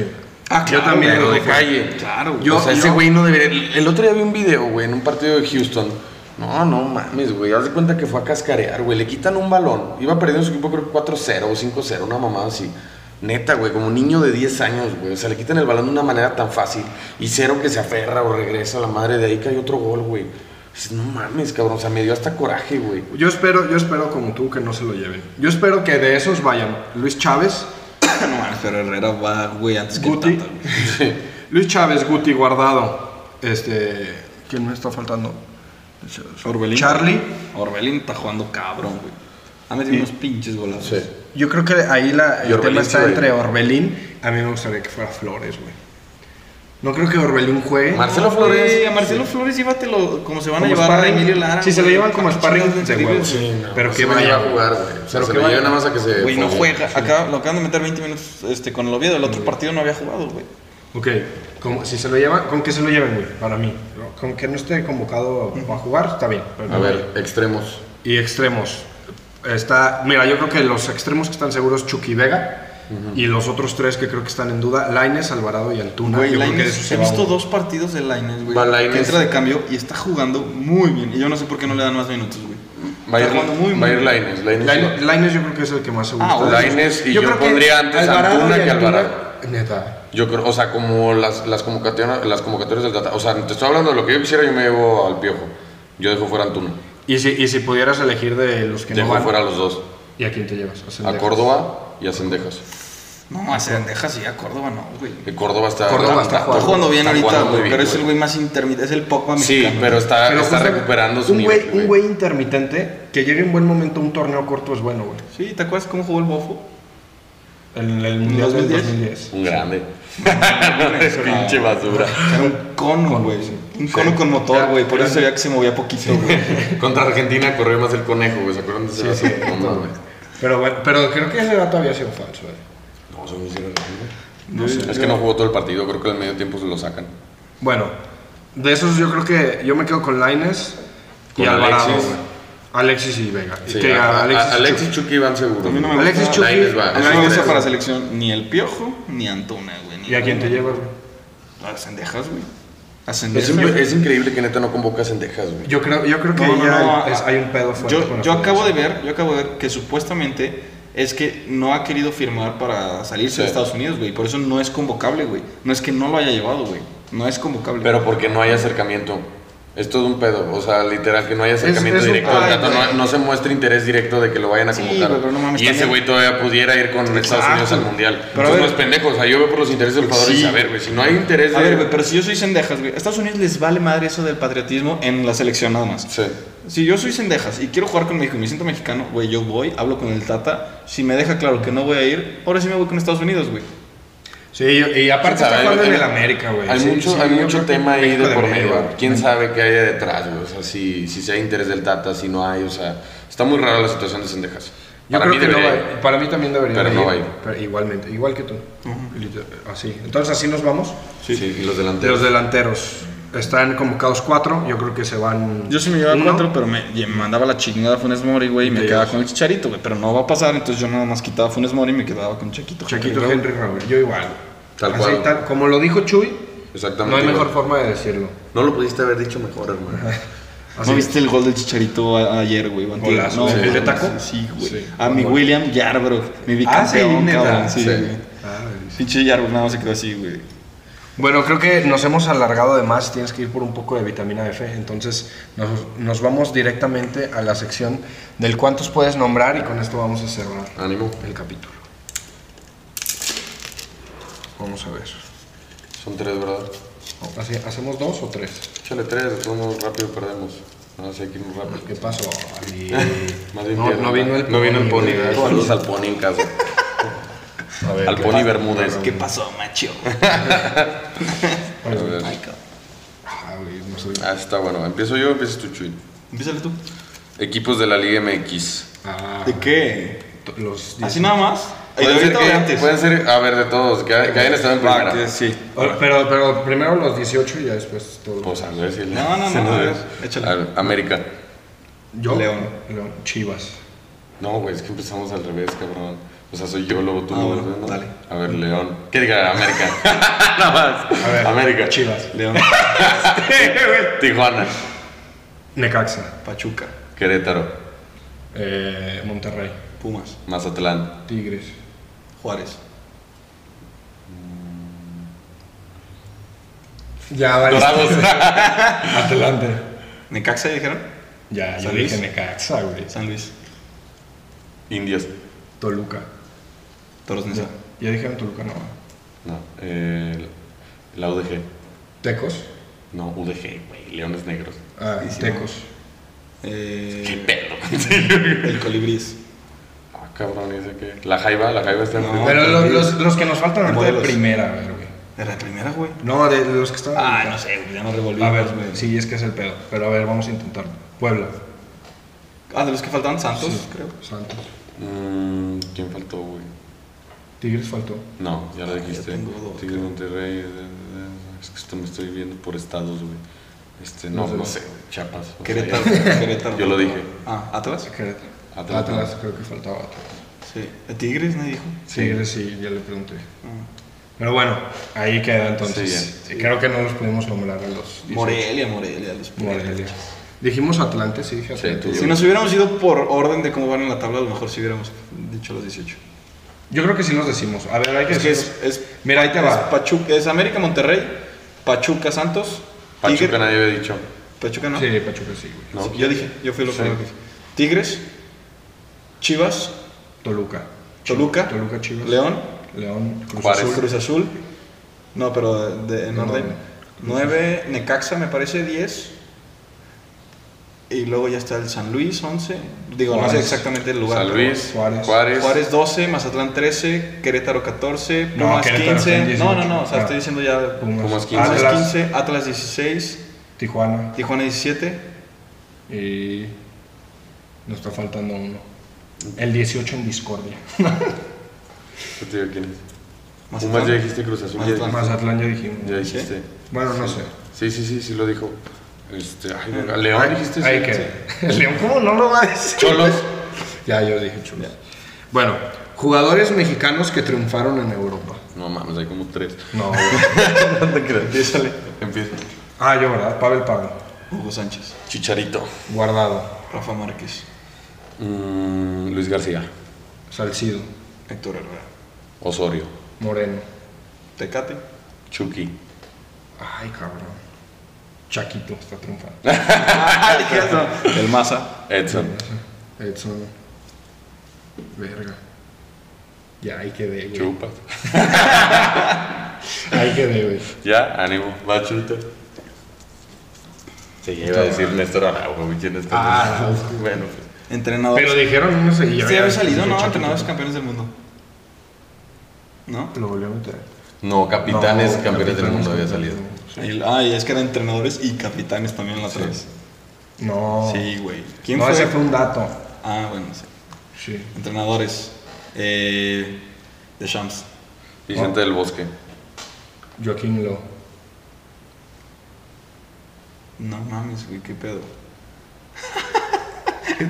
Speaker 3: Ah,
Speaker 1: Yo también
Speaker 2: Pero
Speaker 1: lo
Speaker 2: de
Speaker 1: dejo.
Speaker 2: calle.
Speaker 3: Claro, güey.
Speaker 1: Yo-
Speaker 2: o sea, ese güey no debería. El, el otro día vi un video, güey, en un partido de Houston. No, no mames, güey. Haz de cuenta que fue a cascarear, güey. Le quitan un balón. Iba perdiendo su equipo, creo que 4-0 o 5-0, una mamada así. Neta, güey, como un niño de 10 años, güey. O sea, le quitan el balón de una manera tan fácil. Y cero que se aferra o regresa a la madre. De ahí cae otro gol, güey. Dices, No mames, cabrón. O sea, me dio hasta coraje, güey.
Speaker 1: Yo espero, yo espero como tú que no se lo lleven. Yo espero que de esos vayan Luis Chávez,
Speaker 3: no mames. pero Herrera va, güey, antes que
Speaker 1: Guti.
Speaker 3: Tata, güey.
Speaker 1: Sí. Luis Chávez, Guti, Guardado. Este. ¿Quién me está faltando?
Speaker 3: Orbelín.
Speaker 1: Charlie.
Speaker 3: Orbelín está jugando cabrón, güey. Ha metido unos pinches golazos.
Speaker 2: Sí.
Speaker 1: Yo creo que ahí la, el
Speaker 2: Y Orbelín
Speaker 1: tema está
Speaker 2: sí,
Speaker 1: entre Orbelín. A mí me gustaría que fuera Flores, güey. No creo que Orbelín juegue.
Speaker 2: Marcelo Flores.
Speaker 3: Güey, a Marcelo Flores llévatelo como se van a
Speaker 1: Como
Speaker 3: llevar a
Speaker 1: sparring.
Speaker 3: Emilio Lara.
Speaker 1: Sí, se lo
Speaker 3: güey. Ah,
Speaker 1: llevan como
Speaker 3: ¿Para qué
Speaker 1: sparring
Speaker 3: chingados
Speaker 1: de
Speaker 3: le
Speaker 1: huevos.
Speaker 3: escribes?
Speaker 1: Sí, no, Pero
Speaker 2: se
Speaker 1: que
Speaker 2: lo
Speaker 1: vaya.
Speaker 2: lleva a jugar, güey. O sea,
Speaker 3: Pero
Speaker 2: se
Speaker 3: que
Speaker 2: lo
Speaker 3: vaya.
Speaker 2: lleva nada más a que se.
Speaker 3: Güey, no
Speaker 2: fogue.
Speaker 3: juega. Acá lo acaban de meter 20 minutos este, con el Oviedo. El otro partido no había jugado, güey.
Speaker 2: Ah,
Speaker 1: Ok, como, si se lo llevan, con que se lo lleven, güey, para mí. ¿no? Con que no esté convocado a jugar, está bien. pero
Speaker 2: A
Speaker 1: no.
Speaker 2: ver, extremos.
Speaker 1: Y extremos. Está, mira, yo creo que los extremos que están seguros, Chucky Vega. Y los otros tres que creo que están en duda, Laines, Alvarado y Altuna.
Speaker 3: Güey,
Speaker 1: Yo creo que de
Speaker 3: Lainez,
Speaker 1: eso se
Speaker 3: he
Speaker 1: va
Speaker 3: visto
Speaker 1: uno.
Speaker 3: dos partidos de Laines, güey.
Speaker 2: Va Lainez.
Speaker 3: Que entra de cambio y está jugando muy bien. Y yo no sé por qué no le dan más minutos, güey.
Speaker 2: Va a ir,
Speaker 3: Está jugando muy,
Speaker 2: va a
Speaker 3: muy
Speaker 2: ir
Speaker 3: bien.
Speaker 2: Lainez. Lainez.
Speaker 1: Laine- Lainez yo creo que es el que más seguro
Speaker 3: Ah,
Speaker 1: está.
Speaker 2: Lainez, y yo
Speaker 1: creo que
Speaker 2: pondría antes
Speaker 1: Alvarado
Speaker 2: Antuna
Speaker 1: y
Speaker 2: que
Speaker 1: Antuna-
Speaker 2: Alvarado.
Speaker 1: Neta.
Speaker 2: Yo creo, o sea, como las, las, convocatorias, las convocatorias del Tata. O sea, te estoy hablando de lo que yo quisiera, yo me llevo al piojo. Yo dejo fuera a Antuna.
Speaker 1: Y si, y si pudieras elegir de los que no
Speaker 2: Dejo
Speaker 1: van,
Speaker 2: fuera a los dos.
Speaker 1: ¿y a quién te llevas?
Speaker 2: A
Speaker 1: Sendejas.
Speaker 2: Córdoba y a Cendejas.
Speaker 3: No, a Sendejas y a Córdoba no, güey.
Speaker 2: Que Córdoba está.
Speaker 1: Córdoba está
Speaker 3: Está jugando bien
Speaker 2: está
Speaker 3: ahorita,
Speaker 2: jugando muy
Speaker 3: güey. Pero es el
Speaker 2: güey.
Speaker 3: güey más intermitente. Es el Pogba mexicano.
Speaker 2: Sí, pero está,
Speaker 1: Pero
Speaker 2: Ah, está
Speaker 1: justo-
Speaker 2: recuperando su
Speaker 1: un
Speaker 2: nivel.
Speaker 1: güey- Un güey intermitente que llegue en buen momento a un torneo corto es bueno, güey.
Speaker 3: Sí, ¿te acuerdas cómo jugó el Bofo?
Speaker 1: En el Mundial del 2010.
Speaker 3: 2010.
Speaker 2: Un grande. Ah. Pinche basura.
Speaker 3: Era un cono, güey. Un cono con motor, güey. Por eso se veía que se movía poquito, güey.
Speaker 2: Contra Argentina corrió más el conejo, güey. ¿Se acuerdan de ese?
Speaker 1: Sí, sí.
Speaker 2: No mames.
Speaker 1: Pero bueno, pero creo que ese dato había sido falso, eh. güey.
Speaker 2: No, se me hicieron no sé. Es que no jugó todo el partido. Creo que en el medio tiempo se lo sacan.
Speaker 1: Bueno, de esos yo creo que yo me quedo con Laines y
Speaker 2: Con
Speaker 1: Alvarado.
Speaker 2: Alexis.
Speaker 1: güey. Alexis y Vega.
Speaker 2: Sí,
Speaker 1: Que
Speaker 2: a- a-
Speaker 1: Alexis,
Speaker 2: a- Alexis Chucky van seguro.
Speaker 3: A mí no me
Speaker 1: Alexis
Speaker 3: gusta-
Speaker 1: Chucky.
Speaker 2: Lainez va.
Speaker 3: A mí no me
Speaker 2: Lainez
Speaker 3: gusta
Speaker 2: va.
Speaker 3: para selección ni el Piojo ni Antuna, güey. ni
Speaker 1: ¿Y a quién te
Speaker 3: Antuna.
Speaker 1: llevas, güey?
Speaker 3: A Sendejas, güey. A
Speaker 2: Es,
Speaker 3: Sendejas.
Speaker 2: incre- es increíble que neta no convoca a Cendejas, güey.
Speaker 1: Yo creo, yo creo que
Speaker 3: No, no,
Speaker 1: ya
Speaker 3: no,
Speaker 1: es-
Speaker 3: a-
Speaker 1: hay un pedo fuerte.
Speaker 3: Yo,
Speaker 1: con la
Speaker 3: yo acabo de
Speaker 1: federación.
Speaker 3: ver, yo acabo de ver que supuestamente es que no ha querido firmar para salirse
Speaker 2: Sí.
Speaker 3: de Estados Unidos, güey. Por eso no es convocable, güey. No es que no lo haya llevado, güey. No es convocable.
Speaker 2: Pero porque no hay acercamiento. Es todo un pedo. O sea, literal, que no hay acercamiento
Speaker 1: es un
Speaker 2: directo.
Speaker 3: pedo,
Speaker 2: al Tata.
Speaker 3: güey.
Speaker 2: no, no se muestra interés directo de que lo vayan a
Speaker 3: Sí,
Speaker 2: convocar.
Speaker 3: güey, pero no mames,
Speaker 2: y ese
Speaker 3: también-
Speaker 2: güey todavía pudiera ir con Estados Unidos al mundial.
Speaker 3: Pero a
Speaker 2: Pero
Speaker 3: ver-
Speaker 2: no es pendejo. O sea, yo veo por los intereses del jugador y
Speaker 3: Sí.
Speaker 2: saber, güey. Si no hay interés de.
Speaker 3: a ver, güey, pero si yo soy Sendejas, güey, a Estados Unidos les vale madre eso del patriotismo en la selección nada más.
Speaker 2: Sí.
Speaker 3: Si yo soy Sendejas y quiero jugar con México y me siento mexicano, güey, yo voy, hablo con el Tata. Si me deja claro que no voy a ir, ahora sí me voy con Estados Unidos, güey.
Speaker 1: Sí, yo- y aparte
Speaker 2: Sabe,
Speaker 1: está jugando
Speaker 2: hay-
Speaker 1: en el América, güey.
Speaker 2: Hay
Speaker 1: Sí,
Speaker 2: mucho,
Speaker 1: sí,
Speaker 2: hay
Speaker 1: yo
Speaker 2: mucho
Speaker 1: creo que
Speaker 2: tema ahí
Speaker 1: México
Speaker 2: de por medio.
Speaker 1: güey.
Speaker 2: ¿Quién sabe qué hay detrás, güey? O sea, si, si hay interés del Tata, si no hay. O sea, está muy rara la situación de Sendejas.
Speaker 1: Yo
Speaker 2: Para
Speaker 1: creo
Speaker 2: mí
Speaker 1: que no
Speaker 2: debería
Speaker 1: va-
Speaker 2: ir.
Speaker 1: para mí también debería
Speaker 2: Pero
Speaker 1: de
Speaker 2: no
Speaker 1: ir,
Speaker 2: va a ir.
Speaker 1: pero igualmente, igual que tú. Liter- Así. Entonces así nos vamos.
Speaker 2: Sí. y los
Speaker 1: De
Speaker 2: delanteros.
Speaker 1: los delanteros. Están convocados cuatro, yo creo que se van.
Speaker 3: Yo sí me llevaba
Speaker 1: uno.
Speaker 3: cuatro, pero me, y me mandaba la chingada Funes Mori, güey, y me
Speaker 1: Sí.
Speaker 3: quedaba con el Chicharito, güey. Pero no va a pasar, entonces yo nada más quitaba Funes Mori y me quedaba con Chaquito.
Speaker 1: Chaquito Henry Raúl, yo igual.
Speaker 2: Tal
Speaker 1: Así,
Speaker 2: cual.
Speaker 1: tal- como lo dijo Chuy, no
Speaker 2: Exactamente.
Speaker 1: hay
Speaker 2: igual.
Speaker 1: mejor forma de decirlo.
Speaker 2: No lo pudiste haber dicho mejor, hermano.
Speaker 1: Así
Speaker 3: ¿No viste el gol del Chicharito a- ayer, güey? o antier?
Speaker 1: Golazo,
Speaker 3: No,
Speaker 1: sí. ¿El de taco?
Speaker 3: Sí, güey.
Speaker 1: Sí.
Speaker 3: A mi William Yarbrough, mi
Speaker 1: Ah, sí,
Speaker 3: bicampeón,
Speaker 1: neta.
Speaker 3: cabrón. Sí,
Speaker 2: Sí.
Speaker 3: güey.
Speaker 1: Ah,
Speaker 3: Pinche Yarbrough nada más se quedó así, güey.
Speaker 1: Bueno, creo que nos hemos alargado de más, tienes que ir por un poco de vitamina F, entonces nos, nos vamos directamente a la sección del cuántos puedes nombrar y con esto vamos a cerrar
Speaker 2: Ánimo.
Speaker 1: el capítulo. Vamos a ver.
Speaker 2: Son tres, ¿verdad?
Speaker 1: Así, ¿Hacemos dos o tres?
Speaker 2: Échale tres, de todos modos rápido perdemos. No sé, aquí muy rápido.
Speaker 1: ¿Qué pasó? Ali?
Speaker 2: Más bien
Speaker 1: no,
Speaker 2: pierden,
Speaker 1: no vino el
Speaker 2: No vino el
Speaker 1: pony,
Speaker 2: pony,
Speaker 1: güey.
Speaker 2: ¿verdad? Saludos al pony en casa.
Speaker 1: A ver,
Speaker 2: al
Speaker 1: ¿qué
Speaker 2: pony
Speaker 1: pasa?
Speaker 2: Bermúdez.
Speaker 3: ¿Qué pasó, macho?
Speaker 1: A ver.
Speaker 2: Ay,
Speaker 1: Ah, güey, no soy-
Speaker 2: Ah, está bueno. Empiezo yo, empiezas tu chuy.
Speaker 3: Empiezale tú.
Speaker 2: Equipos de la Liga MX.
Speaker 1: Ah,
Speaker 3: ¿De qué?
Speaker 1: t- Los
Speaker 3: ¿Así nada más? ¿Y de
Speaker 2: Pueden ser,
Speaker 3: ahorita o de
Speaker 2: que-
Speaker 3: antes?
Speaker 2: pueden ser, a ver, de todos, que, que hayan estado en
Speaker 3: Ah, que
Speaker 2: primera.
Speaker 3: sí.
Speaker 1: Ahora, Pero, pero primero los 18 y ya después todo.
Speaker 2: Pues a ver si le-
Speaker 3: No, no,
Speaker 2: se
Speaker 3: no,
Speaker 2: nos
Speaker 3: a ver,
Speaker 2: ve.
Speaker 3: échale.
Speaker 2: A ver, América.
Speaker 1: ¿Yo?
Speaker 3: León.
Speaker 1: León. Chivas.
Speaker 2: No, güey, es que empezamos al revés, cabrón. O sea, soy yo, luego tú,
Speaker 3: Ah,
Speaker 2: luego
Speaker 3: bueno,
Speaker 2: tú, ¿no?
Speaker 3: dale.
Speaker 2: A ver, León. ¿Qué diga? América. Nada más.
Speaker 1: A ver,
Speaker 2: América.
Speaker 1: Chivas.
Speaker 3: León,
Speaker 2: Tijuana.
Speaker 1: Necaxa.
Speaker 3: Pachuca,
Speaker 2: Querétaro.
Speaker 1: Eh, Monterrey.
Speaker 3: Pumas,
Speaker 2: Mazatlán.
Speaker 1: Tigres.
Speaker 3: Juárez.
Speaker 1: Ya, vale.
Speaker 2: Dorados.
Speaker 1: Atlante.
Speaker 3: ¿Necaxa dijeron?
Speaker 1: Ya, yo
Speaker 3: San
Speaker 1: dije
Speaker 3: Luis.
Speaker 1: Necaxa, güey.
Speaker 3: San Luis,
Speaker 2: Indios.
Speaker 1: Toluca.
Speaker 3: Toros Neza.
Speaker 1: Ya dijeron Toluca, no.
Speaker 2: No, eh, la UDG.
Speaker 1: Tecos.
Speaker 2: No, UDG, güey. Leones Negros.
Speaker 1: Ah, Tecos.
Speaker 2: Qué
Speaker 3: Eh,
Speaker 2: pedo. en serio.
Speaker 3: el colibrís.
Speaker 2: Ah, cabrón, dice que. La Jaiba, la Jaiba está en
Speaker 3: No.
Speaker 2: primera.
Speaker 1: Pero lo- los, los que nos faltan ahorita de
Speaker 3: Morelos.
Speaker 1: primera, a ver, güey.
Speaker 3: ¿De la primera, güey?
Speaker 1: No, de, de los que están.
Speaker 3: Ah, no sé, güey, ya no revolví.
Speaker 1: A ver, sí, es que es el pedo. Pero a ver, vamos a intentarlo. Puebla.
Speaker 3: Ah, de los que faltaban, Santos, creo.
Speaker 1: Santos.
Speaker 2: Mm, ¿Quién faltó, güey?
Speaker 1: Tigres faltó.
Speaker 2: No, ya lo dijiste.
Speaker 3: Ah, tengo dos,
Speaker 2: Tigre Monterrey. eh, eh, Es que esto me estoy viendo por estados, güey. Este, no,
Speaker 1: No sé.
Speaker 2: no sé, güey. Chiapas. o sea,
Speaker 3: Querétaro,
Speaker 2: ya-
Speaker 3: Querétaro.
Speaker 2: Yo lo dije.
Speaker 3: Ah, ¿Atlas?
Speaker 1: Querétaro.
Speaker 2: Atlas.
Speaker 1: Atlas. creo que faltaba. Atlas.
Speaker 3: Sí. ¿De Tigres? Nadie dijo.
Speaker 2: Sí.
Speaker 1: Tigres sí, ya le pregunté.
Speaker 3: Ah.
Speaker 1: Pero bueno, ahí queda entonces.
Speaker 2: Sí,
Speaker 1: Sí, Creo que no los pudimos nombrar a los.
Speaker 3: Morelia, Morelia, los
Speaker 1: Morelia. Dijimos Atlante, sí, dije
Speaker 2: Sí,
Speaker 1: Atlante.
Speaker 2: tú.
Speaker 3: Si nos hubiéramos ido por orden de cómo van en la tabla, a lo mejor si hubiéramos dicho los 18.
Speaker 1: Yo creo que sí los decimos. A ver, hay que
Speaker 3: Es que
Speaker 1: decirlos.
Speaker 3: es, es,
Speaker 1: Mira, ahí te
Speaker 3: es
Speaker 1: va.
Speaker 3: Pachuca, es América, Monterrey, Pachuca, Santos,
Speaker 2: Pachuca
Speaker 3: Tigre-
Speaker 2: nadie había dicho.
Speaker 3: Pachuca no.
Speaker 1: Sí, Pachuca sí, güey.
Speaker 2: ¿no?
Speaker 3: Yo dije, yo fui lo
Speaker 2: Sí.
Speaker 3: primero que dije. Tigres, Chivas,
Speaker 1: Toluca.
Speaker 3: Toluca,
Speaker 1: Toluca, Chivas.
Speaker 3: León,
Speaker 1: León, Cruz
Speaker 2: Juárez.
Speaker 1: Azul.
Speaker 3: Cruz Azul. No, pero de- de- en
Speaker 1: No,
Speaker 3: orden.
Speaker 1: no, no.
Speaker 3: 9, Necaxa, me parece, 10. Y luego ya está el San Luis, 11. Digo, no sé
Speaker 1: Juárez.
Speaker 3: exactamente el lugar.
Speaker 2: San
Speaker 3: pero-
Speaker 2: Luis, Juárez.
Speaker 1: Juárez.
Speaker 3: Juárez 12, Mazatlán 13, Querétaro 14,
Speaker 1: No,
Speaker 3: Pumas
Speaker 1: Querétaro está en
Speaker 3: 15. No, no, no, o sea,
Speaker 1: Ah.
Speaker 3: estoy diciendo ya.
Speaker 1: Pumas.
Speaker 2: Pumas 15.
Speaker 3: Pumas
Speaker 1: Atlas,
Speaker 3: 15, Atlas 16,
Speaker 1: Tijuana.
Speaker 3: Tijuana 17.
Speaker 1: Y nos está faltando uno. El 18 en Discordia.
Speaker 2: Yo te digo quién es. Pumas
Speaker 3: Mazatlán.
Speaker 2: ya dijiste Cruz Azul. Ya
Speaker 3: Mazatlán.
Speaker 2: dijiste.
Speaker 1: Mazatlán ya dijimos.
Speaker 2: Ya dijiste.
Speaker 1: Bueno, no sé.
Speaker 2: Sí, sí, sí, sí lo dijo. Este, ay,
Speaker 3: Mm.
Speaker 2: verga, León dijiste. sí,
Speaker 1: Ahí
Speaker 2: sí.
Speaker 1: que. León, ¿cómo no lo va a decir?
Speaker 2: Cholos.
Speaker 1: Ya, yo dije chulos. Bueno, jugadores mexicanos que triunfaron en Europa.
Speaker 2: No mames, hay como tres.
Speaker 1: No, güey.
Speaker 2: no te creas.
Speaker 3: Empiézale.
Speaker 2: Empieza.
Speaker 1: Ah, yo, ¿verdad? Pavel Pardo.
Speaker 3: Hugo Sánchez,
Speaker 2: Chicharito.
Speaker 1: Guardado.
Speaker 3: Rafa Márquez,
Speaker 2: Mm, Luis García.
Speaker 1: Salcido.
Speaker 3: Héctor Herrera,
Speaker 2: Osorio.
Speaker 1: Moreno.
Speaker 3: Tecate,
Speaker 2: Chucky.
Speaker 1: Ay, cabrón. Chaquito está triunfando.
Speaker 2: ¿Eh? Ah,
Speaker 3: el Maza,
Speaker 2: Edson.
Speaker 3: Mm.
Speaker 1: Edson. Verga. Ya, ahí quedé, güey.
Speaker 2: Chupas.
Speaker 1: Ahí quedé, güey.
Speaker 2: Ya, ánimo. Machito. Sí, iba a decir Néstor Araujo. güey, ¿Quién es Néstor
Speaker 1: Ah,
Speaker 2: Araujo? Bueno, pues.
Speaker 3: entrenador.
Speaker 1: Pero dijeron uno
Speaker 3: Este
Speaker 1: seguido.
Speaker 3: ya había salido, ¿no? Entrenadores campeones del mundo. ¿No?
Speaker 1: Lo volvió a meter.
Speaker 2: No, capitanes,
Speaker 1: No,
Speaker 2: campeones del
Speaker 1: capitanes,
Speaker 2: mundo había
Speaker 1: campeones
Speaker 2: salido.
Speaker 1: del mundo, sí.
Speaker 3: El- ah, y es que eran entrenadores y capitanes también la otra vez.
Speaker 1: No.
Speaker 3: Sí, güey. ¿Quién
Speaker 1: Oh. no,
Speaker 3: fue?
Speaker 1: ese fue un dato.
Speaker 3: Ah, bueno, sí.
Speaker 1: Sí.
Speaker 3: Entrenadores. Eh, de Shams.
Speaker 2: Vicente del Bosque.
Speaker 1: Joaquín Lo.
Speaker 3: No mames, güey, qué pedo.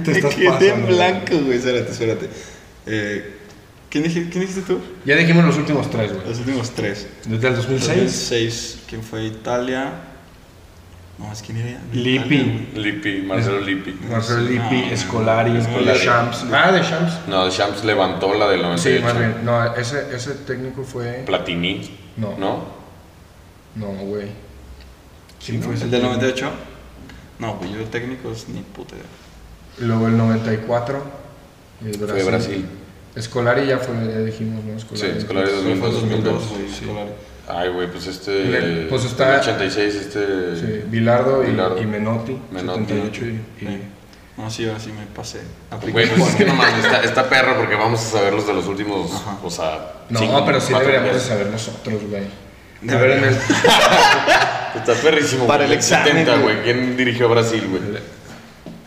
Speaker 1: Te estás
Speaker 3: quedé en
Speaker 1: pasando, güey.
Speaker 3: blanco, güey. Espérate, espérate. Eh, ¿quién, dije- quién dijiste tú?
Speaker 1: Ya dijimos los últimos tres, güey.
Speaker 3: Los últimos tres.
Speaker 1: Desde el 2006.
Speaker 3: 2006. ¿Quién fue Italia? No, es quién era.
Speaker 1: Lippi.
Speaker 3: Italia, güey.
Speaker 2: Lippi, Marcelo Lippi.
Speaker 1: Marcelo
Speaker 3: No,
Speaker 1: Lippi, Escolari,
Speaker 2: Scolari.
Speaker 1: Champs. Ah, de Champs.
Speaker 2: No, Champs levantó la del
Speaker 1: Sí,
Speaker 2: 98.
Speaker 1: más bien. No, ese, ese técnico fue.
Speaker 2: Platini.
Speaker 1: No.
Speaker 2: ¿No?
Speaker 1: No, güey. ¿Quién fue ese
Speaker 3: ¿El del
Speaker 1: técnico?
Speaker 3: 98? No, güey, yo técnicos ni puta idea.
Speaker 1: Luego el 94. El Brasil.
Speaker 2: Fue Brasil.
Speaker 1: Escolari ya fue, ya dijimos, ¿no? Escolari.
Speaker 2: Sí, Scolari
Speaker 1: Entonces,
Speaker 3: Fue
Speaker 2: 2002,
Speaker 3: 2002,
Speaker 2: 2002.
Speaker 3: güey, Scolari.
Speaker 2: Ay, güey, pues este.
Speaker 1: Le- pues está-
Speaker 2: el 86, este.
Speaker 1: Sí, Bilardo, y-
Speaker 2: Bilardo.
Speaker 1: Y, Menotti.
Speaker 2: Menotti.
Speaker 1: 78 y.
Speaker 3: Sí. No, sí, ahora sí me pasé. Apliqué
Speaker 2: Güey, pues
Speaker 3: Juan.
Speaker 2: es que no mames, está, está perro porque vamos a saber los de los últimos.
Speaker 3: Ajá.
Speaker 2: O sea.
Speaker 1: No,
Speaker 2: cinco,
Speaker 1: pero sí
Speaker 2: cuatro
Speaker 1: deberíamos de
Speaker 2: meses.
Speaker 1: saber nosotros, güey. A ver, en el,
Speaker 2: Está perrísimo.
Speaker 3: Para
Speaker 2: güey,
Speaker 3: el examen,
Speaker 2: 70,
Speaker 3: güey.
Speaker 2: güey. ¿Quién dirigió a Brasil, güey?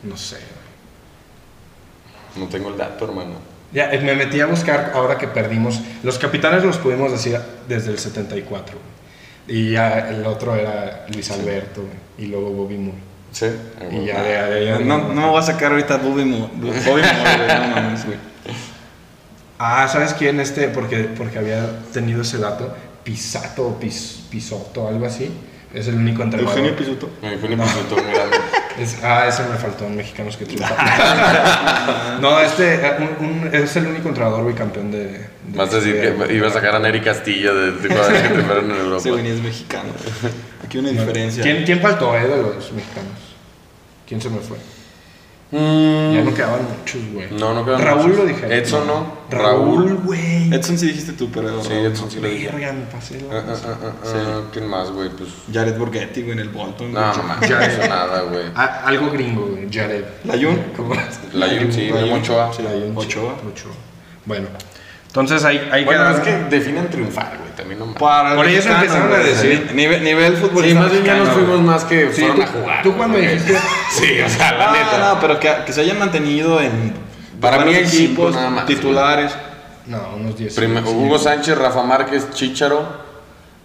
Speaker 1: No sé.
Speaker 2: No tengo el dato, hermano.
Speaker 1: Ya, eh, me metí a buscar ahora que perdimos. Los capitanes los pudimos decir desde el 74. Y ya el otro era Luis Alberto y luego Bobby Moore.
Speaker 2: Sí.
Speaker 1: Y ya de de- de-
Speaker 3: No, no me voy a sacar ahorita Bobby Moore, Bobby Moore, güey, no mames, güey.
Speaker 1: Ah, ¿sabes quién este? Porque, porque había tenido ese dato. Pisato o Pis- Pisoto, algo así. Es el único entrenador.
Speaker 3: Eugenio Pisuto.
Speaker 2: Me fue un insulto muy grande.
Speaker 1: Es- ah, ese me faltó en Mexicanos que triunfan. no, este eh, un- un- es el único entrenador bicampeón de. de
Speaker 2: Vas a decir que iba a sacar a Nery Castillo de de jugadores que triunfaron en Europa.
Speaker 3: Ese güey ni es mexicano. Aquí hay una diferencia.
Speaker 1: ¿Quién, quién faltó eh, de los mexicanos? ¿Quién se me fue? Ya no quedaban muchos, güey.
Speaker 2: Mm, No, no quedan
Speaker 1: Raúl
Speaker 2: muchos.
Speaker 1: lo dije.
Speaker 2: Edson no.
Speaker 1: Raúl, güey.
Speaker 3: Edson sí dijiste tú, pero.
Speaker 2: Sí, Edson sí lo dije.
Speaker 1: Verga, me pasé
Speaker 2: Ah,
Speaker 1: la
Speaker 2: ah, ah, ah, ah, ¿Quién más, güey? Pues.
Speaker 3: Jared Borghetti, güey, en el Bolton.
Speaker 2: No,
Speaker 3: güey.
Speaker 2: no más. No
Speaker 1: Ya.
Speaker 2: hizo nada, güey.
Speaker 1: Ah, Algo gringo, güey. Jared.
Speaker 3: Layun.
Speaker 1: ¿Cómo?
Speaker 2: Layun, sí, Memo Ochoa.
Speaker 3: Sí, Layun. Ochoa.
Speaker 1: Ochoa. Bueno, entonces ahí, ahí
Speaker 2: Bueno,
Speaker 1: quedaron.
Speaker 2: es que definan triunfar, güey. También no más.
Speaker 3: Para
Speaker 1: Por
Speaker 3: el
Speaker 1: ellos
Speaker 3: mexicano,
Speaker 1: empezaron a
Speaker 3: güey.
Speaker 1: decir-
Speaker 3: Nivel, nivel
Speaker 2: Sí,
Speaker 3: futbolista.
Speaker 2: más bien ya nos
Speaker 3: mexicano,
Speaker 2: fuimos más que
Speaker 1: Sí,
Speaker 2: fueron
Speaker 1: tú-
Speaker 2: a jugar.
Speaker 1: tú cuando
Speaker 2: güey.
Speaker 1: dijiste-
Speaker 2: Sí, o sea, la
Speaker 3: No,
Speaker 2: neta.
Speaker 3: Ah, no, pero que, que se hayan mantenido en.
Speaker 2: Para mí
Speaker 3: varios
Speaker 2: hay cinco nada más,
Speaker 3: titulares.
Speaker 1: No, unos 10.
Speaker 2: Prime- Hugo Sánchez, Rafa Márquez, Chicharo.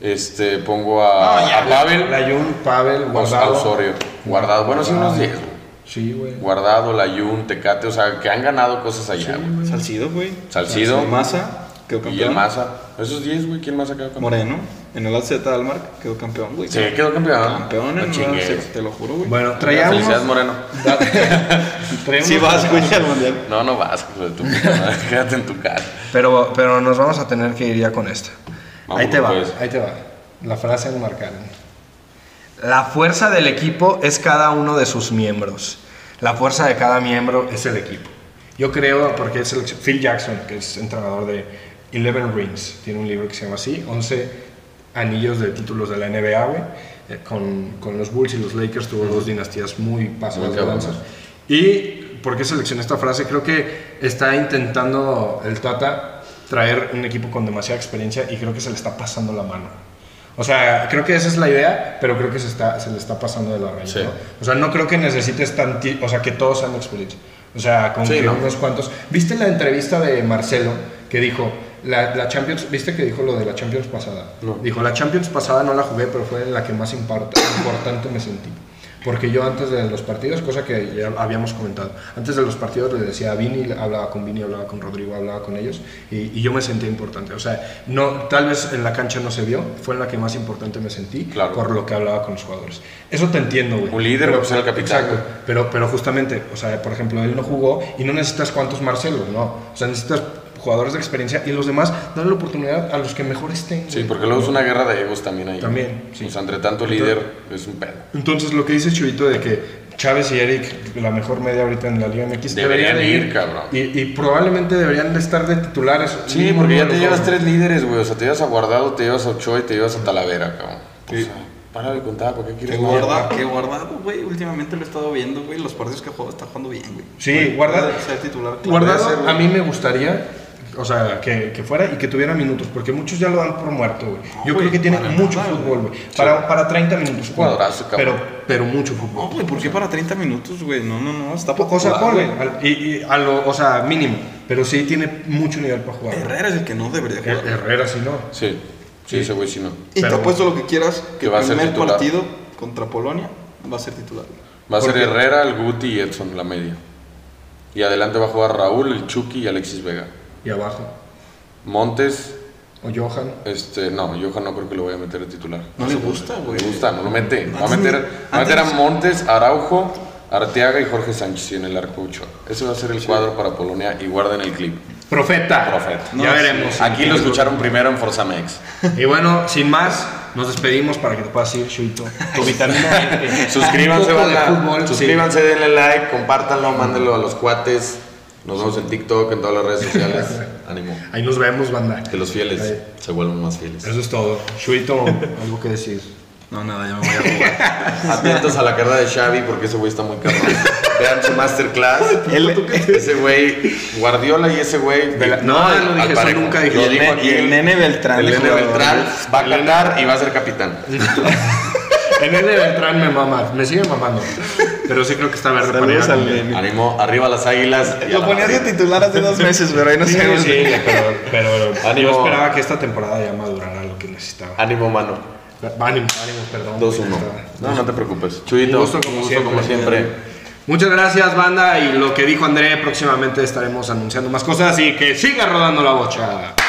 Speaker 2: Este, pongo a,
Speaker 3: No, ya,
Speaker 2: a Pavel,
Speaker 1: Layun, Pavel,
Speaker 2: o a
Speaker 1: Guardado. Ah.
Speaker 2: Osorio. Guardado, bueno, sí, unos 10. güey.
Speaker 1: Sí, güey.
Speaker 2: Guardado, Layun, Tecate, o sea, que han ganado cosas allá, güey.
Speaker 3: Salcido, güey.
Speaker 2: Salcido.
Speaker 3: Massa, quedó campeón.
Speaker 2: Y el Maza. Esos 10, güey, ¿quién más ha quedado campeón?
Speaker 3: Moreno, en el AZ Almar, quedó campeón, güey.
Speaker 2: Sí, quedó campeón.
Speaker 3: Campeón
Speaker 2: No
Speaker 3: en el
Speaker 2: chingues.
Speaker 3: AZ, te lo juro, güey.
Speaker 1: Bueno, traíamos.
Speaker 2: Felicidades, Moreno.
Speaker 3: sí vas, güey, al mundial.
Speaker 2: No, no vas, hijo de tu puta madre. Quédate en tu casa.
Speaker 1: Pero, pero nos vamos a tener que ir ya con esta.
Speaker 2: Vámonos,
Speaker 1: ahí te va,
Speaker 2: pues.
Speaker 1: ahí te va. La frase en marcar. La fuerza del equipo es cada uno de sus miembros. La fuerza de cada miembro es el equipo. Yo creo, porque es el- Phil Jackson, que es entrenador de Eleven Rings, tiene un libro que se llama así, 11 anillos de títulos de la NBA, güey. Eh, Con, con los Bulls y los Lakers tuvo dos dinastías muy pasadas
Speaker 2: Muy
Speaker 1: de lanza.
Speaker 2: cabronas.
Speaker 1: Y por qué seleccioné esta frase, creo que está intentando el Tata traer un equipo con demasiada experiencia y creo que se le está pasando la mano. O sea, creo que esa es la idea, pero creo que se, está, se le está pasando de la raya.
Speaker 2: Sí.
Speaker 1: ¿no? O sea, no creo que necesites tanti, o sea, que todos sean experiencia. O sea, con
Speaker 2: Sí,
Speaker 1: que
Speaker 2: ¿no?
Speaker 1: unos cuantos. ¿Viste la entrevista de Marcelo que dijo la, la Champions, viste que dijo lo de la Champions pasada?
Speaker 2: No.
Speaker 1: Dijo, la Champions pasada no la jugué, pero fue en la que más impar- importante me sentí. Porque yo antes de los partidos, cosa que ya habíamos comentado, antes de los partidos le decía a Vini, hablaba con Vini, hablaba con Rodrigo, hablaba con ellos, y, y yo me sentía importante. O sea, no, tal vez en la cancha no se vio, fue en la que más importante me sentí,
Speaker 2: Claro.
Speaker 1: por lo que hablaba con los jugadores. Eso te entiendo, güey.
Speaker 2: Un líder,
Speaker 1: Pero-
Speaker 2: pues, el capitán,
Speaker 1: Exacto. Pero, pero justamente, o sea, por ejemplo, él no jugó y no necesitas cuantos Marcelo, no. O sea, necesitas jugadores de experiencia y los demás dan la oportunidad a los que mejor estén.
Speaker 2: Sí,
Speaker 1: güey.
Speaker 2: porque luego es una guerra de egos también ahí.
Speaker 1: También, sí.
Speaker 2: O sea, entre tanto líder es un pedo.
Speaker 1: Entonces, lo que dice Chivito de que Chávez y Eric, la mejor media ahorita en la Liga MX,
Speaker 2: Deberían
Speaker 1: deberían, de
Speaker 2: ir, cabrón.
Speaker 1: Y, y probablemente deberían de estar de titulares.
Speaker 2: Sí, porque ya te
Speaker 1: Mínimo, mínimo.
Speaker 2: llevas tres líderes, güey. O sea, te llevas a Guardado, te llevas a Ochoa y te llevas a Talavera, cabrón. O sea, para de contar, ¿por qué
Speaker 3: Qué
Speaker 2: quieres más?
Speaker 3: guardado, qué guardado, güey. Últimamente lo he estado viendo, güey. Los partidos que juego está jugando bien, güey.
Speaker 1: Sí,
Speaker 3: Puede
Speaker 1: guarda-
Speaker 3: Ser titular.
Speaker 1: Guardado,
Speaker 2: Puede ser,
Speaker 1: a
Speaker 2: güey.
Speaker 1: mí me gustaría, o sea, que, que fuera y que tuviera minutos, porque muchos ya lo dan por muerto, güey. Yo
Speaker 3: güey,
Speaker 1: creo que tiene
Speaker 3: para
Speaker 1: mucho
Speaker 3: nada,
Speaker 1: fútbol, güey. Para, para 30 minutos. güey.
Speaker 2: Cuadrazo, cabrón.
Speaker 1: Pero, pero mucho
Speaker 3: No,
Speaker 1: fútbol.
Speaker 3: güey, ¿por qué para 30 minutos, güey? No, no, no. Está
Speaker 1: O sea,
Speaker 3: popular,
Speaker 1: ponle,
Speaker 3: güey.
Speaker 1: al- y, y a lo, o sea, mínimo. Pero sí tiene mucho nivel para jugar. güey.
Speaker 3: Herrera es el que no debería
Speaker 2: Eh,
Speaker 3: jugar.
Speaker 1: Her- Herrera sí no.
Speaker 2: Sí, sí, ese güey sí no.
Speaker 3: Y te
Speaker 1: Pero-
Speaker 3: apuesto lo que quieras que
Speaker 2: Que va a
Speaker 3: el
Speaker 2: ser
Speaker 3: primer
Speaker 2: titular.
Speaker 3: partido contra Polonia va a ser titular.
Speaker 2: Va a ser
Speaker 1: ¿Por qué?
Speaker 2: Herrera, el Guti y Edson, la media. Y adelante va a jugar Raúl, el Chucky y Alexis Vega.
Speaker 1: Y abajo.
Speaker 2: Montes,
Speaker 1: O Johan.
Speaker 2: este, no, yo no creo que lo voy a meter de titular.
Speaker 3: No le gusta, güey.
Speaker 2: Me gusta, no lo mete. Va a
Speaker 3: Antes
Speaker 2: meter,
Speaker 3: ni-
Speaker 2: va a, meter a
Speaker 3: antes-
Speaker 2: Montes, Araujo, Arteaga y Jorge Sánchez en el arco Ochoa. Ese va a ser el cuadro para Polonia y guarden el clip.
Speaker 1: Profeta.
Speaker 2: Profeta.
Speaker 1: ya
Speaker 3: No,
Speaker 1: veremos.
Speaker 2: Aquí lo escucharon primero en Forza Mex.
Speaker 1: Y bueno, sin más, nos despedimos para que te puedas ir, Chuito. Tu vitamina E.
Speaker 2: Suscríbanse,
Speaker 1: Un poco de
Speaker 2: banda.
Speaker 1: fútbol, sí.
Speaker 2: Suscríbanse, denle like, compártanlo, mándenlo a los cuates. Nos vemos en TikTok, en todas las redes sociales. Ánimo.
Speaker 1: Ahí nos vemos, banda.
Speaker 2: Que los fieles
Speaker 1: Ahí.
Speaker 2: se vuelvan más fieles.
Speaker 1: Eso es todo. Chuito, algo que decir.
Speaker 3: No, nada, ya me voy a jugar.
Speaker 2: Atentos a la carrera de Xavi porque ese güey está muy caro. Vean su masterclass.
Speaker 3: El-
Speaker 2: Ese güey, Guardiola y ese güey.
Speaker 1: De la- no, él no
Speaker 2: al
Speaker 1: dije eso,
Speaker 2: parejo.
Speaker 1: nunca dije
Speaker 2: Lo
Speaker 1: eso.
Speaker 2: dijo aquí
Speaker 3: Y el Nene Beltrán,
Speaker 2: El
Speaker 3: el
Speaker 2: Nene
Speaker 3: jugador.
Speaker 2: Beltrán va a ganar y va a ser capitán.
Speaker 1: El Nene Beltrán me mama, me sigue mamando. Pero sí creo que está verde
Speaker 3: Saludos
Speaker 1: para
Speaker 3: al
Speaker 1: ir a-
Speaker 3: nene.
Speaker 2: Ánimo, arriba las águilas. y a
Speaker 3: Lo
Speaker 2: la
Speaker 3: ponías de
Speaker 2: madre.
Speaker 3: titular hace dos meses, pero ahí no
Speaker 1: Sí,
Speaker 3: se
Speaker 1: sí, pero, pero yo
Speaker 2: Ánimo.
Speaker 1: esperaba que esta temporada ya madurara lo que necesitaba.
Speaker 2: Ánimo, mano.
Speaker 1: Ah, Ánimo, ánimo, perdón.
Speaker 2: 2-1. No, no te preocupes. Chuyito,
Speaker 1: Un gusto como
Speaker 2: como
Speaker 1: siempre.
Speaker 2: siempre.
Speaker 1: Muchas gracias, banda. Y lo que dijo André, próximamente estaremos anunciando más cosas y que siga rodando la bocha.